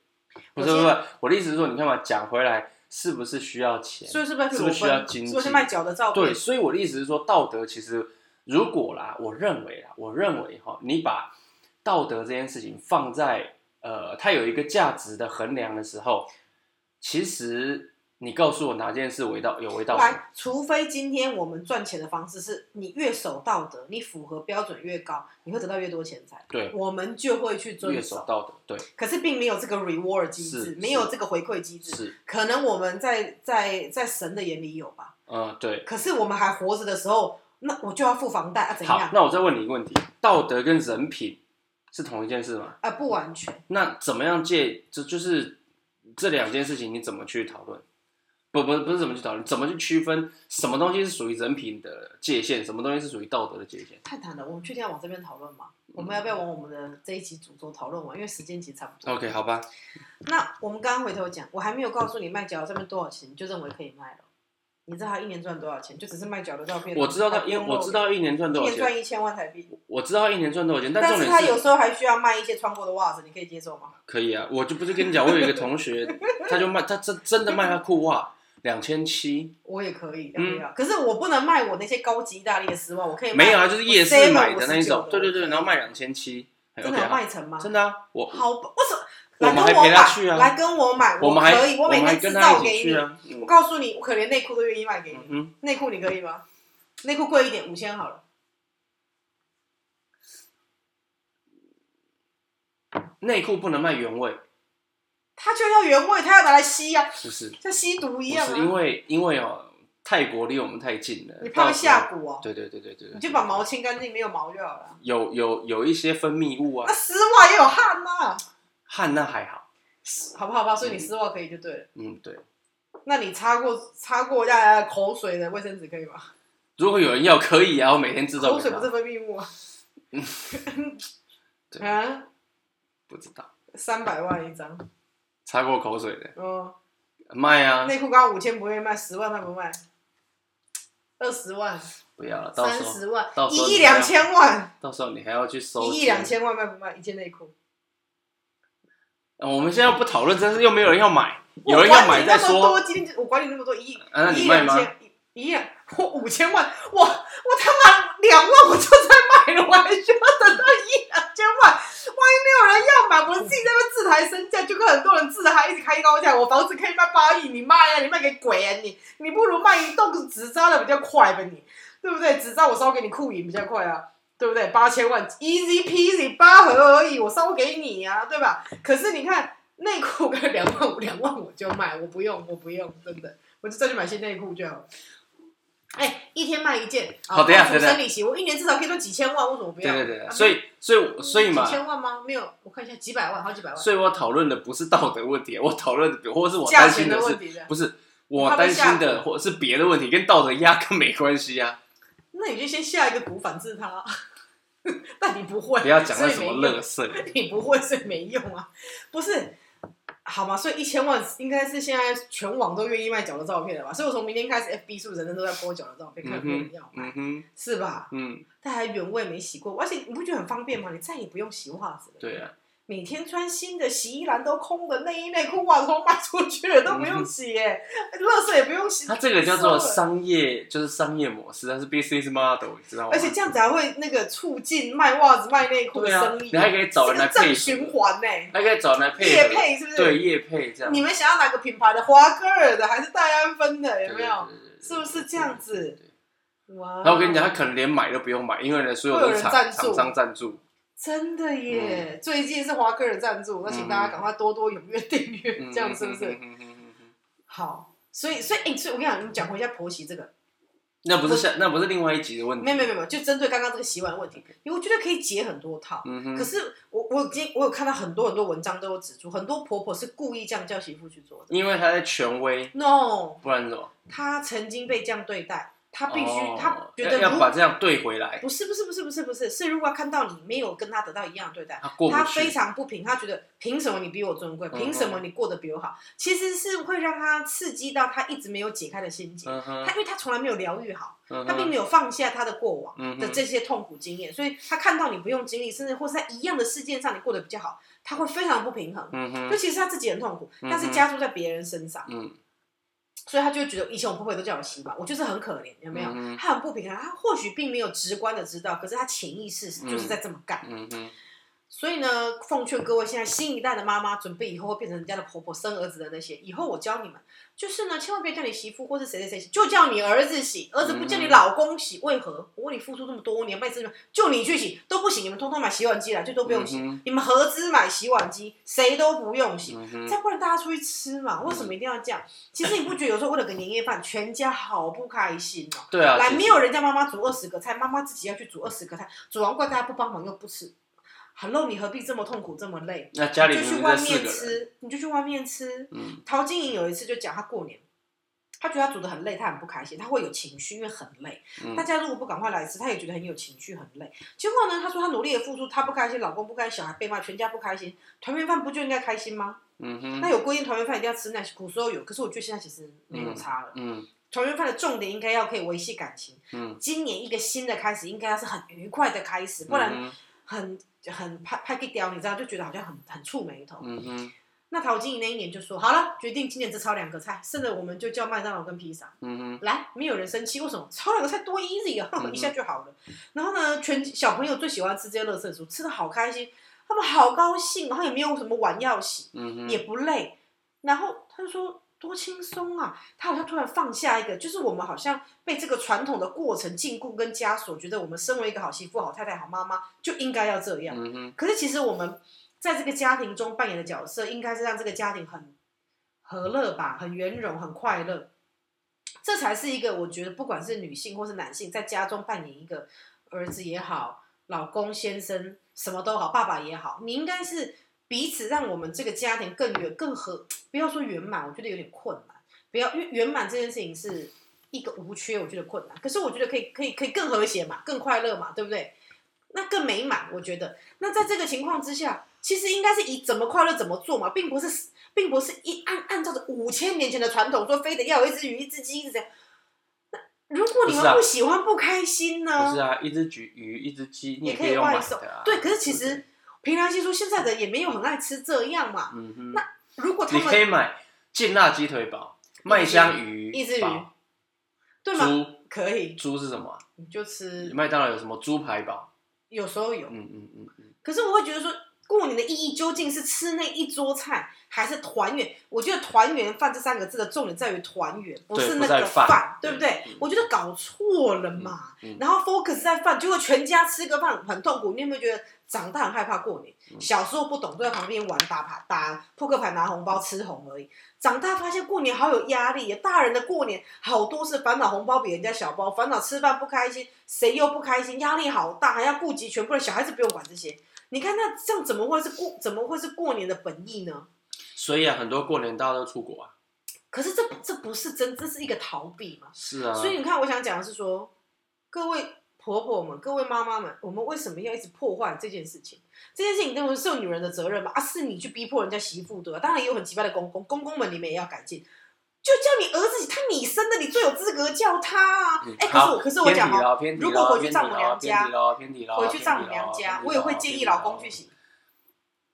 [SPEAKER 1] 不
[SPEAKER 2] 我
[SPEAKER 1] 是不
[SPEAKER 2] 先
[SPEAKER 1] 是，不是我的意思是说，你看嘛，讲回来，是不是需要钱？
[SPEAKER 2] 所以是不是要去
[SPEAKER 1] 是
[SPEAKER 2] 裸
[SPEAKER 1] 不是
[SPEAKER 2] 奔？
[SPEAKER 1] 需要经济
[SPEAKER 2] 是不是卖脚的照片？
[SPEAKER 1] 对，所以我的意思是说，道德其实如果啦，我认为啦，我认为哈，你把道德这件事情放在呃，它有一个价值的衡量的时候，其实你告诉我哪件事违道有违道德，
[SPEAKER 2] 来，除非今天我们赚钱的方式是你越守道德，你符合标准越高，你会得到越多钱财，
[SPEAKER 1] 对，
[SPEAKER 2] 我们就会去遵
[SPEAKER 1] 越守
[SPEAKER 2] 守。
[SPEAKER 1] 道德，对，
[SPEAKER 2] 可是并没有这个 reward 机
[SPEAKER 1] 是
[SPEAKER 2] 制，没有这个回馈机制。
[SPEAKER 1] 是，
[SPEAKER 2] 可能我们在在在神的眼里有吧，
[SPEAKER 1] 嗯，对。
[SPEAKER 2] 可是我们还活着的时候，那我就要付房贷啊，怎
[SPEAKER 1] 好
[SPEAKER 2] 样，？
[SPEAKER 1] 那我再问你一个问题：道德跟人品是同一件事吗？
[SPEAKER 2] 啊，不完全。
[SPEAKER 1] 那怎么样界？这就是这两件事情，你怎么去讨论？不不不是怎么去讨论，怎么去区分什么东西是属于人品的界限，什么东西是属于道德的界限？
[SPEAKER 2] 太难了，我们确定要往这边讨论
[SPEAKER 1] 嗯
[SPEAKER 2] 吗？我们要不要往我们的这一集主轴讨论完？因为时间其实差不多。
[SPEAKER 1] OK，好吧，
[SPEAKER 2] 那我们刚刚回头讲，我还没有告诉你卖脚这边多少钱，你就认为可以卖了。你知道他一年赚多少钱？就只是卖脚的照片。
[SPEAKER 1] 我知道
[SPEAKER 2] 他
[SPEAKER 1] 他，因为我知道一年赚
[SPEAKER 2] 一
[SPEAKER 1] 多少
[SPEAKER 2] 年
[SPEAKER 1] 钱，
[SPEAKER 2] 赚一千万台币，
[SPEAKER 1] 我知道一年赚多少钱，
[SPEAKER 2] 但
[SPEAKER 1] 重
[SPEAKER 2] 是
[SPEAKER 1] 点
[SPEAKER 2] 他有
[SPEAKER 1] 是
[SPEAKER 2] 时候还需要卖一些穿过的袜子，你可以接受吗？
[SPEAKER 1] 可以啊，我就不是跟你讲，我有一个同学，他就卖，他真真的卖他裤袜两千七，
[SPEAKER 2] 我也可以，要
[SPEAKER 1] 嗯
[SPEAKER 2] 不要？可是我不能卖我那些高级意大利的丝袜，我可以卖
[SPEAKER 1] 没有啊，就是夜市
[SPEAKER 2] 7-Eleven
[SPEAKER 1] 买的那一
[SPEAKER 2] 59
[SPEAKER 1] 种，
[SPEAKER 2] 的
[SPEAKER 1] 对对对，然后卖两千七
[SPEAKER 2] 真
[SPEAKER 1] ，OK
[SPEAKER 2] 的有
[SPEAKER 1] 啊，
[SPEAKER 2] 卖成吗？
[SPEAKER 1] 真的啊，我
[SPEAKER 2] 好，为什么？
[SPEAKER 1] 我
[SPEAKER 2] 来
[SPEAKER 1] 们
[SPEAKER 2] 跟
[SPEAKER 1] 还
[SPEAKER 2] 我
[SPEAKER 1] 陪他
[SPEAKER 2] 买
[SPEAKER 1] 去啊
[SPEAKER 2] 来跟我买，
[SPEAKER 1] 我们还
[SPEAKER 2] 可以，我每
[SPEAKER 1] 们还
[SPEAKER 2] 天
[SPEAKER 1] 跟
[SPEAKER 2] 制
[SPEAKER 1] 他
[SPEAKER 2] 造
[SPEAKER 1] 一起
[SPEAKER 2] 给
[SPEAKER 1] 去
[SPEAKER 2] 你。
[SPEAKER 1] 啊，
[SPEAKER 2] 我
[SPEAKER 1] 嗯
[SPEAKER 2] 告诉你，我可连内裤都愿意卖给你。
[SPEAKER 1] 嗯哼，
[SPEAKER 2] 内裤你可以吗？内裤贵一点，五千好了。
[SPEAKER 1] 内裤不能卖原味，
[SPEAKER 2] 他就要原味，他要拿来吸啊，
[SPEAKER 1] 是不是？
[SPEAKER 2] 像吸毒一
[SPEAKER 1] 不
[SPEAKER 2] 样
[SPEAKER 1] 是因
[SPEAKER 2] 啊。
[SPEAKER 1] 为因为哦，泰国离我们太近了，
[SPEAKER 2] 你怕
[SPEAKER 1] 到
[SPEAKER 2] 被
[SPEAKER 1] 时
[SPEAKER 2] 下
[SPEAKER 1] 候？
[SPEAKER 2] 蛊哦，
[SPEAKER 1] 对对对对对，对
[SPEAKER 2] 你就把毛清干净，没有毛就好了。
[SPEAKER 1] 有有有一些分泌物啊
[SPEAKER 2] 那，丝袜也有汗呐、
[SPEAKER 1] 汗那还好，
[SPEAKER 2] 好不好吧？所以你丝袜可以就对了。
[SPEAKER 1] 嗯对。
[SPEAKER 2] 那你擦过擦过大家口水的卫生纸可以吗？
[SPEAKER 1] 如果有人要，可以啊，我每天制造
[SPEAKER 2] 口
[SPEAKER 1] 给
[SPEAKER 2] 水不
[SPEAKER 1] 他。
[SPEAKER 2] 是分泌物吗？
[SPEAKER 1] 对
[SPEAKER 2] 啊，
[SPEAKER 1] 不知道，
[SPEAKER 2] 三百万一张，
[SPEAKER 1] 擦过口水的
[SPEAKER 2] 哦，
[SPEAKER 1] 卖啊，
[SPEAKER 2] 内裤刚五千不会卖，十万他不卖，二十万、
[SPEAKER 1] 不要了，到
[SPEAKER 2] 三
[SPEAKER 1] 时候
[SPEAKER 2] 十万
[SPEAKER 1] 到、时候
[SPEAKER 2] 一亿
[SPEAKER 1] 你还要
[SPEAKER 2] 两，千万、
[SPEAKER 1] 到时候你还要去收
[SPEAKER 2] 一亿
[SPEAKER 1] 集
[SPEAKER 2] 两、千万卖不卖一件内裤？
[SPEAKER 1] 呃我们现在不讨论，真是又没有人要买，有人要买再
[SPEAKER 2] 我管你那么
[SPEAKER 1] 说。
[SPEAKER 2] 多，今天就我管你那么多，一亿，
[SPEAKER 1] 啊那你
[SPEAKER 2] 一亿
[SPEAKER 1] 卖吗
[SPEAKER 2] 两千，一亿两，我五千万，我我他妈两万我就在买了，我还需要等到一亿两千万？万一没有人要买，我自己在那边自抬身价，就跟很多人自嗨，一直开高价，我房子可以卖八亿，你卖啊，你卖给鬼啊你，你不如卖一栋纸扎的比较快吧你，对不对？纸扎我烧给你库银比较快啊。对不对？八千万，easy peasy，八盒而已，我烧给你啊，对吧？可是你看，内裤跟两万五，两万我就卖，我不用，我不用，真的，我就再去买新内裤就好了。哎、一天卖一件，
[SPEAKER 1] 好等一下
[SPEAKER 2] 付
[SPEAKER 1] 等一下
[SPEAKER 2] 生理期，我一年至少可以赚几千万，为什么不
[SPEAKER 1] 对
[SPEAKER 2] 要？
[SPEAKER 1] 对对，对
[SPEAKER 2] 啊
[SPEAKER 1] 所以所以所以嘛
[SPEAKER 2] 几，千万吗？没有，我看一下，几百万，好几百万，
[SPEAKER 1] 所以我讨论的不是道德问题，我讨论的或是我
[SPEAKER 2] 价
[SPEAKER 1] 担心
[SPEAKER 2] 钱
[SPEAKER 1] 的是
[SPEAKER 2] 问题的。
[SPEAKER 1] 不是我担心的，或是别的问题，跟道德压根没关系啊！
[SPEAKER 2] 那你就先下一个股反制他， 但你不会，
[SPEAKER 1] 不要讲那
[SPEAKER 2] 所以
[SPEAKER 1] 什么
[SPEAKER 2] 没用
[SPEAKER 1] 乐色。
[SPEAKER 2] 你不会，所以没用啊。不是，好吗？所以一千万应该是现在全网都愿意卖脚的照片了吧？所以我从明天开始，FB 是不是人人都在播脚的照片，看有没有人要
[SPEAKER 1] 嗯
[SPEAKER 2] 买，
[SPEAKER 1] 哼，
[SPEAKER 2] 是吧？
[SPEAKER 1] 嗯，
[SPEAKER 2] 但还原味没洗过，而且你不觉得很方便吗？你再也不用洗袜子了。
[SPEAKER 1] 对啊，
[SPEAKER 2] 每天穿新的洗衣篮都空的，内衣内裤袜子都卖出去了，都不用洗耶，垃圾也不用洗。
[SPEAKER 1] 嗯它这个叫做
[SPEAKER 2] 收了
[SPEAKER 1] 商业，就是商业模式，它是 business model，你知道吗？
[SPEAKER 2] 而且这样子还会那个促进卖袜子、卖内裤的
[SPEAKER 1] 对啊
[SPEAKER 2] 生意，，
[SPEAKER 1] 你还可以找人来
[SPEAKER 2] 这个
[SPEAKER 1] 配合
[SPEAKER 2] 正循，环呢。
[SPEAKER 1] 还可以找人来配
[SPEAKER 2] 业
[SPEAKER 1] 合，
[SPEAKER 2] 配是不是？
[SPEAKER 1] 对业配这样，
[SPEAKER 2] 你们想要哪个品牌的？华歌尔的还是戴安芬的？有没有？
[SPEAKER 1] 对？对对对对
[SPEAKER 2] 是不是这样子
[SPEAKER 1] 对对对
[SPEAKER 2] 哇！
[SPEAKER 1] 然后我跟你讲，他可能连买都不用买，因为呢，所有
[SPEAKER 2] 会
[SPEAKER 1] 的
[SPEAKER 2] 有人
[SPEAKER 1] 厂
[SPEAKER 2] 赞助
[SPEAKER 1] 厂商赞助，
[SPEAKER 2] 真的耶！最近是华歌尔赞助，那请大家赶快多多踊跃订阅，
[SPEAKER 1] 嗯
[SPEAKER 2] 这样是不
[SPEAKER 1] 嗯
[SPEAKER 2] 是？
[SPEAKER 1] 嗯嗯嗯嗯嗯
[SPEAKER 2] 好，所以所以哎、所以我跟你讲，你讲回一下婆媳这个，
[SPEAKER 1] 那不是下，那不是另外一集的问题。
[SPEAKER 2] 没有没有没有，就针对刚刚这个洗碗问题，因为我觉得可以解很多套。
[SPEAKER 1] 嗯哼，
[SPEAKER 2] 可是我我已经我有看到很多很多文章都有指出，很多婆婆是故意这样叫媳妇去做的。
[SPEAKER 1] 因为他在权威，
[SPEAKER 2] No，
[SPEAKER 1] 不然怎么？
[SPEAKER 2] 她曾经被这样对待，她必须
[SPEAKER 1] 哦
[SPEAKER 2] 她觉
[SPEAKER 1] 要
[SPEAKER 2] 得
[SPEAKER 1] 要
[SPEAKER 2] 如
[SPEAKER 1] 把这样对回来，
[SPEAKER 2] 不是不是不是不是不是，是如果看到你没有跟他得到一样的对待，
[SPEAKER 1] 他啊过
[SPEAKER 2] 他
[SPEAKER 1] 不
[SPEAKER 2] 非
[SPEAKER 1] 去。
[SPEAKER 2] 常不平，他觉得凭什么你比我尊贵，
[SPEAKER 1] 嗯哼
[SPEAKER 2] 凭什么你过得比我好，其实是会让他刺激到他一直没有解开的心结。
[SPEAKER 1] 嗯哼
[SPEAKER 2] 他，因为他从来没有疗愈好，
[SPEAKER 1] 嗯
[SPEAKER 2] 他并
[SPEAKER 1] 哼，
[SPEAKER 2] 没有放下他的过往
[SPEAKER 1] 嗯
[SPEAKER 2] 的
[SPEAKER 1] 哼
[SPEAKER 2] 这些痛苦经验，所以他看到你不用经历，甚至或是在一样的事件上你过得比较好，他会非常不平衡。
[SPEAKER 1] 嗯
[SPEAKER 2] 就
[SPEAKER 1] 哼，
[SPEAKER 2] 其实他自己很痛苦，
[SPEAKER 1] 嗯哼
[SPEAKER 2] 但是加注在别人身上，
[SPEAKER 1] 嗯，
[SPEAKER 2] 所以他就觉得以前我婆婆也都叫我洗吧，我就是很可怜，有没有？
[SPEAKER 1] 嗯哼
[SPEAKER 2] 他很不平衡，他或许并没有直观的知道，可是他潜意识就是在这么干。
[SPEAKER 1] 嗯哼，
[SPEAKER 2] 所以呢，奉劝各位现在新一代的妈妈，准备以后会变成人家的婆婆，生儿子的那些，以后我教你们，就是呢，千万不要叫你媳妇或是谁谁谁洗，就叫你儿子洗，儿子不
[SPEAKER 1] 嗯
[SPEAKER 2] 叫你老公洗，为何？我为你付出这么多年，卖这么，就你去洗都不行，你们通通买洗碗机来，就都不用洗，
[SPEAKER 1] 嗯哼
[SPEAKER 2] 你们合资买洗碗机，谁都不用洗，
[SPEAKER 1] 嗯哼，
[SPEAKER 2] 再不然大家出去吃嘛，为什么一定要这样？其实你不觉得有时候为了个年夜饭，全家好不开心哦、
[SPEAKER 1] 对啊，
[SPEAKER 2] 来，
[SPEAKER 1] 其实
[SPEAKER 2] 没有人家妈妈煮二十个菜，妈妈自己要去煮二十个菜，煮完怪大家不帮忙又不吃。Hello，你何必这么痛苦这么累？
[SPEAKER 1] 那家里
[SPEAKER 2] 就
[SPEAKER 1] 明
[SPEAKER 2] 去
[SPEAKER 1] 明
[SPEAKER 2] 外
[SPEAKER 1] 就四
[SPEAKER 2] 面
[SPEAKER 1] 个人，
[SPEAKER 2] 吃，你就去外面吃。
[SPEAKER 1] 嗯
[SPEAKER 2] 陶晶莹有一次就讲，她过年，她觉得她煮的很累，她很不开心，她会有情绪，因为很累。大
[SPEAKER 1] 嗯
[SPEAKER 2] 家如果不赶快来吃，她也觉得很有情绪，很累。结果呢，她说她努力的付出，她不开心，老公不开心，小孩被骂，全家不开心。团圆饭不就应该开心吗？
[SPEAKER 1] 嗯哼，
[SPEAKER 2] 那有规定团圆饭一定要吃，那古时候有，可是我觉得现在其实没有差了。
[SPEAKER 1] 嗯
[SPEAKER 2] 团圆饭的重点应该要可以维系感情。
[SPEAKER 1] 嗯，
[SPEAKER 2] 今年一个新的开始，应该要是很愉快的开始，不然
[SPEAKER 1] 嗯哼
[SPEAKER 2] 很很拍拍地掉，你知道，就觉得好像很很触眉头。
[SPEAKER 1] 嗯哼
[SPEAKER 2] 那陶晶莹那一年就说好了，决定今年只炒两个菜，剩的我们就叫麦当劳跟披萨。
[SPEAKER 1] 嗯哼
[SPEAKER 2] 来，没有人生气，为什么？炒两个菜多 easy 啊，
[SPEAKER 1] 嗯
[SPEAKER 2] 一下就好了。然后呢，全小朋友最喜欢吃这些乐色猪，吃的好开心，他们好高兴，然后也没有什么碗要洗。
[SPEAKER 1] 嗯哼，
[SPEAKER 2] 也不累。然后他就说多轻松啊！他好像突然放下一个，就是我们好像被这个传统的过程禁锢跟枷锁，觉得我们身为一个好媳妇、好太太、好妈妈就应该要这样。
[SPEAKER 1] 嗯哼
[SPEAKER 2] 可是其实我们在这个家庭中扮演的角色，应该是让这个家庭很和乐吧，很圆融，很快乐。这才是一个我觉得，不管是女性或是男性，在家中扮演一个儿子也好，老公、先生什么都好，爸爸也好，你应该是彼此让我们这个家庭更圆、更和，不要说圆满，我觉得有点困难。不要，因为圆满这件事情是一个无缺，我觉得困难。可是我觉得可以，可以，可以更和谐嘛，更快乐嘛，对不对？那更美满，我觉得。那在这个情况之下，其实应该是以怎么快乐怎么做嘛，并不是，并不是一按按照着五千年前的传统说，非得要有一只鱼、一只鸡、一只这样。那如果你
[SPEAKER 1] 不是
[SPEAKER 2] 们
[SPEAKER 1] 啊
[SPEAKER 2] 不喜欢、不开心呢？
[SPEAKER 1] 不是啊，一只举鱼，一只鸡，你
[SPEAKER 2] 也可
[SPEAKER 1] 以
[SPEAKER 2] 以
[SPEAKER 1] 用买
[SPEAKER 2] 外送
[SPEAKER 1] 的啊。
[SPEAKER 2] 对，可是其
[SPEAKER 1] 对
[SPEAKER 2] 实凭良心说，现在的也没有很爱吃这样嘛。
[SPEAKER 1] 嗯哼，
[SPEAKER 2] 如果他
[SPEAKER 1] 你可
[SPEAKER 2] 们
[SPEAKER 1] 以买劲辣鸡腿堡、
[SPEAKER 2] 只
[SPEAKER 1] 麦香鱼
[SPEAKER 2] 一只鱼
[SPEAKER 1] 堡、
[SPEAKER 2] 对吗？
[SPEAKER 1] 猪
[SPEAKER 2] 可以，
[SPEAKER 1] 猪是什么啊？
[SPEAKER 2] 你就吃，
[SPEAKER 1] 麦当劳有什么猪排堡？
[SPEAKER 2] 有时候有。
[SPEAKER 1] 嗯嗯嗯嗯，
[SPEAKER 2] 可是我会觉得说，过年的意义究竟是吃那一桌菜，还是团圆？我觉得“团圆饭”这三个字的重点在于团圆，不是那
[SPEAKER 1] 不在
[SPEAKER 2] 个
[SPEAKER 1] 饭
[SPEAKER 2] 对不
[SPEAKER 1] 对
[SPEAKER 2] 对
[SPEAKER 1] 嗯？
[SPEAKER 2] 我觉得搞错了嘛。
[SPEAKER 1] 嗯嗯
[SPEAKER 2] 然后 focus 在饭，结果全家吃个饭很痛苦。你有没有觉得长大很害怕过年？
[SPEAKER 1] 嗯
[SPEAKER 2] 小时候不懂，就在旁边玩打牌、打扑克牌、拿红包、吃红而已。长大发现过年好有压力，大人的过年好多是烦恼红包比人家小包，烦恼吃饭不开心，谁又不开心，压力好大，还要顾及全部的小孩子不用管这些。你看那这样怎么会是过怎么会是过年的本意呢？
[SPEAKER 1] 所以啊，很多过年大家都出国啊。
[SPEAKER 2] 可是这这不是真，这是一个逃避嘛。
[SPEAKER 1] 是啊，
[SPEAKER 2] 所以你看，我想讲的是说，各位婆婆们、各位妈妈们，我们为什么要一直破坏这件事情？这件事情当然是有女人的责任嘛，啊，是你去逼迫人家媳妇对吧？当然也有很奇怪的公公，公公们你们也要改进。就叫你儿子，他你生的，你最有资格叫他啊
[SPEAKER 1] 嗯！
[SPEAKER 2] 哎、可
[SPEAKER 1] 好
[SPEAKER 2] 是我，可是我讲哦，
[SPEAKER 1] 偏题
[SPEAKER 2] 如
[SPEAKER 1] 了，
[SPEAKER 2] 果回去
[SPEAKER 1] 偏题
[SPEAKER 2] 丈母
[SPEAKER 1] 了
[SPEAKER 2] 娘家
[SPEAKER 1] 偏题了偏题了
[SPEAKER 2] 回去丈母
[SPEAKER 1] 偏
[SPEAKER 2] 娘
[SPEAKER 1] 题了
[SPEAKER 2] 家，
[SPEAKER 1] 偏
[SPEAKER 2] 我
[SPEAKER 1] 题
[SPEAKER 2] 也
[SPEAKER 1] 了
[SPEAKER 2] 会建议
[SPEAKER 1] 偏题了
[SPEAKER 2] 老公去洗。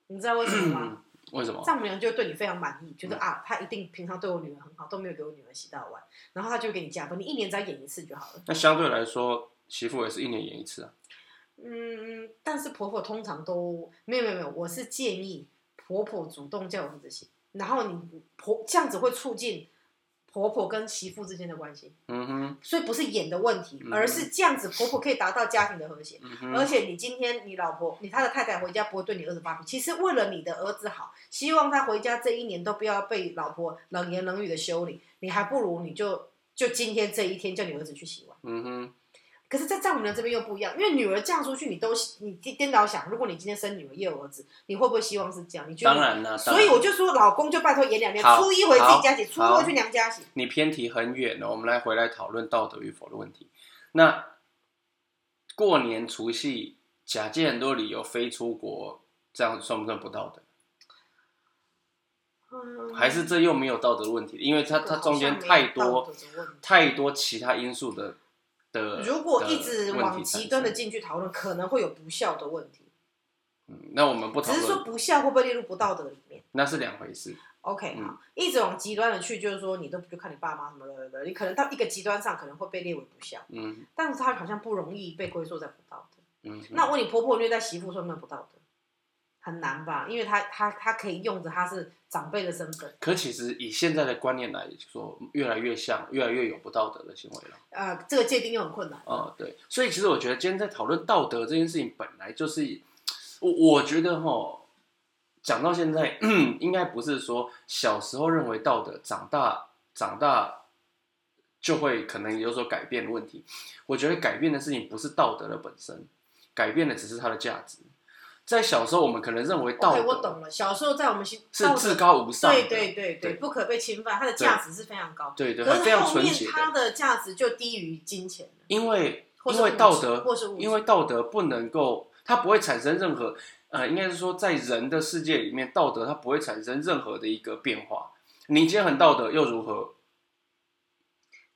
[SPEAKER 2] 你知道为什么吗？
[SPEAKER 1] 为什么？
[SPEAKER 2] 丈母娘就会对你非常满意，觉得
[SPEAKER 1] 哦嗯
[SPEAKER 2] 啊，她一定平常对我女儿很好，都没有给我女儿洗到碗，然后她就会给你加分，你一年只要演一次就好了。
[SPEAKER 1] 那相对来说，媳妇也是一年演一次啊。
[SPEAKER 2] 嗯，但是婆婆通常都没有没有没有，我是建议婆婆主动叫儿子洗，然后你婆这样子会促进婆婆跟媳妇之间的关系，
[SPEAKER 1] 嗯哼，
[SPEAKER 2] 所以不是演的问题，
[SPEAKER 1] 嗯
[SPEAKER 2] 而是这样子婆婆可以达到家庭的和谐。
[SPEAKER 1] 嗯
[SPEAKER 2] 而
[SPEAKER 1] 哼，
[SPEAKER 2] 且你今天你老婆你她的太太回家不会对你儿子发脾气，其实为了你的儿子好，希望他回家这一年都不要被老婆冷言冷语的修理，你还不如你就就今天这一天叫你儿子去洗碗。
[SPEAKER 1] 嗯哼，
[SPEAKER 2] 可是，在丈母娘这边又不一样，因为女儿嫁出去，你都你颠倒想，如果你今天生女儿也有儿子，你会不会希望是这样？你觉得？
[SPEAKER 1] 当然啦。当
[SPEAKER 2] 所
[SPEAKER 1] 然
[SPEAKER 2] 以我就说，老公就拜托演两年，
[SPEAKER 1] 好
[SPEAKER 2] 初一回自己家洗，初
[SPEAKER 1] 好
[SPEAKER 2] 二去娘家洗。
[SPEAKER 1] 你偏题很远哦了，我们来回来讨论道德与否的问题。那过年除夕，假借很多理由非出国，这样算不算不道德？
[SPEAKER 2] 嗯
[SPEAKER 1] 还是这又没有道德问题？因为它它中间太
[SPEAKER 2] 好
[SPEAKER 1] 多
[SPEAKER 2] 像没有道德的问题
[SPEAKER 1] 太多其他因素的的。
[SPEAKER 2] 如果一
[SPEAKER 1] 呃
[SPEAKER 2] 直
[SPEAKER 1] 的问
[SPEAKER 2] 往
[SPEAKER 1] 题
[SPEAKER 2] 极
[SPEAKER 1] 产
[SPEAKER 2] 端的
[SPEAKER 1] 生、
[SPEAKER 2] 进去讨论，可能会有不孝的问题。
[SPEAKER 1] 嗯那我们不讨
[SPEAKER 2] 只是说
[SPEAKER 1] 论，
[SPEAKER 2] 不孝会不会列入不道德里面？啊
[SPEAKER 1] 那是两回事。
[SPEAKER 2] OK，
[SPEAKER 1] 嗯
[SPEAKER 2] 好，一直往极端的去，就是说你都不去看你爸妈什么的，你可能到一个极端上，可能会被列为不孝，
[SPEAKER 1] 嗯
[SPEAKER 2] 但是他好像不容易被归宿在不道德。
[SPEAKER 1] 嗯，
[SPEAKER 2] 那我问你，婆婆虐待媳妇算不算不道德？很难吧，因为她她她可以用着她是长辈的身份，
[SPEAKER 1] 可其实以现在的观念来说，越来越像，越来越有不道德的行为了。
[SPEAKER 2] 呃，这个界定又很困难。
[SPEAKER 1] 哦，对，所以其实我觉得今天在讨论道德这件事情，本来就是我我觉得哈，讲到现在，应该不是说小时候认为道德，长大长大就会可能有所改变的问题。我觉得改变的事情不是道德的本身，改变的只是它的价值。在小时候，我们可能认为道
[SPEAKER 2] OK，我
[SPEAKER 1] 德
[SPEAKER 2] 懂了。小时候在我们心
[SPEAKER 1] 是
[SPEAKER 2] 道德
[SPEAKER 1] 至高无上的，
[SPEAKER 2] 对对对
[SPEAKER 1] 对
[SPEAKER 2] 对，不可被侵犯，它的价值是非常高。
[SPEAKER 1] 对对，
[SPEAKER 2] 可
[SPEAKER 1] 非
[SPEAKER 2] 是
[SPEAKER 1] 常
[SPEAKER 2] 后
[SPEAKER 1] 纯
[SPEAKER 2] 面
[SPEAKER 1] 洁的，
[SPEAKER 2] 它的价值就低于金钱了，
[SPEAKER 1] 因为
[SPEAKER 2] 或是
[SPEAKER 1] 因为
[SPEAKER 2] 物
[SPEAKER 1] 道
[SPEAKER 2] 质
[SPEAKER 1] 德
[SPEAKER 2] 或是物质
[SPEAKER 1] 因为道德不能够，它不会产生任何，呃，应该是说在人的世界里面，道德它不会产生任何的一个变化。你今天很道德又如何？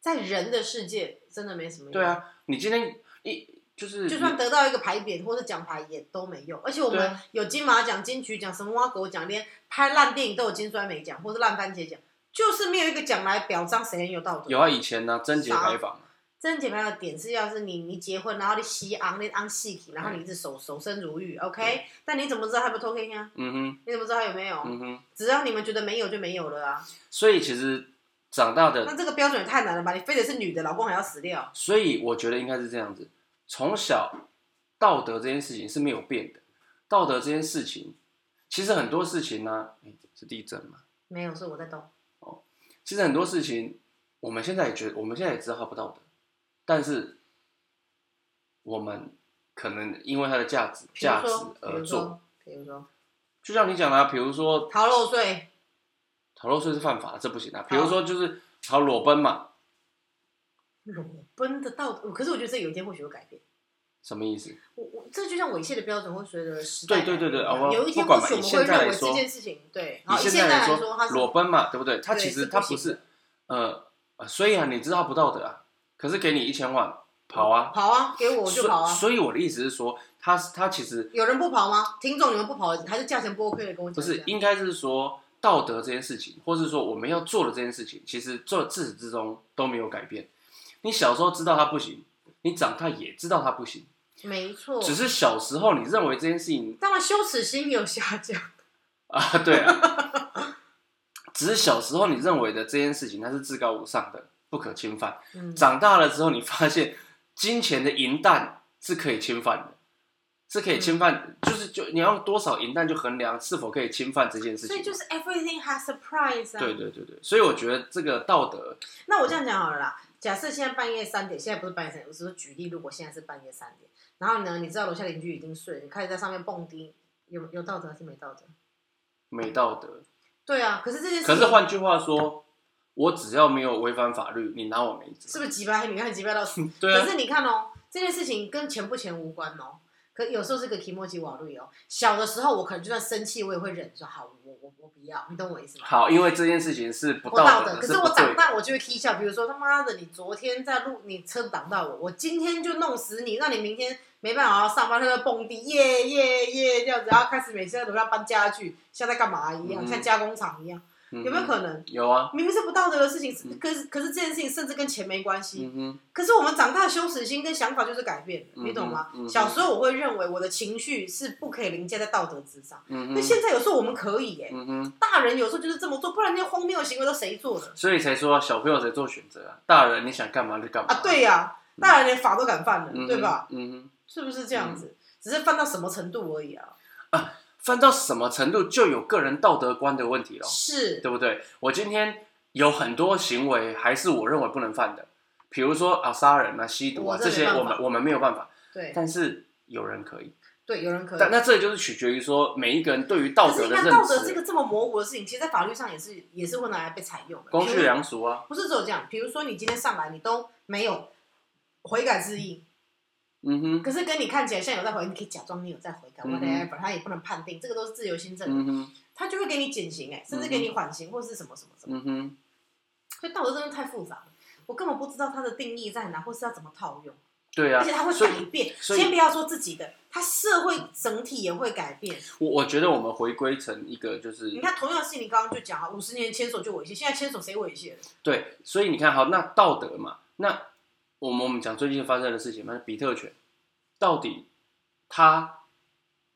[SPEAKER 2] 在人的世界真的没什么用。
[SPEAKER 1] 对，啊，你今天一就是
[SPEAKER 2] 就算得到一个牌匾或是奖牌也都没用。而且我
[SPEAKER 1] 对
[SPEAKER 2] 们
[SPEAKER 1] 啊
[SPEAKER 2] 有金马奖、金曲奖、什么挖狗奖，连拍烂电影都有金酸梅奖或是烂番茄奖，就是没有一个奖来表彰谁很有道德。
[SPEAKER 1] 有啊，以前呢、贞节牌坊，
[SPEAKER 2] 真解牌的点是，要是你你结婚，然后你吸昂那昂细体，然
[SPEAKER 1] 嗯
[SPEAKER 2] 后你一直守守身如玉，OK？但你怎么知道他有没有偷 K 呀？
[SPEAKER 1] 嗯
[SPEAKER 2] 你怎么知道他有没有？
[SPEAKER 1] 哼，嗯哼，
[SPEAKER 2] 只要你们觉得没有就没有了啊。
[SPEAKER 1] 所以其实长大的
[SPEAKER 2] 那这个标准也太难了吧？你非得是女的，老公还要死掉？
[SPEAKER 1] 所以我觉得应该是这样子，从小道德这件事情是没有变的。道德这件事情，其实很多事情呢、诶是地震嘛。
[SPEAKER 2] 没有，是我在动。
[SPEAKER 1] 其实很多事情，我们现在也觉得，我们现在也知道它不道德，但是我们可能因为它的价值
[SPEAKER 2] 比如
[SPEAKER 1] 价值
[SPEAKER 2] 说，比
[SPEAKER 1] 而
[SPEAKER 2] 如
[SPEAKER 1] 做。
[SPEAKER 2] 说，比如说
[SPEAKER 1] 就像你讲的、啊，比如说
[SPEAKER 2] 逃漏 税，
[SPEAKER 1] 逃漏税是犯法的，这不行啊。比如说就是逃裸奔嘛，
[SPEAKER 2] 裸奔的道德，可是我觉得这有一天或许会改变。
[SPEAKER 1] 什么意思？
[SPEAKER 2] 我我这就像猥亵的标准会随着时代
[SPEAKER 1] 对对对对
[SPEAKER 2] 改变
[SPEAKER 1] 啊我
[SPEAKER 2] 有一天
[SPEAKER 1] 不管
[SPEAKER 2] 或
[SPEAKER 1] 吧
[SPEAKER 2] 许我
[SPEAKER 1] 以现
[SPEAKER 2] 们会
[SPEAKER 1] 在来
[SPEAKER 2] 认为
[SPEAKER 1] 说
[SPEAKER 2] 这件事情对。
[SPEAKER 1] 以
[SPEAKER 2] 好，
[SPEAKER 1] 现
[SPEAKER 2] 在
[SPEAKER 1] 在来
[SPEAKER 2] 来
[SPEAKER 1] 说
[SPEAKER 2] 它，是
[SPEAKER 1] 裸奔嘛，对不对？它
[SPEAKER 2] 对
[SPEAKER 1] 其实
[SPEAKER 2] 是
[SPEAKER 1] 它
[SPEAKER 2] 不
[SPEAKER 1] 不
[SPEAKER 2] 行
[SPEAKER 1] 是，呃，呃虽然你知道它不道德啊，可是给你一千万跑啊，
[SPEAKER 2] 跑啊，给我我就
[SPEAKER 1] 所
[SPEAKER 2] 跑啊。
[SPEAKER 1] 所以我的意思是说，它它其实
[SPEAKER 2] 有人不跑吗？听众你们不跑，还是价钱不 OK 的跟我讲？
[SPEAKER 1] 不是，，应该是说道德这件事情，或是说我们要做的这件事情，其实做自始至终都没有改变。你小时候知道它不行，你长大也知道它不行，
[SPEAKER 2] 没错。
[SPEAKER 1] 只是小时候你认为这件事情
[SPEAKER 2] 当然羞耻心有下降，
[SPEAKER 1] 啊，对啊，只是小时候你认为的这件事情，它是至高无上的，不可侵犯。
[SPEAKER 2] 嗯，
[SPEAKER 1] 长大了之后，你发现金钱的银弹是可以侵犯的，是可以侵犯，
[SPEAKER 2] 嗯
[SPEAKER 1] 就是就你要用多少银弹就衡量是否可以侵犯这件事情。
[SPEAKER 2] 所以就是 everything has a price 啊。
[SPEAKER 1] 对对对对，所以我觉得这个道德，
[SPEAKER 2] 那我这样讲好了啦，假设现在半夜三点，现在不是半夜三点，我只是举例，如果现在是半夜三点，然后呢，你知道楼下邻居已经睡了，你开始在上面蹦迪，有有道德还是没道德？
[SPEAKER 1] 没道德。
[SPEAKER 2] 对啊，可是这件事
[SPEAKER 1] 可
[SPEAKER 2] 情
[SPEAKER 1] 是换句话说，我只要没有违反法律，你拿我没
[SPEAKER 2] 是
[SPEAKER 1] 辙。
[SPEAKER 2] 不是急掰？你看急掰到死。
[SPEAKER 1] 对啊
[SPEAKER 2] 可，是你看哦，这件事情跟钱不钱无关哦。可有时候是个提莫吉瓦路哦。小的时候我可能就算生气，我也会忍说好，我我我不要，你懂我意思吗？
[SPEAKER 1] 好，因为这件事情是不
[SPEAKER 2] 不道
[SPEAKER 1] 德
[SPEAKER 2] 德，
[SPEAKER 1] 的，
[SPEAKER 2] 可
[SPEAKER 1] 是
[SPEAKER 2] 是
[SPEAKER 1] 不
[SPEAKER 2] 我
[SPEAKER 1] 对
[SPEAKER 2] 长
[SPEAKER 1] 的。
[SPEAKER 2] 大我就会 k 笑，比如说他妈的，你昨天在路你车子挡到我，我今天就弄死你，让你明天没办法好好上班，他在蹦迪，耶耶耶这样子，然后开始每次在楼下搬家具，像在干嘛一样，
[SPEAKER 1] 嗯
[SPEAKER 2] 像加工厂一样，
[SPEAKER 1] 嗯
[SPEAKER 2] 有没有可能？
[SPEAKER 1] 有啊，
[SPEAKER 2] 明明是不道德的事情，是
[SPEAKER 1] 嗯
[SPEAKER 2] 可是可是这件事情甚至跟钱没关系，
[SPEAKER 1] 嗯哼，
[SPEAKER 2] 可是我们长大的羞耻心跟想法就是改变了，你懂吗
[SPEAKER 1] 嗯哼嗯？哼
[SPEAKER 2] 小时候我会认为我的情绪是不可以凌驾在道德之上，
[SPEAKER 1] 嗯
[SPEAKER 2] 那
[SPEAKER 1] 哼，
[SPEAKER 2] 现在有时候我们可以耶，
[SPEAKER 1] 嗯哼，
[SPEAKER 2] 大人有时候就是这么做，不然那些荒谬的行为都谁做的
[SPEAKER 1] 所以才说小朋友才做选择啊，大人你想干嘛就干嘛
[SPEAKER 2] 啊？对呀，大人连法都敢犯了，
[SPEAKER 1] 嗯哼
[SPEAKER 2] 对吧？？
[SPEAKER 1] 嗯哼。
[SPEAKER 2] 是不是这样子？只是犯到什么程度而已啊？
[SPEAKER 1] 犯到什么程度就有个人道德观的问题了，
[SPEAKER 2] 是，
[SPEAKER 1] 对不对？我今天有很多行为还是我认为不能犯的，比如说啊杀人啊、吸毒啊
[SPEAKER 2] 我
[SPEAKER 1] 这
[SPEAKER 2] 这
[SPEAKER 1] 些，
[SPEAKER 2] 没办法
[SPEAKER 1] 我们我们没有办法，
[SPEAKER 2] 对
[SPEAKER 1] 但是有人可以。
[SPEAKER 2] 对，有人可以。
[SPEAKER 1] 但那这就是取决于说每一个人对于道
[SPEAKER 2] 可是
[SPEAKER 1] 德
[SPEAKER 2] 你
[SPEAKER 1] 的
[SPEAKER 2] 看
[SPEAKER 1] 认
[SPEAKER 2] 道德这
[SPEAKER 1] 识，
[SPEAKER 2] 个这么模糊的事情，其实，在法律上也是也是会拿来被采用的。
[SPEAKER 1] 公序
[SPEAKER 2] 比如
[SPEAKER 1] 良俗啊。
[SPEAKER 2] 不是只有这样，比如说你今天上来，你都没有悔改之意，
[SPEAKER 1] 嗯哼，
[SPEAKER 2] 可是跟你看起来像有在悔，你可以假装你有在悔改
[SPEAKER 1] 嗯哼
[SPEAKER 2] ，whatever，、他也不能判定，这个都是自由心证，
[SPEAKER 1] 嗯哼，
[SPEAKER 2] 他就会给你减刑哎、甚至给你缓刑或是什么什么什么，
[SPEAKER 1] 嗯哼，
[SPEAKER 2] 所以道德真的太复杂了，我根本不知道它的定义在哪，或是要怎么套用。
[SPEAKER 1] 对啊
[SPEAKER 2] 而且它会
[SPEAKER 1] 所以
[SPEAKER 2] 改变。
[SPEAKER 1] 所以
[SPEAKER 2] 先不要说自己的，它社会整体也会改变。
[SPEAKER 1] 我我觉得我们回归成一个就是
[SPEAKER 2] 你看，同样的事情，你刚刚就讲啊，五十年前牵手就猥亵，现在牵手谁猥亵了？
[SPEAKER 1] 对，所以你看，好，那道德嘛，那我们我们讲最近发生的事情嘛，比特犬到底它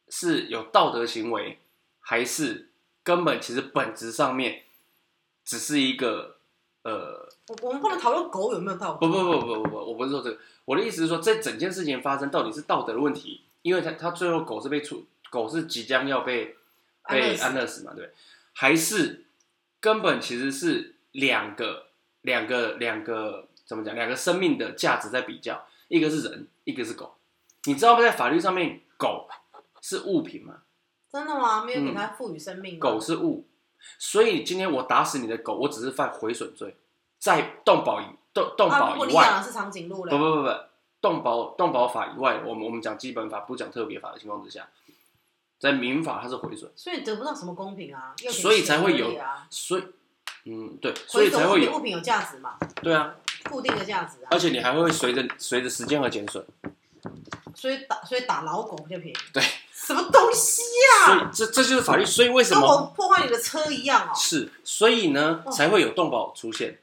[SPEAKER 1] 是有道德行为，还是根本其实本质上面只是一个呃，
[SPEAKER 2] 我我们不能讨论狗有没有道
[SPEAKER 1] 不
[SPEAKER 2] 德，
[SPEAKER 1] 不不不不不，我不是说这个，我的意思是说，这整件事情发生到底是道德的问题，因为它它最后狗是被处，狗是即将要被
[SPEAKER 2] 安乐
[SPEAKER 1] 被
[SPEAKER 2] 死
[SPEAKER 1] 安乐死嘛，对，还是根本其实是两个两个两个怎么讲，两个生命的价值在比较，一个是人，一个是狗，你知道在法律上面狗是物品吗？
[SPEAKER 2] 真的吗？没有给它赋予生命吗。
[SPEAKER 1] 狗是物，所以今天我打死你的狗，我只是犯毁损罪，在动保以动动
[SPEAKER 2] 啊，如
[SPEAKER 1] 保
[SPEAKER 2] 果
[SPEAKER 1] 以
[SPEAKER 2] 你
[SPEAKER 1] 外。
[SPEAKER 2] 养的是长颈鹿
[SPEAKER 1] 不
[SPEAKER 2] 嘞，
[SPEAKER 1] 不不不，动保动保法以外，我们我们讲基本法，不讲特别法的情况之下，在民法它是毁损，
[SPEAKER 2] 所以你得不到什么公平啊，又给
[SPEAKER 1] 所以才会有
[SPEAKER 2] 钱而已啊。
[SPEAKER 1] 所以嗯对，所
[SPEAKER 2] 所
[SPEAKER 1] 以才会
[SPEAKER 2] 物
[SPEAKER 1] 有呃
[SPEAKER 2] 品有价值嘛，
[SPEAKER 1] 对啊，
[SPEAKER 2] 固定的价值啊
[SPEAKER 1] 而，且你还会随着随着时间而减损，
[SPEAKER 2] 所以打所以打老狗就便宜。
[SPEAKER 1] 对，
[SPEAKER 2] 什么东西
[SPEAKER 1] 所以
[SPEAKER 2] 啊？
[SPEAKER 1] 这这就是法律，所以为什
[SPEAKER 2] 跟我
[SPEAKER 1] 么
[SPEAKER 2] 破坏你的车一样哦。
[SPEAKER 1] 是，所以呢
[SPEAKER 2] 哦
[SPEAKER 1] 才会有动保出现。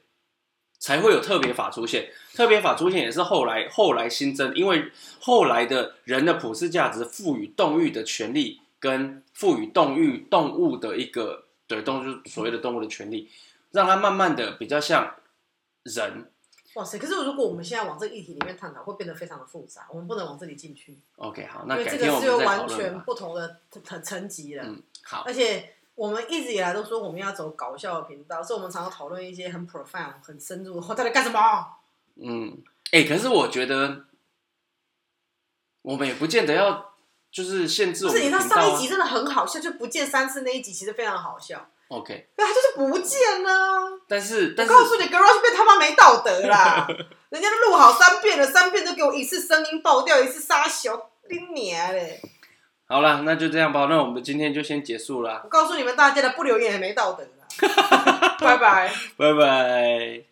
[SPEAKER 1] 才会有特别法出现，特别法出现也是后来后来新增，因为后来的人的普世价值赋予动物的权利，跟赋予动物动物的一个对动物就是所谓的动物的权利，让它慢慢的比较像人。
[SPEAKER 2] 哇塞！可是如果我们现在往这个议题里面探讨，会变得非常的复杂，我们不能往这里进去，
[SPEAKER 1] OK，好，
[SPEAKER 2] 因
[SPEAKER 1] 那
[SPEAKER 2] 为
[SPEAKER 1] 改
[SPEAKER 2] 这
[SPEAKER 1] 天
[SPEAKER 2] 个
[SPEAKER 1] 我
[SPEAKER 2] 是有
[SPEAKER 1] 们再讨
[SPEAKER 2] 完
[SPEAKER 1] 论
[SPEAKER 2] 全
[SPEAKER 1] 吧。
[SPEAKER 2] 不同的层层级了。
[SPEAKER 1] 嗯，好，
[SPEAKER 2] 而且我们一直以来都说我们要走搞笑的频道，所以我们常常讨论一些很 profound、很深入的话，到底干什么？
[SPEAKER 1] 嗯，哎、可是我觉得我们也不见得要 就是限制
[SPEAKER 2] 不
[SPEAKER 1] 我
[SPEAKER 2] 是，
[SPEAKER 1] 们
[SPEAKER 2] 你
[SPEAKER 1] 的
[SPEAKER 2] 知
[SPEAKER 1] 频道、
[SPEAKER 2] 道
[SPEAKER 1] 啊。
[SPEAKER 2] 上一集真的很好笑，就不见三次那一集其实非常好笑，
[SPEAKER 1] OK，
[SPEAKER 2] 可他就是不见呢、
[SPEAKER 1] 但是
[SPEAKER 2] 我
[SPEAKER 1] 但是
[SPEAKER 2] 告诉你，Garage 被他妈没道德啦！人家都录好三遍了，三遍都给我一次声音爆掉，一次杀小丁娘嘞！
[SPEAKER 1] 好了，那就这样吧，那我们今天就先结束啦，
[SPEAKER 2] 啊我告诉你们大家的，不留言也没道德啦！拜拜。
[SPEAKER 1] 拜拜。